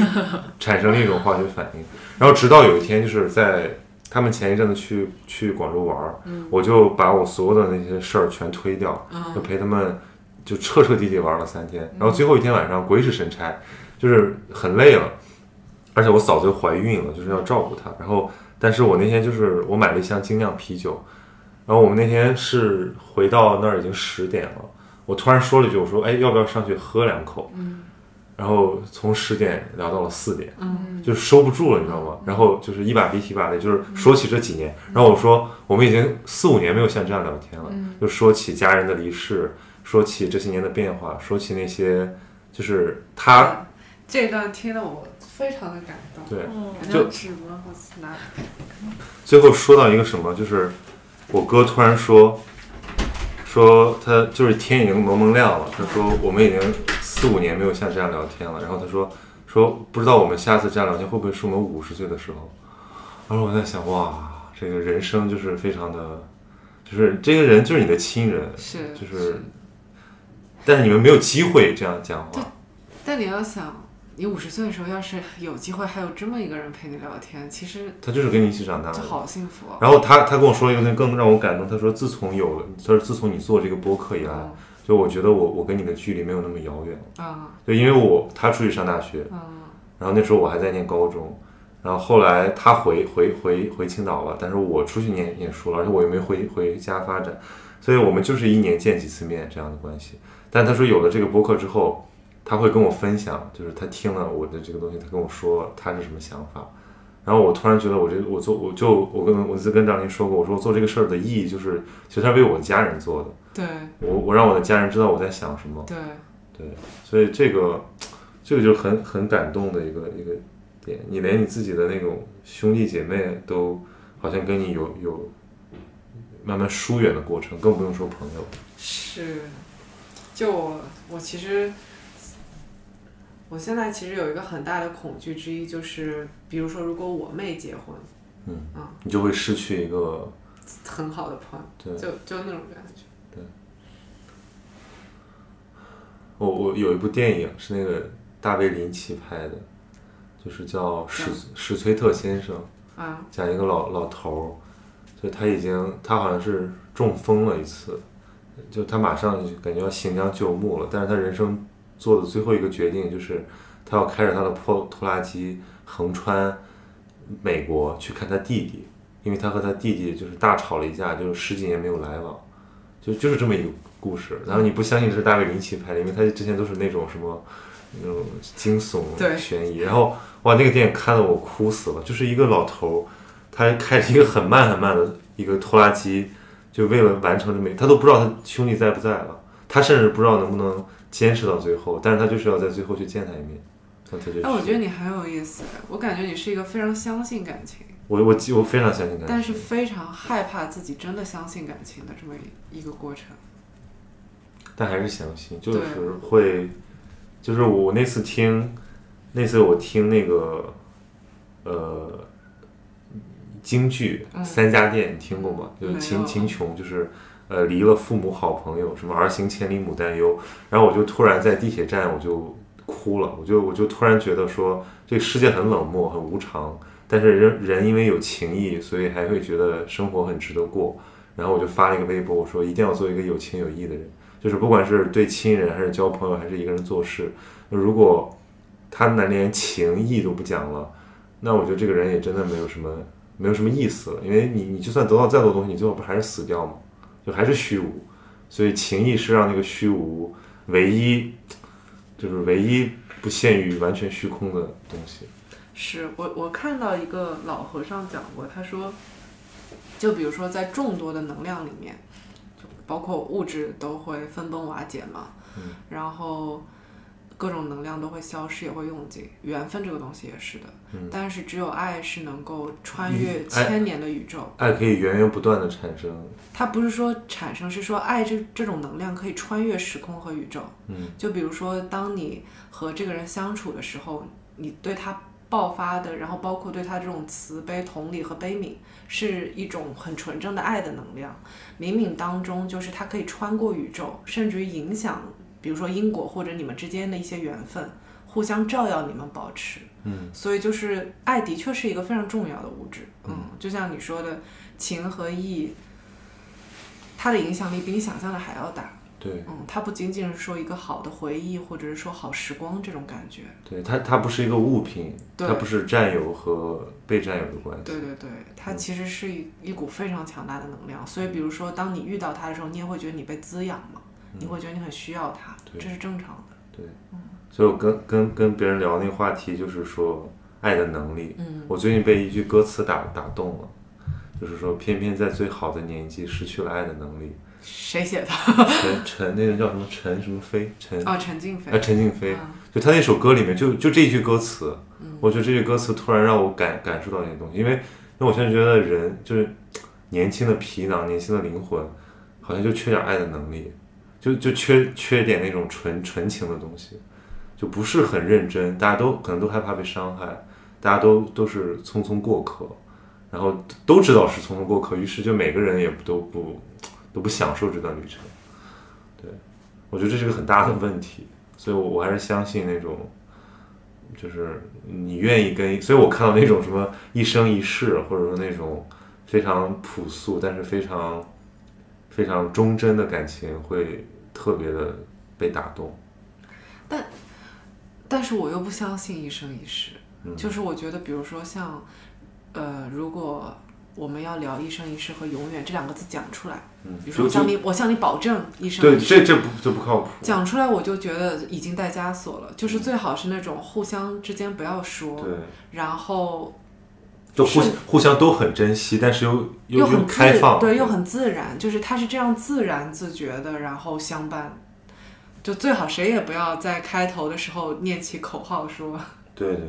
S1: 产生另一种化学反应。然后直到有一天，就是在他们前一阵子去去广州玩儿，我就把我所有的那些事儿全推掉，就陪他们就彻彻底底玩了三天。然后最后一天晚上鬼使神差，就是很累了，而且我嫂子又怀孕了，就是要照顾她。然后，但是我那天就是我买了一箱精酿啤酒，然后我们那天是回到那儿已经十点了，我突然说了一句，我说：“哎，要不要上去喝两口？”然后从十点聊到了四点，
S2: 嗯
S1: 就收不住了，你知道吗？然后就是一把鼻涕一把泪，就是说起这几年，然后我说我们已经四五年没有像这样聊天了，就说起家人的离世，说起这些年的变化，说起那些就是他
S2: 这段听得我非常的感动。
S1: 啊对
S4: 就
S1: 就
S4: 纸吗？
S2: 我拿
S1: 最后说到一个什么，就是我哥突然说，说他就是天已经蒙蒙亮了，他说我们已经四五年没有像这样聊天了，然后他说说不知道我们下次这样聊天会不会是我们五十岁的时候，然后我在想哇，这个人生就是非常的，就是这个人就是你的亲人，
S2: 是
S1: 就是，但是你们没有机会这样讲话，
S2: 但你要想，你五十岁的时候要是有机会还有这么一个人陪你聊天，其实
S1: 他就是跟你一起长大
S2: 就
S1: 的。
S2: 好幸福哦。
S1: 然后他他跟我说了一个东西更让我感动，他说自从有了，他说自从你做这个播客以来，就我觉得我我跟你的距离没有那么遥远了，
S2: 啊
S1: 就因为我他出去上大学，
S2: 嗯
S1: 然后那时候我还在念高中，然后后来他回回回回青岛了，但是我出去念念书了，而且我又没回回家发展，所以我们就是一年见几次面这样的关系。但他说有了这个播客之后，他会跟我分享，就是他听了我的这个东西，他跟我说他是什么想法。然后我突然觉得我这我做我就我跟我就跟张琳说过，我说我做这个事儿的意义就是，其实他为我的家人做的，
S2: 对
S1: 我我让我的家人知道我在想什么。
S2: 对，
S1: 所以这个这个就很很感动的一个一个点，你连你自己的那种兄弟姐妹都好像跟你有有慢慢疏远的过程，更不用说朋友。
S2: 是，就我我其实，我现在其实有一个很大的恐惧之一，就是比如说如果我妹结婚，
S1: 你就会失去一个
S2: 很好的朋友，
S1: 对
S2: 就就那种感觉。
S1: 我我有一部电影是那个大卫林奇拍的，就是叫史史崔特先生，
S2: 啊，
S1: 讲一个老老头儿，就他已经他好像是中风了一次，就他马上就感觉要行将就木了，但是他人生做的最后一个决定就是他要开着他的破拖拉机横穿美国去看他弟弟，因为他和他弟弟就是大吵了一架，就是十几年没有来往，就就是这么一个故事。然后你不相信这是大卫林奇拍的，因为他之前都是那种什么那种惊悚
S2: 对
S1: 悬疑，然后哇那个电影看得我哭死了，就是一个老头儿，他开着一个很慢很慢的一个拖拉机，就为了完成这么一，他都不知道他兄弟在不在了，他甚至不知道能不能坚持到最后，但是他就是要在最后去见他一面。那他就
S2: 哎，我
S1: 是
S2: 觉得你很有意思，我感觉你是一个非常相信感情，
S1: 我我记我非常相信他，
S2: 但是非常害怕自己真的相信感情的这么一个过程。
S1: 但还是相信，就是
S2: 对
S1: 会就是我那次听，那次我听那个呃京剧
S2: 嗯
S1: 《三家店》，你听过吗？就是
S2: 没
S1: 秦
S2: 有
S1: 秦琼，就是呃离了父母好朋友，什么儿行千里母担忧，然后我就突然在地铁站我就哭了，我就我就突然觉得说这个世界很冷漠，很无常。但是人人因为有情义，所以还会觉得生活很值得过。然后我就发了一个微博，我说一定要做一个有情有义的人，就是不管是对亲人，还是交朋友，还是一个人做事，如果他们连情义都不讲了，那我觉得这个人也真的没有什么没有什么意思了。因为你你就算得到再多东西，你最后不还是死掉吗？就还是虚无。所以情义是让那个虚无唯一，就是唯一不限于完全虚空的东西。
S2: 是我我看到一个老和尚讲过，他说，就比如说在众多的能量里面，就包括物质都会分崩瓦解嘛，
S1: 嗯
S2: 然后各种能量都会消失，也会用尽。缘分这个东西也是的，
S1: 嗯
S2: 但是只有爱是能够穿
S1: 嗯
S2: 越
S1: 哎
S2: 千年的宇宙。
S1: 爱可以源源不断的产生，
S2: 它不是说产生，是说爱这这种能量可以穿越时空和宇宙。
S1: 嗯，
S2: 就比如说，当你和这个人相处的时候，你对他爆发的，然后包括对他这种慈悲、同理和悲悯，是一种很纯正的爱的能量。冥冥当中，就是它可以穿过宇宙，甚至于影响，比如说因果或者你们之间的一些缘分，互相照耀你们保持。
S1: 嗯，
S2: 所以就是爱的确是一个非常重要的物质。嗯，就像你说的，情和义。它的影响力比你想象的还要大，
S1: 对
S2: 嗯，它不仅仅是说一个好的回忆，或者是说好时光这种感觉。
S1: 对，它它不是一个物品，
S2: 对
S1: 它不是占有和被占有的关系。
S2: 对对
S1: 嗯
S2: 对，它其实是一一股非常强大的能量。所以，比如说，当你遇到它的时候，你也会觉得你被滋养嘛，你会觉得你很需要它，
S1: 嗯对
S2: 这是正常的。
S1: 所以我跟跟跟别人聊那个话题，就是说爱的能力。
S2: 嗯，
S1: 我最近被一句歌词打打动了，就是说偏偏在最好的年纪失去了爱的能力。
S2: 谁写的？
S1: *laughs* 陈陈那个人叫什么陈什么飞陈
S2: 哦，陈静
S1: 啊
S2: 飞。
S1: 陈静飞，
S2: 嗯
S1: 就他那首歌里面就就这一句歌词，我觉得这句歌词突然让我感感受到一些东西，因为因为我现在觉得人就是年轻的皮囊，年轻的灵魂，好像就缺点爱的能力，就就缺缺点那种纯纯情的东西，就不是很认真，大家都可能都害怕被伤害，大家都都是匆匆过客，然后都知道是匆匆过客，于是就每个人也都不都不享受这段旅程，对我觉得这是个很大的问题。所以我我还是相信那种，就是你愿意跟，所以我看到那种什么一生一世，或者说那种非常朴素但是非常非常忠贞的感情，会特别的被打动。
S2: 但是我又不相信一生一世，
S1: 嗯
S2: 就是我觉得，比如说像，呃，如果我们要聊一生一世和永远这两个字讲出来，
S1: 嗯
S2: 比如说
S1: 就
S2: 我向
S1: 就
S2: 你，我向你保证一生
S1: 对，
S2: 一世。
S1: 这这不这不靠谱。
S2: 讲出来我就觉得已经带枷锁了，就是最好是那种互相之间不要说，
S1: 嗯对，
S2: 然后
S1: 就互
S2: 是
S1: 互相都很珍惜，但是又又
S2: 很自
S1: 开放，
S2: 对，又很自然，就是它是这样自然自觉的，然后相伴。就最好谁也不要在开头的时候念起口号说
S1: 对对对。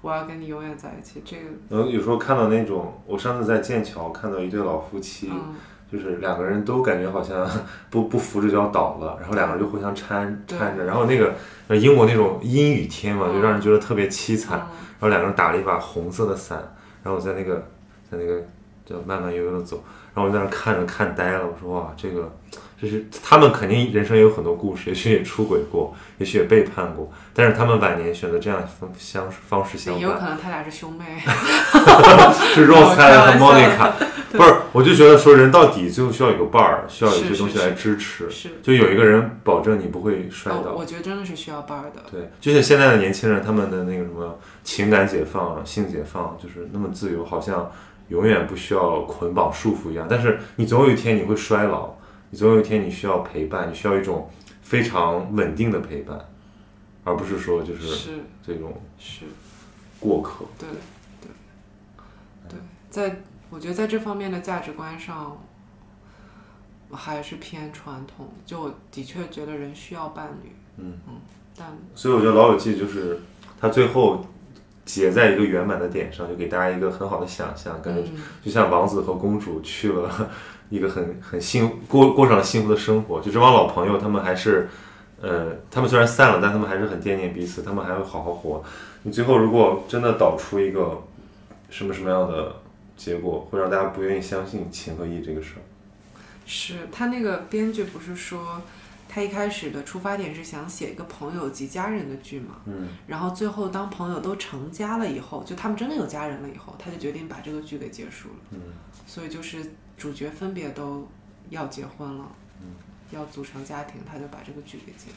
S2: 我要跟你永远在一起，这个
S1: 然后有时候看到那种，我上次在剑桥看到一对老夫妻，
S2: 嗯
S1: 就是两个人都感觉好像 *laughs* 不不扶着就要倒了，然后两个人就互相搀
S2: 对
S1: 搀着，然后那个呃英国那种阴雨天嘛，
S2: 嗯
S1: 就让人觉得特别凄惨。
S2: 嗯
S1: 然后两个人打了一把红色的伞，然后我在那个在那个就慢慢悠悠的走，然后我在那儿看着看呆了，我说哇，这个这是他们肯定人生也有很多故事，也许也出轨过，也许也背叛过，但是他们晚年选择这样方相方式相
S2: 也
S1: 伴，
S2: 有可能他俩是兄妹，
S1: 是 Rose
S2: 哦开
S1: Tyler 和
S2: 玩笑 *laughs*
S1: Monica，不是，我就觉得说人到底最后需要有个伴儿，需要有一
S2: 是
S1: 些
S2: 是
S1: 东西来支持，
S2: 是，
S1: 就有一个人保证你不会摔
S2: 哦
S1: 倒。
S2: 我觉得真的是需要伴儿的，
S1: 对，就像现在的年轻人，他们的那个什么情感解放、啊性解放，就是那么自由，好像永远不需要捆绑束缚一样。但是你总有一天你会衰老，你总有一天你需要陪伴，你需要一种非常稳定的陪伴，而不是说就是
S2: 是
S1: 这种
S2: 是。
S1: 过客。
S2: 对对对，在我觉得在这方面的价值观上，我还是偏传统。就我的确觉得人需要伴侣，
S1: 嗯
S2: 但
S1: 所以我觉得《老友记》就是它最后结在一个圆满的点上，就给大家一个很好的想象，感觉
S2: 嗯
S1: 就像王子和公主去了一个很很幸过过上了幸福的生活，就这帮老朋友他们还是。呃，他们虽然散了，但他们还是很惦念彼此，他们还会好好活。你最后如果真的导出一个什么什么样的结果，会让大家不愿意相信情和义这个事儿。
S2: 是他那个编剧不是说，他一开始的出发点是想写一个朋友及家人的剧嘛，
S1: 嗯，
S2: 然后最后当朋友都成家了以后，就他们真的有家人了以后，他就决定把这个剧给结束了，嗯，所以就是主角分别都要结婚了，嗯，要组成家庭，他就把这个剧给结束，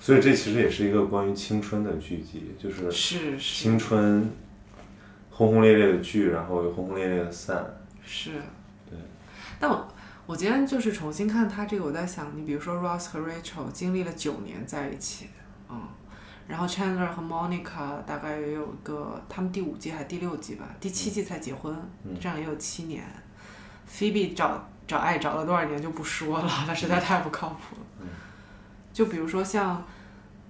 S1: 所以这其实也是一个关于青春的剧集，就是
S2: 是是
S1: 青春轰轰烈烈的聚，然后又轰轰烈烈的散。
S2: 是，对，但我。我今天就是重新看他这个，我在想，你比如说 Ross 和 Rachel 经历了九年在一起，嗯，然后 Chandler 和 Monica 大概也有个，他们第五季还是第六季吧，第七季才结婚，这样也有七年。Phoebe 找找爱找了多少年就不说了，那实在太不靠谱了。就比如说像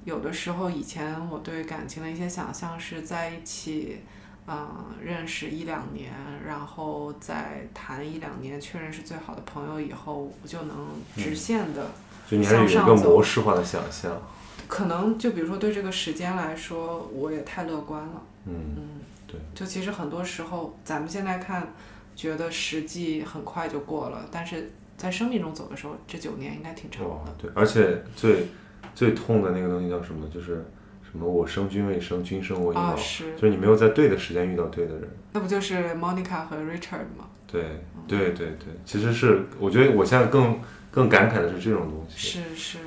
S2: 有的时候以前我对感情的一些想象是在一起，嗯，认识一两年，然后再谈一两年，确认是最好的朋友以后，我就能
S1: 嗯
S2: 直线的。
S1: 就你还是有一
S2: 向
S1: 个
S2: 上走
S1: 模式化的想象，
S2: 可能就比如说对这个时间来说，我也太乐观了。
S1: 嗯，
S2: 就其实很多时候，咱们现在看，觉得实际很快就过了，但是在生命中走的时候，这九年应该挺长
S1: 哇
S2: 的。，
S1: 对，而且最最痛的那个东西叫什么？就是什么我生君未生，君生我已老，
S2: 啊，是
S1: 就，是你没有在对的时间遇到对的人。
S2: 那不就是 Monica 和 Richard 吗？
S1: 对，
S2: 哦
S1: 对，对，对，其实是我觉得我现在更更感慨的是这种东西。
S2: 是是，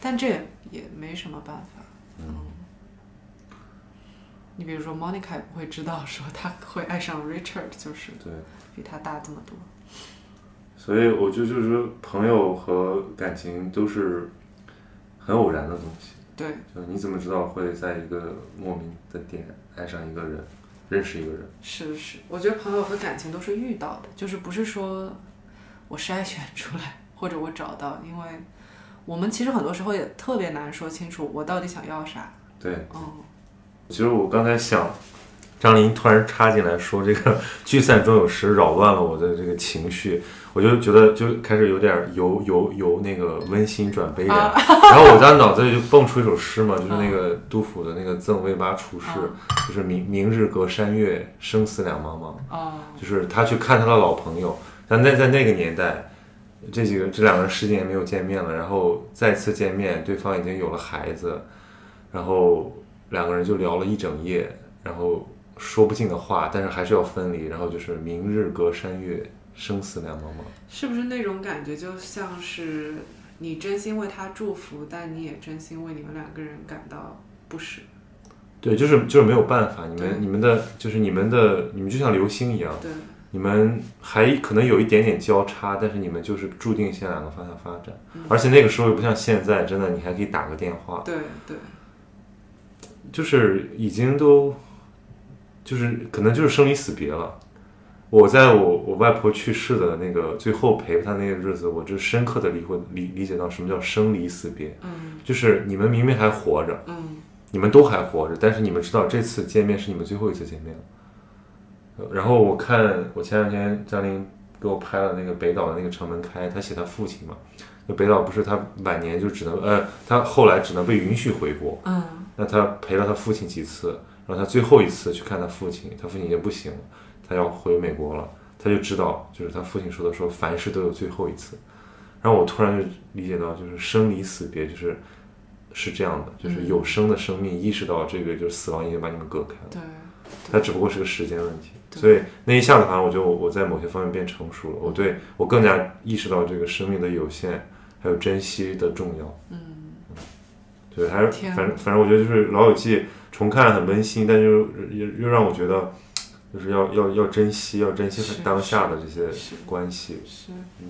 S2: 但这也也没什么办法。嗯，你比如说 Monica 也不会知道说她会爱上 Richard，就是
S1: 对，
S2: 比他大这么多。
S1: 所以我就就是说，朋友和感情都是很偶然的东西。
S2: 对，
S1: 就你怎么知道会在一个莫名的点爱上一个人，认识一个人？
S2: 是是，我觉得朋友和感情都是遇到的，就是不是说我筛选出来或者我找到，因为我们其实很多时候也特别难说清楚我到底想要啥。
S1: 对，
S2: 嗯，
S1: 其实我刚才想，张琳突然插进来说这个聚散终有时，扰乱了我的这个情绪，我就觉得就开始有点由由由那个温馨转悲凉，然后我在脑子里就蹦出一首诗嘛，就是那个杜甫的那个《赠卫八处士》，就是明明日隔山岳，生死两茫茫。
S2: 哦，
S1: 就是他去看他的老朋友，但那在那个年代，这几个这两个人十几年没有见面了，然后再次见面，对方已经有了孩子，然后两个人就聊了一整夜，然后说不尽的话，但是还是要分离，然后就是明日隔山岳，生死两茫茫。
S2: 是不是那种感觉就像是你真心为他祝福，但你也真心为你们两个人感到不舍？
S1: 对，就是就是没有办法，你
S2: 对
S1: 们你们的就是你们的你们就像流星一样，
S2: 对，
S1: 你们还可能有一点点交叉，但是你们就是注定向两个方向发展，而且那个时候又不像现在，真的你还可以打个电话，
S2: 对对，
S1: 就是已经都，就是可能就是生离死别了。我在我我外婆去世的那个最后陪她那个日子，我就深刻的理会理理解到什么叫生离死别，
S2: 嗯
S1: 就是你们明明还活着，
S2: 嗯，
S1: 你们都还活着，但是你们知道这次见面是你们最后一次见面了。呃然后我看我前两天张琳给我拍了那个北岛的那个《城门开》，他写他父亲嘛，那北岛不是他晚年就只能呃，他后来只能被允许回国，
S2: 嗯
S1: 那他陪了他父亲几次，然后他最后一次去看他父亲，他父亲已经不行了，他要回美国了，他就知道，就是他父亲说的说凡事都有最后一次。然后我突然就理解到，就是生离死别，就是是这样的，就是有生的生命意识到这个就是死亡已经把你们隔开了，
S2: 对，
S1: 它只不过是个时间问题。
S2: 对
S1: 所以那一下子，反正我觉得我我在某些方面变成熟了，我对我更加意识到这个生命的有限，还有珍惜的重要。
S2: 嗯
S1: 对，还是
S2: 天
S1: 反正反正我觉得就是《老友记》重看很温馨，但又又又让我觉得就是要要要珍惜，要珍惜
S2: 是
S1: 当下的这些
S2: 是
S1: 关系。
S2: 是，
S1: 嗯